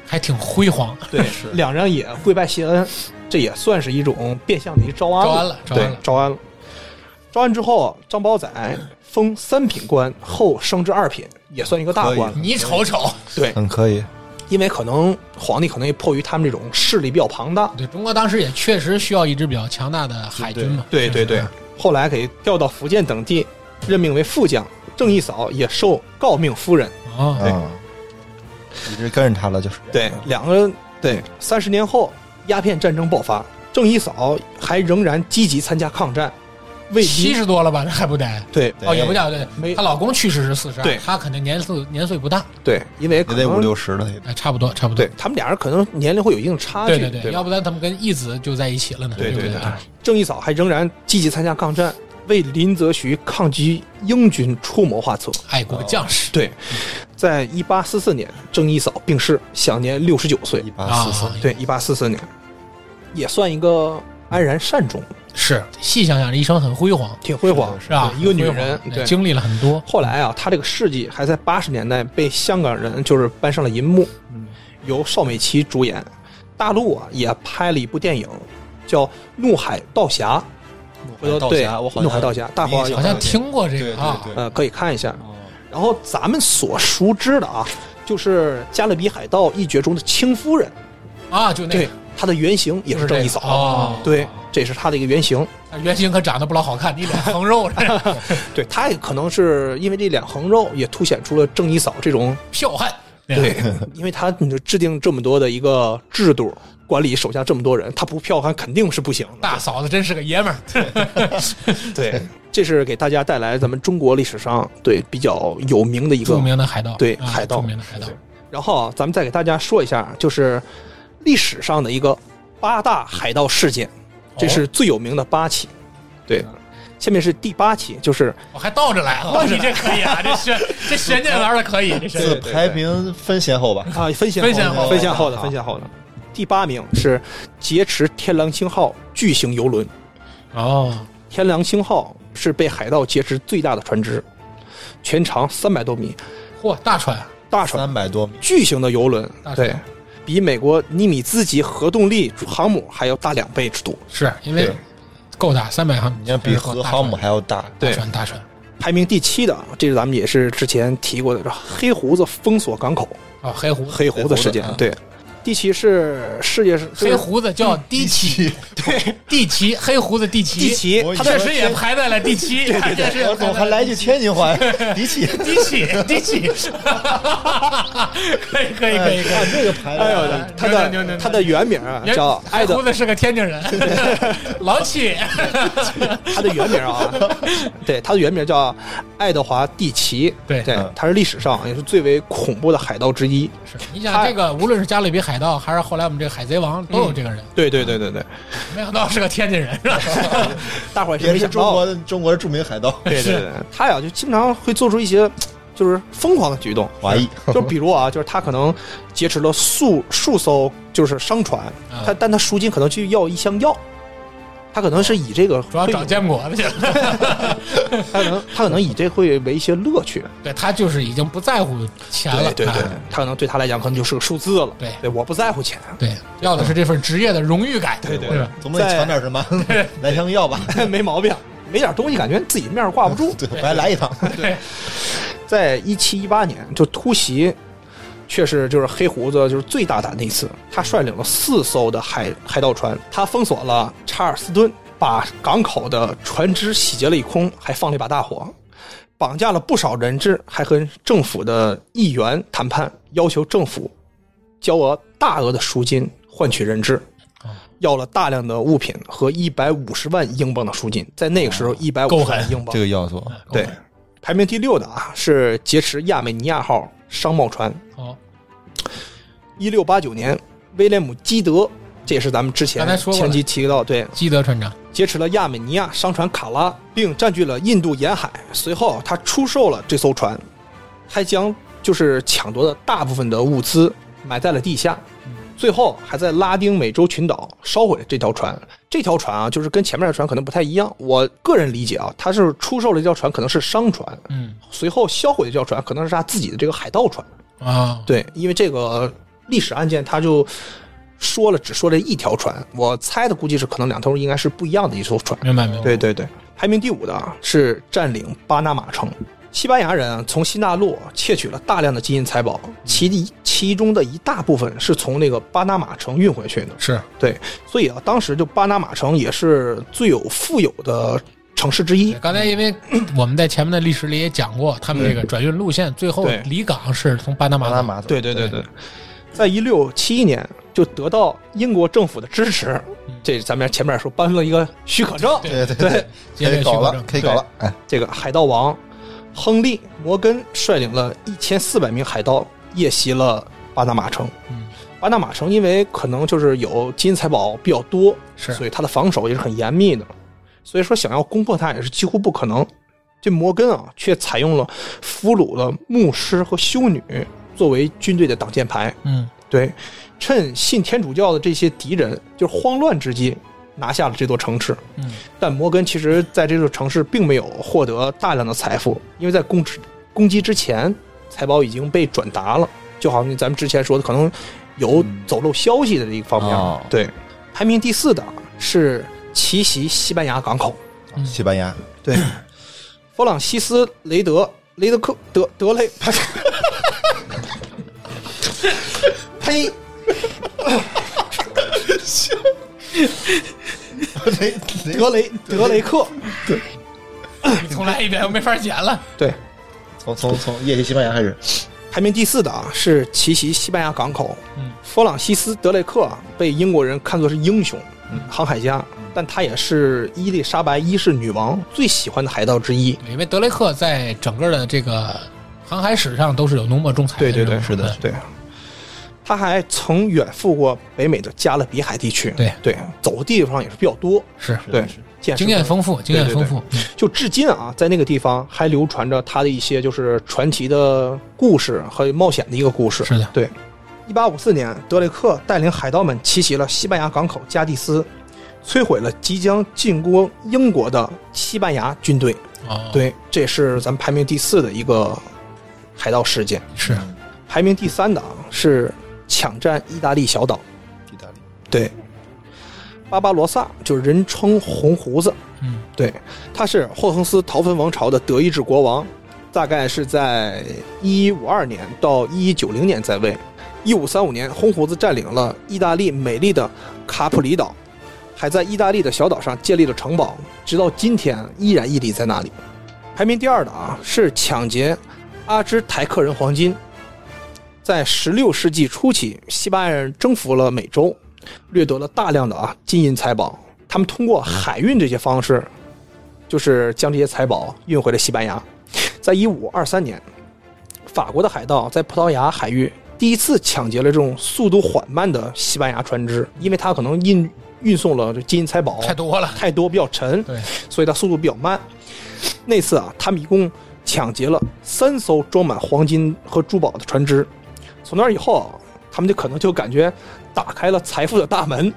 S1: 还挺辉煌，
S4: 对，两人也跪拜谢恩，这也算是一种变相的一个招安
S1: 招
S4: 了
S1: 安了，招安
S4: 对
S1: 了，
S4: 招安了。招安之后，张保载封三品官，后升至二品，也算一个大
S2: 可以
S4: 官了。
S1: 你瞅瞅，
S4: 对，
S2: 很嗯可以。
S4: 因为可能皇帝可能也迫于他们这种势力比较庞大，
S1: 对中国当时也确实需要一支比较强大的海军嘛。
S4: 对对对，后来给调到福建等地，任命为副将。郑义嫂也受诰命夫人。
S1: 哦，
S2: 啊，一直跟着他了，就是
S4: 对，两个人对三十年后，鸦片战争爆发，郑义嫂还仍然积极参加抗战，为
S1: 七
S4: 民
S1: 十多了吧，这还不得？
S4: 对
S2: 对
S1: 哦，也不叫对，
S4: 没
S1: 她老公去世是四十二
S4: 对，
S1: 她可能年岁年岁不大，
S4: 对，因为
S2: 也
S4: 可
S2: 得五
S4: 能
S2: 六十了，也得
S1: 哎，差不多差不多
S4: 对。他们俩人可能年龄会有一定差距，
S1: 对对
S4: 吧
S1: 要不然他们跟义子就在一起了呢。
S4: 对
S1: 对
S4: 对
S1: 不
S4: 对郑义嫂还仍然积极参加抗战，为林则徐抗击英军出谋划策。
S1: 爱国将士
S4: 哦对，在一八四四年，郑义嫂病逝，享年六十九岁
S2: 一。八
S1: 啊
S2: 四四。，
S4: 对，一八四四年，也算一个安然善终，
S1: 是细想想，这一生很辉煌，
S4: 挺辉煌。
S1: 是吧？
S4: 对一个女人
S1: 很辉煌
S4: 对
S1: 经历了很多，
S4: 后来啊，她这个事迹还在八十年代被香港人就是搬上了银幕，
S2: 嗯
S4: 由邵美琪主演。大陆啊也拍了一部电影，叫《怒海盗侠》。回头对，怒海盗侠，大伙儿有
S1: 好像听过这
S2: 对
S1: 个
S2: 对
S1: 啊。
S2: 对
S4: 呃可以看一下。然后咱们所熟知的啊，就是《加勒比海盗》一角中的青夫人，
S1: 啊，就那
S4: 对
S1: 个，
S4: 她的原型也是郑义嫂。
S1: 哦，
S4: 对，这是她的一个原型。
S1: 那原型可长得不老好看，你脸 横肉是吧
S4: 对，她也可能是因为这脸横肉，也凸显出了郑义嫂这种
S1: 剽悍。
S4: 对，因为他你就制定这么多的一个制度，管理手下这么多人，他不剽悍肯定是不行的。
S1: 大嫂子真是个爷们儿，
S4: 对，这是给大家带来咱们中国历史上对比较有名的一
S1: 著
S4: 个。
S1: 名的海盗，
S4: 对
S1: 啊
S4: 海盗
S1: 著名的海盗，
S4: 然后啊咱们再给大家说一下，就是历史上的一个八大海盗事件，
S1: 哦
S4: 这是最有名的八起。对，下面是第八起，就是
S1: 我还倒着来了， 哇你这可以啊，这悬这悬念玩的可以，这
S2: 自
S1: 是
S2: 排名分先后吧，
S4: 啊，分先
S1: 分先后
S4: 分先后的，
S2: 好
S4: 分先后的。第八名是劫持天狼星号巨型游轮。
S1: 哦，
S4: 天狼星号是被海盗劫持最大的船只，全长三百多米，
S1: 嚯，大船
S4: 大船，
S2: 三百多米，
S4: 巨型的游轮
S1: 大，船
S4: 对比美国尼米兹级核动力航母还要大两倍之多，
S1: 是因为
S2: 对
S1: 够大，三百航
S2: 你看比核航母还要大。
S1: 大
S4: 对
S1: 船大船
S4: 排名第七的，这是咱们也是之前提过的，这黑胡子封锁港口，
S1: 哦，黑胡
S4: 黑胡子事件
S2: 黑胡，子
S4: 对。第七是世界是
S1: 黑胡子叫第七，对，第七黑胡子第
S4: 第
S1: 七，
S4: 七，
S2: 我
S4: 他
S1: 确
S4: 的
S1: 实也排在了第七，对对
S2: 我怎么还来句天津话？比起
S1: 第七第七， 可以可以可以可以。
S2: 看这个啊排
S4: 哎
S2: 的，
S4: 呦，他
S1: 牛牛牛牛
S4: 的他的原名啊叫
S1: 黑
S4: 艾德
S1: 胡子是个天津人，老七，
S4: 他的原名 啊，对，他的原名叫爱德华·蒂奇，
S1: 对
S4: 对
S2: 嗯，
S4: 他是历史上也是最为恐怖的海盗之一。
S1: 是你想这个，无论是加勒比海盗，还是后来我们这个海贼王，都有这个人。
S4: 对对对对对，
S1: 没想到是个天津人，是吧？
S4: 大伙儿也是
S2: 也
S4: 没
S2: 是
S4: 想
S2: 中
S4: 到，
S2: 国的中国的著名海盗
S4: 对对对，他呀就经常会做出一些就是疯狂的举动，
S2: 华裔，
S4: 就比如啊，就是他可能劫持了数数艘就是商船，
S1: 啊
S4: 他但他赎金可能去要一箱药。他可能是以这个
S1: 主要
S4: 会
S1: 找坚果子去了。
S4: 他可能他可能以这会为一些乐趣，
S1: 对他就是已经不在乎钱了，啊
S4: 他可能对他来讲可能就是个数字了，
S1: 对
S4: 对，我不在乎钱，啊
S1: 对，要的是这份职业的荣誉感，对吧？
S2: 总得抢点什么，来箱药吧，
S4: 没毛病，没点东西感觉自己面儿挂不住。
S2: 对，白来一趟。
S4: 在一七一八年就突袭，却是就是黑胡子就是最大胆的一次，他率领了四艘的海海盗船，他封锁了查尔斯顿，把港口的船只洗劫了一空，还放了一把大火。绑架了不少人质，还和政府的议员谈判，要求政府交额大额的赎金换取人质，
S1: 哦
S4: 要了大量的物品和一百五十万英镑的赎金，在那个时候一百五
S1: 哦够
S4: 十
S1: 狠
S4: 万英镑
S2: 这个要素，
S4: 对，排名第六的啊是劫持亚美尼亚号商贸船。
S1: 好，
S4: 一六八九年，威廉姆基德，这也是咱们之前
S1: 刚才说过的
S4: 前期提到，对，
S1: 基德船长，
S4: 劫持了亚美尼亚商船卡拉，并占据了印度沿海。随后，他出售了这艘船，还将就是抢夺的大部分的物资埋在了地下。
S1: 嗯
S4: 最后还在拉丁美洲群岛烧毁了这条船。这条船啊，就是跟前面的船可能不太一样。我个人理解啊，他是出售了这条船，可能是商船，
S1: 嗯
S4: 随后销毁的这条船可能是他自己的这个海盗船。
S1: 啊，
S4: 对，因为这个历史案件，他就说了，只说了一条船。我猜的估计是可能两头应该是不一样的一艘船。
S1: 明白明白。
S4: 对对对，排名第五的啊是占领巴拿马城。西班牙人啊从新大陆窃取了大量的金银财宝，其一其中的一大部分是从那个巴拿马城运回去的。
S1: 是
S4: 对，所以啊，当时就巴拿马城也是最有富有的城市之一。
S1: 刚才因为我们在前面的历史里也讲过，他们这个转运路线最后
S4: 对
S1: 离港是从巴拿马
S2: 巴
S1: 走
S2: 拿马走，
S4: 对对对对，在一六七一年就得到英国政府的支持
S1: 嗯，
S4: 这咱们前面说颁了一个许可证，
S2: 对对
S4: 对
S2: 对，
S1: 劫
S2: 可
S1: 掠许
S2: 以搞
S1: 可
S2: 了
S1: 证，。
S2: 可以搞了，哎，
S4: 这个海盗王亨利·摩根率领了一千四百名海盗夜袭了巴拿马城。
S1: 嗯，
S4: 巴拿马城因为可能就是有金银财宝比较多，
S1: 是
S4: 所以它的防守也是很严密的，所以说想要攻破它也是几乎不可能。这摩根啊，却采用了俘虏了牧师和修女作为军队的挡箭牌，
S1: 嗯，
S4: 对，趁信天主教的这些敌人就是慌乱之际，拿下了这座城市。
S1: 嗯，
S4: 但摩根其实在这座城市并没有获得大量的财富，因为在攻之攻击之前，财宝已经被转达了，就好像咱们之前说的，可能有走漏消息的这一方面。
S2: 哦
S4: 对，排名第四的是奇袭西班牙港口，
S1: 嗯
S2: 西班牙，
S4: 对，弗朗西斯·雷德雷德克德德雷， 呸！
S2: 雷
S4: 德雷德雷克，
S1: 重来一遍，我没法剪了。
S4: 对，
S2: 从从从夜袭西班牙开始，
S4: 排名第四的啊是奇袭西班牙港口。
S1: 嗯，
S4: 弗朗西斯·德雷克啊被英国人看作是英雄、
S1: 嗯
S4: 航海家，但他也是伊丽莎白一世女王最喜欢的海盗之一。
S1: 因为德雷克在整个的这个航海史上都是有浓墨重彩的
S4: 对
S1: 这种。
S4: 对对
S2: 是的
S1: 嗯，
S4: 对，他还曾远赴过北美的加勒比海地区。
S1: 对
S4: 对，走的地方也是比较多。
S1: 是
S4: 对，见识
S1: 经验
S4: 不少
S1: 丰富，经验丰富。嗯
S4: 就至今啊，在那个地方还流传着他的一些就是传奇的故事和冒险的一个故事。
S1: 是的
S4: 对。一八五四年，德雷克带领海盗们奇袭了西班牙港口加的斯，摧毁了即将进攻英国的西班牙军队。
S1: 哦，，
S4: 对，这是咱们排名第四的一个海盗事件。
S1: 是
S4: 排名第三的啊是抢占意大利小岛。
S2: 意大利，
S4: 对，巴巴罗萨就是人称红胡子，
S1: 嗯，
S4: 对，他是霍亨斯陶芬王朝的德意志国王，大概是在一五二年到一九零年在位。一五三五年，红胡子占领了意大利美丽的卡普里岛，还在意大利的小岛上建立了城堡，直到今天依然屹立在那里。排名第二的啊是抢劫阿兹台克人黄金。在16世纪初期，西班牙人征服了美洲，掠夺了大量的啊金银财宝。他们通过海运这些方式，就是将这些财宝运回了西班牙。在一五二三年，法国的海盗在葡萄牙海域第一次抢劫了这种速度缓慢的西班牙船只，因为它可能运运送了这金银财宝啊
S1: 太多了。
S4: 太多，比较沉，
S1: 对，
S4: 所以它速度比较慢。那次啊，他们一共抢劫了三艘装满黄金和珠宝的船只。从那以后啊，他们就可能就感觉打开了财富的大门，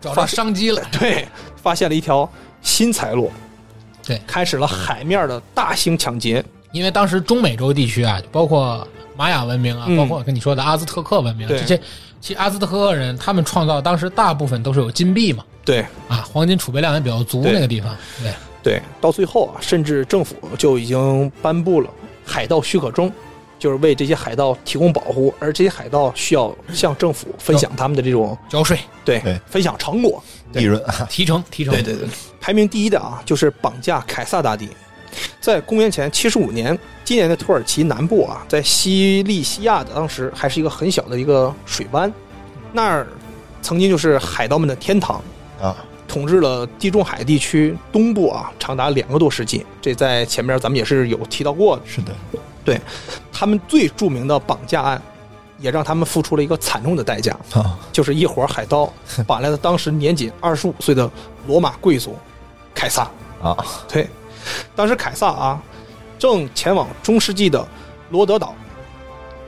S1: 找到商机了。
S4: 对，发现了一条新财路，
S1: 对
S4: 开始了海面的大型抢劫。
S1: 因为当时中美洲地区啊，包括玛雅文明啊，
S4: 嗯
S1: 包括跟你说的阿兹特克文明啊，
S4: 对
S1: 这些其实阿兹特克人他们创造当时大部分都是有金币嘛，
S4: 对
S1: 啊，黄金储备量也比较足
S4: 对
S1: 那个地方，对，
S4: 对，到最后啊，甚至政府就已经颁布了海盗许可证。就是为这些海盗提供保护，而这些海盗需要向政府分享他们的这种
S1: 交税、
S4: 对
S2: 对
S4: 分享成果，
S2: 利润，
S1: 提成、提成，
S4: 对对，排名第一的啊，就是绑架凯撒大帝。在公元前七十五年，今年的土耳其南部啊，在西利西亚的当时还是一个很小的一个水湾，那儿曾经就是海盗们的天堂，
S2: 啊，
S4: 统治了地中海地区东部啊，长达两个多世纪。这在前面咱们也是有提到过的。
S2: 是的，
S4: 他们最著名的绑架案，也让他们付出了一个惨重的代价。
S2: 啊，
S4: 就是一伙海 盗绑来了当时年仅二十五岁的罗马贵族凯撒
S2: 啊。
S4: 对，当时凯撒啊正前往中世纪的罗德岛，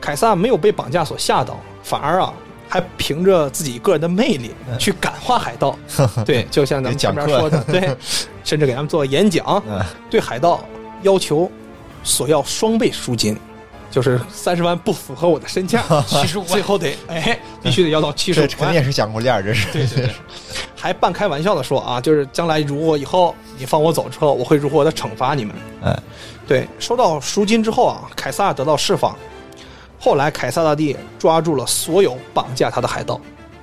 S4: 凯撒没有被绑架所吓到，反而啊还凭着自己个人的魅力去感化海 盗。对，就像咱们
S2: 嗯给讲
S4: 前面说的， 对，甚至给他们做演讲，
S2: 嗯
S4: 对海盗要求索要双倍赎金，就是三十万不符合我的 身价，
S1: 七十五
S4: 最
S1: 万，
S4: 后得哎，必须得要到七十
S2: 这
S4: 五
S2: 肯
S4: 万
S2: 定。也是讲过链儿，这是
S1: 对对对，
S4: 还半开玩笑的说啊，就是将来如果以后你放我走之后，我会如何的惩罚你们？
S2: 哎，
S4: 对，收到赎金之后啊，凯撒得到释放。后来，凯撒大帝抓住了所有绑架他的海盗，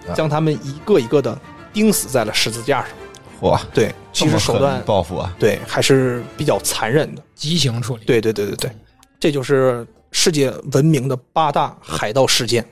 S2: 啊
S4: 将他们一个一个的钉死在了十字架上。
S2: 哇，
S4: 对，其
S2: 这
S4: 实
S2: 么
S4: 手
S2: 狠
S4: 段
S2: 报复啊，
S4: 对还是比较残忍的。
S1: 极刑处理。
S4: 对对对对对，这就是世界闻名的八大海盗事件。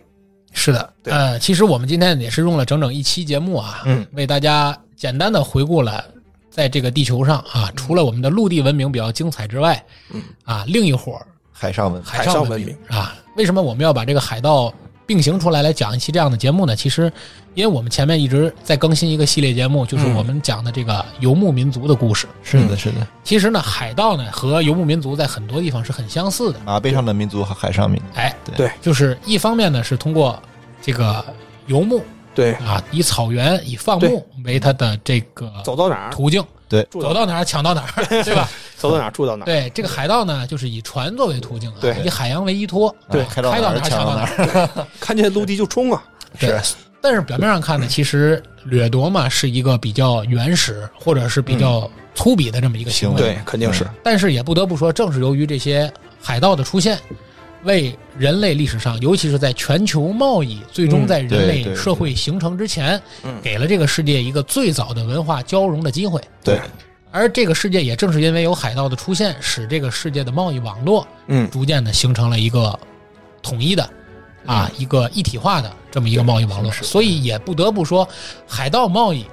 S1: 是的，
S4: 对
S1: 呃，其实我们今天也是用了整整一期节目啊，
S4: 嗯，
S1: 为大家简单的回顾了在这个地球上啊，除了我们的陆地文明比较精彩之外，
S4: 嗯
S1: 啊，另一伙儿
S2: 海上文
S1: 海
S4: 海上
S1: 文
S4: 文
S1: 啊，为什么我们要把这个海盗并行出来来讲一期这样的节目呢？其实，因为我们前面一直在更新一个系列节目，就是
S4: 嗯
S1: 我们讲的这个游牧民族的故事。
S2: 是的，
S4: 嗯
S2: 是的，
S1: 其实呢，海盗呢和游牧民族在很多地方是很相似的。
S2: 马背上的民族和海上民，
S1: 哎，
S4: 对，
S1: 就是一方面呢是通过这个游牧
S4: 对，
S1: 啊，以草原、以放牧为它的这个
S4: 走到哪儿
S1: 途径，
S4: 住
S1: 走到
S4: 到
S1: 哪儿抢到哪儿， 对吧？
S4: 走到哪儿住到哪儿。
S1: 对，这个海盗呢，就是以船作为途径啊，
S4: 对
S1: 以海洋为依托，
S2: 对
S1: 开
S2: 啊开
S1: 到
S2: 到哪儿
S1: 哪儿
S2: 抢
S1: 到
S2: 到
S1: 哪
S2: 哪
S1: 儿。
S4: 看见陆地就冲啊！
S1: 对
S2: 是
S1: 但是表面上看呢，其实掠夺嘛是一个比较原始或者是比较粗鄙的这么一个行为，
S2: 行为
S4: 对，肯定是。
S2: 嗯
S1: 但是也不得不说，正是由于这些海盗的出现，为人类历史上，尤其是在全球贸易最终在人
S2: 对
S1: 类
S2: 对
S1: 社会形成之前，
S4: 嗯
S1: 给了这个世界一个最早的文化交融的机会。
S2: 对，
S1: 而这个世界也正是因为有海盗的出现，使这个世界的贸易网络
S4: 嗯，
S1: 逐渐的形成了一个统一的啊一个一体化的这么一个贸易网络，
S2: 是
S1: 所以也不得不说，海盗贸易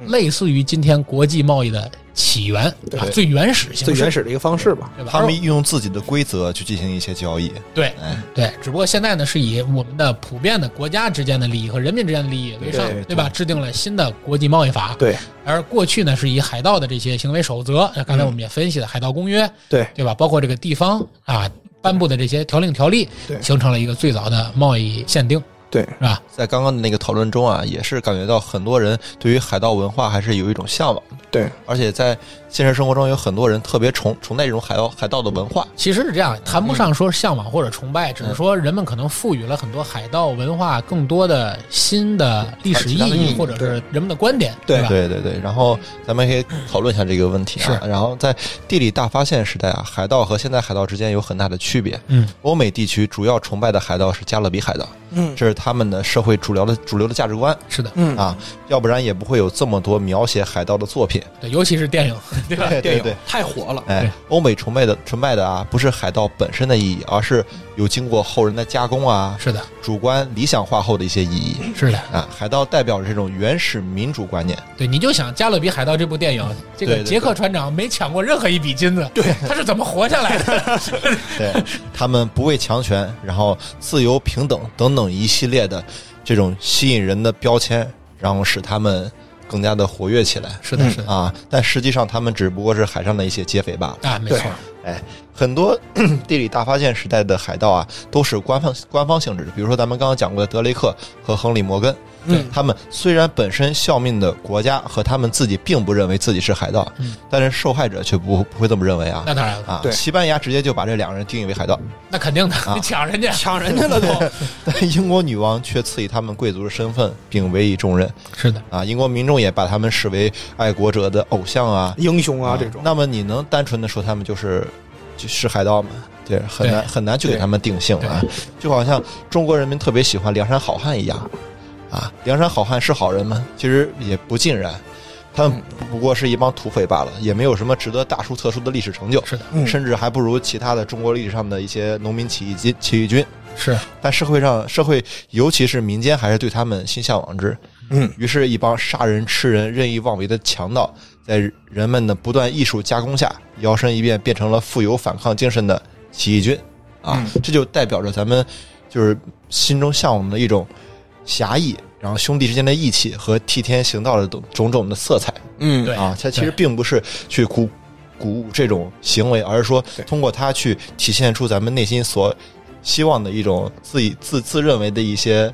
S4: 嗯
S1: 类似于今天国际贸易的起源
S4: 对
S1: 啊最原始形式，
S4: 最原始的一个方式吧。
S1: 对吧？
S2: 他们
S1: 而
S2: 运用自己的规则去进行一些交易，
S1: 对
S2: 哎，
S1: 对，只不过现在呢是以我们的普遍的国家之间的利益和人民之间的利益为上，
S4: 对
S1: 吧？制定了新的国际贸易法，
S4: 对
S1: 而过去呢是以海盗的这些行为守则，那
S4: 嗯
S1: 刚才我们也分析了《海盗公约》
S4: 对
S1: 对吧？包括这个地方啊颁布的这些条令条例，
S4: 对
S1: 形成了一个最早的贸易限定，
S4: 对，
S1: 是吧？
S2: 在刚刚的那个讨论中啊，也是感觉到很多人对于海盗文化还是有一种向往的。
S4: 对，
S2: 而且在现实生活中，有很多人特别崇崇拜这种海盗海盗的文化。
S1: 其实是这样，谈不
S4: 嗯
S1: 上说向往或者崇拜，只是说人们可能赋予了很多海盗文化更多的新的历史意
S2: 其他的意
S1: 义，
S2: 义
S1: 或者是人们的观点，
S4: 对
S1: 吧？
S2: 对对对，然后咱们可以讨论一下这个问题啊。然后在地理大发现时代啊，海盗和现代海盗之间有很大的区别。
S1: 嗯，
S2: 欧美地区主要崇拜的海盗是加勒比海盗，
S4: 嗯
S2: 这是他们的社会主流的主流的价值观
S1: 是的，
S4: 嗯
S2: 啊，要不然也不会有这么多描写海盗的作品。
S1: 对，尤其是电影，
S4: 对吧？
S2: 对
S4: 电影
S2: 对
S4: 太火了，
S1: 对
S2: 哎，欧美崇拜的崇拜的啊，不是海盗本身的意义，而是有经过后人的加工啊，
S1: 是的，
S2: 主观理想化后的一些意义
S1: 是的。
S2: 啊。海盗代表着这种原始民主观念，
S1: 对，你就想《加勒比海盗》这部电影，这
S2: 对
S1: 个
S2: 对
S1: 杰克船长没抢过任何一笔金子，对，他是怎么活下来的？
S2: 对他们不畏强权，然后自由、平等等等一系列的这种吸引人的标签，然后使他们更加的活跃起来
S1: 是的，是的，
S2: 啊。但实际上，他们只不过是海上的一些劫匪罢了。
S1: 啊，没错
S4: 对，
S2: 很多 地理大发现时代的海盗啊，都是官方官方性质的，比如说咱们刚刚讲过的德雷克和亨利·摩根，
S1: 嗯
S2: 他们虽然本身效命的国家和他们自己并不认为自己是海盗，
S1: 嗯
S2: 但是受害者却不不会这么认为啊
S1: 那当然了，
S2: 啊！
S4: 对
S2: 西班牙直接就把这两个人定义为海盗，
S1: 那肯定的，
S2: 啊
S1: 你抢人家，
S4: 抢人家了都。
S2: 但英国女王却赐予他们贵族的身份，并委以重任
S1: 是的，
S2: 啊！英国民众也把他们视为爱国者的偶像啊
S4: 英雄啊，这种
S2: 那么你能单纯的说他们就是就是海盗吗？对，很难很难去给他们定性啊，就好像中国人民特别喜欢梁山好汉一样啊，梁山好汉是好人吗？其实也不尽然，他
S4: 嗯
S2: 们不过是一帮土匪罢了，也没有什么值得大书特书的历史成就，
S1: 是的，
S4: 嗯
S2: 甚至还不如其他的中国历史上的一些农民起义及起义军。
S1: 是
S2: 但社会上，社会尤其是民间，还是对他们心向往之。
S4: 嗯，
S2: 于是，一帮杀人、吃人、任意妄为的强盗，在人们的不断艺术加工下，摇身一变，变成了富有反抗精神的起义军。啊，
S4: 嗯
S2: 这就代表着咱们就是心中向往的一种侠义，然后兄弟之间的义气和替天行道的种种种的色彩。
S4: 嗯
S1: 对
S2: 啊，它其实
S1: 对
S2: 并不是去鼓鼓舞这种行为，而是说
S4: 对
S2: 通过它去体现出咱们内心所希望的一种自己自自认为的一些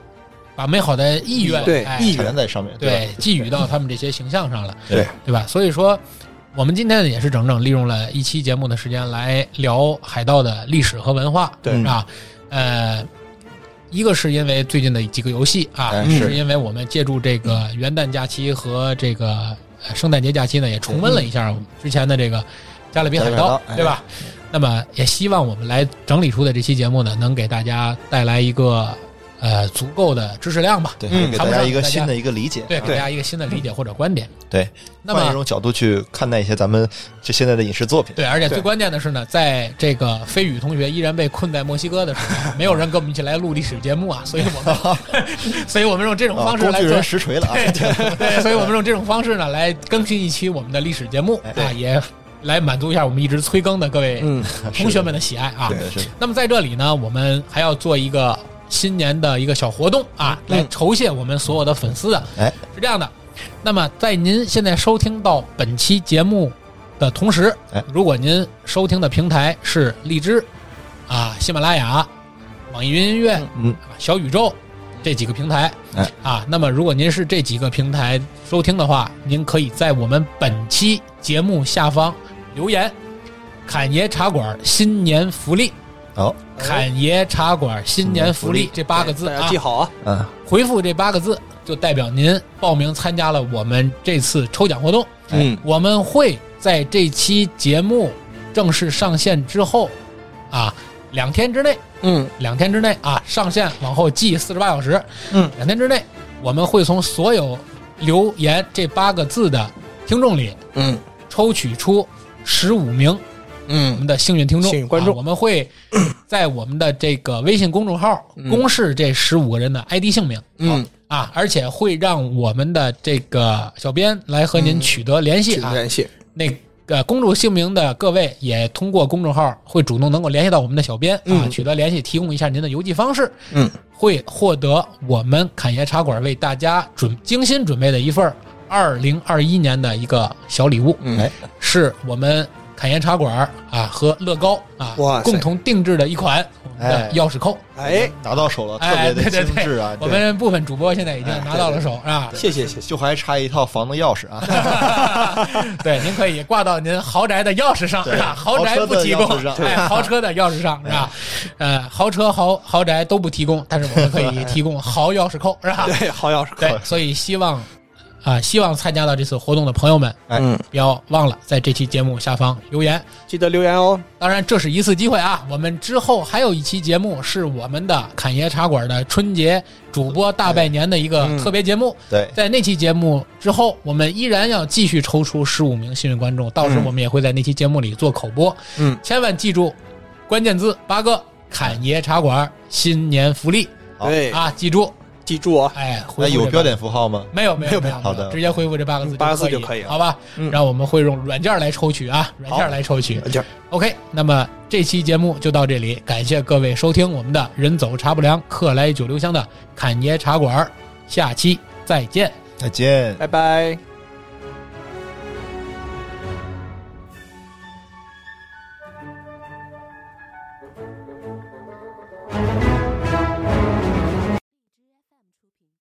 S1: 把美好的意愿，
S4: 对
S1: 哎
S2: 意愿在上面。
S1: 对，寄予到他们这些形象上了，
S2: 对
S1: 对吧？所以说，我们今天呢也是整整利用了一期节目的时间来聊海盗的历史和文化，
S4: 对
S1: 啊，呃，一个是因为最近的几个游戏啊，
S2: 哎
S1: 一个
S2: 是
S1: 是嗯因为我们借助这个元旦假期和这个呃圣诞节假期呢，也重温了一下我们之前的这个《嗯加勒比海
S2: 加勒比
S1: 盗哎
S2: 海盗》，
S1: 对吧？那么也希望我们来整理出的这期节目呢，能给大家带来一个呃足够的知识量吧，
S2: 对，
S3: 嗯
S2: 给
S1: 谈不
S2: 大家
S1: 上
S2: 一个
S1: 大家
S2: 新的一个理解，
S1: 对，给大家一个新的理解或者观点。
S2: 对，
S1: 那
S2: 换一
S1: 么
S2: 种角度去看待一些咱们这现在的影视作品，
S1: 对，而且最
S4: 对
S1: 关键的是呢，在这个飞宇同学依然被困在墨西哥的时候，没有人跟我们一起来录历史节目啊，所以我们， 所以我们用这种
S2: 啊，
S1: 方式
S2: 工
S1: 来
S2: 具
S1: 做
S2: 人。实锤了 啊，
S1: 对对，所以我们用这种方式呢，来更新一期我们的历史节目
S2: 哎
S1: 啊，也来满足一下我们一直催更的各位
S4: 嗯，
S1: 同学们的喜爱啊。
S2: 对是的
S1: 那么在这里呢，我们还要做一个新年的一个小活动啊，来酬谢我们所有的粉丝的。
S2: 嗯哎，
S1: 是这样的。那么在您现在收听到本期节目的同时
S2: 哎，
S1: 如果您收听的平台是荔枝啊、喜马拉雅、网易云音乐、啊
S2: 嗯
S1: 小宇宙这几个平台，
S2: 哎
S1: 啊，那么如果您是这几个平台收听的话，您可以在我们本期节目下方留言。侃爷茶馆新年福利，
S2: 好，
S1: 侃爷茶馆新年福利
S2: 嗯
S1: 这八个字
S4: 大
S1: 啊
S4: 家，记好啊，
S2: 嗯，
S1: 回复这八个字，就代表您报名参加了我们这次抽奖活动。
S4: 嗯，
S1: 我们会在这期节目正式上线之后，啊，两天之内，
S4: 嗯，
S1: 两天之内啊，上线往后记四十八小时，
S4: 嗯，
S1: 两天之内，我们会从所有留言这八个字的听众里
S4: 嗯，
S1: 抽取出十五名我
S4: 嗯，
S1: 们的幸运听众、
S4: 幸运观众
S1: 啊我们 会在我们的这个微信公众号公示这十五个人的 ID 姓名，
S4: 嗯
S1: 啊，而且会让我们的这个小编来和您取得联系
S4: 嗯取
S1: 啊
S4: 得。联系，
S1: 那个公主姓名的各位也通过公众号会主动能够联系到我们的小编啊，
S4: 嗯
S1: 取得联系，提供一下您的邮寄方式，
S4: 嗯，
S1: 会获得我们侃爷茶馆为大家准精心准备的一份二零二一年的一个小礼物。
S4: 嗯
S2: 哎，
S1: 是我们侃爷茶馆儿啊和乐高啊
S4: 哇塞
S1: 共同定制的一款我们的
S2: 哎
S1: 钥匙扣。
S4: 哎，
S2: 拿到手了，特
S1: 哎，
S2: 别
S1: 对对
S2: 的精致
S1: 对
S2: 啊，，哎
S1: 我
S2: 对
S1: 们部分主播现在已经拿到了手啊。
S4: 谢谢谢谢，
S2: 就还差一套房的钥匙啊，
S1: 对，您可以挂到您豪宅的钥匙上，是
S2: 对
S1: 吧？啊豪宅不提供
S2: 豪车的钥匙，上哎
S1: 哎，豪车的钥匙上是吧？呃，豪车、豪豪宅都不提供，但是我们可以提供豪钥匙扣，是吧？
S4: 对，好钥匙扣，
S1: 对，所以希望啊，希望参加到这次活动的朋友们，
S2: 哎
S4: 嗯，
S1: 不要忘了在这期节目下方留言，
S4: 记得留言哦，
S1: 当然，这是一次机会啊！我们之后还有一期节目是我们的侃爷茶馆的春节主播大拜年的一个
S2: 嗯
S1: 特别节目。
S2: 对，
S1: 在那期节目之后，我们依然要继续抽出十五名幸运观众，到
S2: 嗯
S1: 时我们也会在那期节目里做口播。
S4: 嗯，
S1: 千万记住关键字八个：侃爷茶馆新年福利
S2: 好
S4: 对，
S1: 啊！记住，
S4: 记住啊，
S1: 哎，回复这
S2: 那哎有
S1: 八
S2: 标点符号吗？
S1: 没有没有没有，
S2: 好的
S1: 直接回复这八个字
S4: 八个字
S1: 就
S4: 就可以了
S1: 好吧？
S4: 嗯
S1: 然后我们会用软件来抽取啊，软件来抽取。
S4: 就
S1: OK，那么这期节目就到这里，感谢各位收听我们的“人走茶不凉，客来酒留香”的侃爷茶馆儿，下期再见。
S2: 再见。
S4: 拜拜。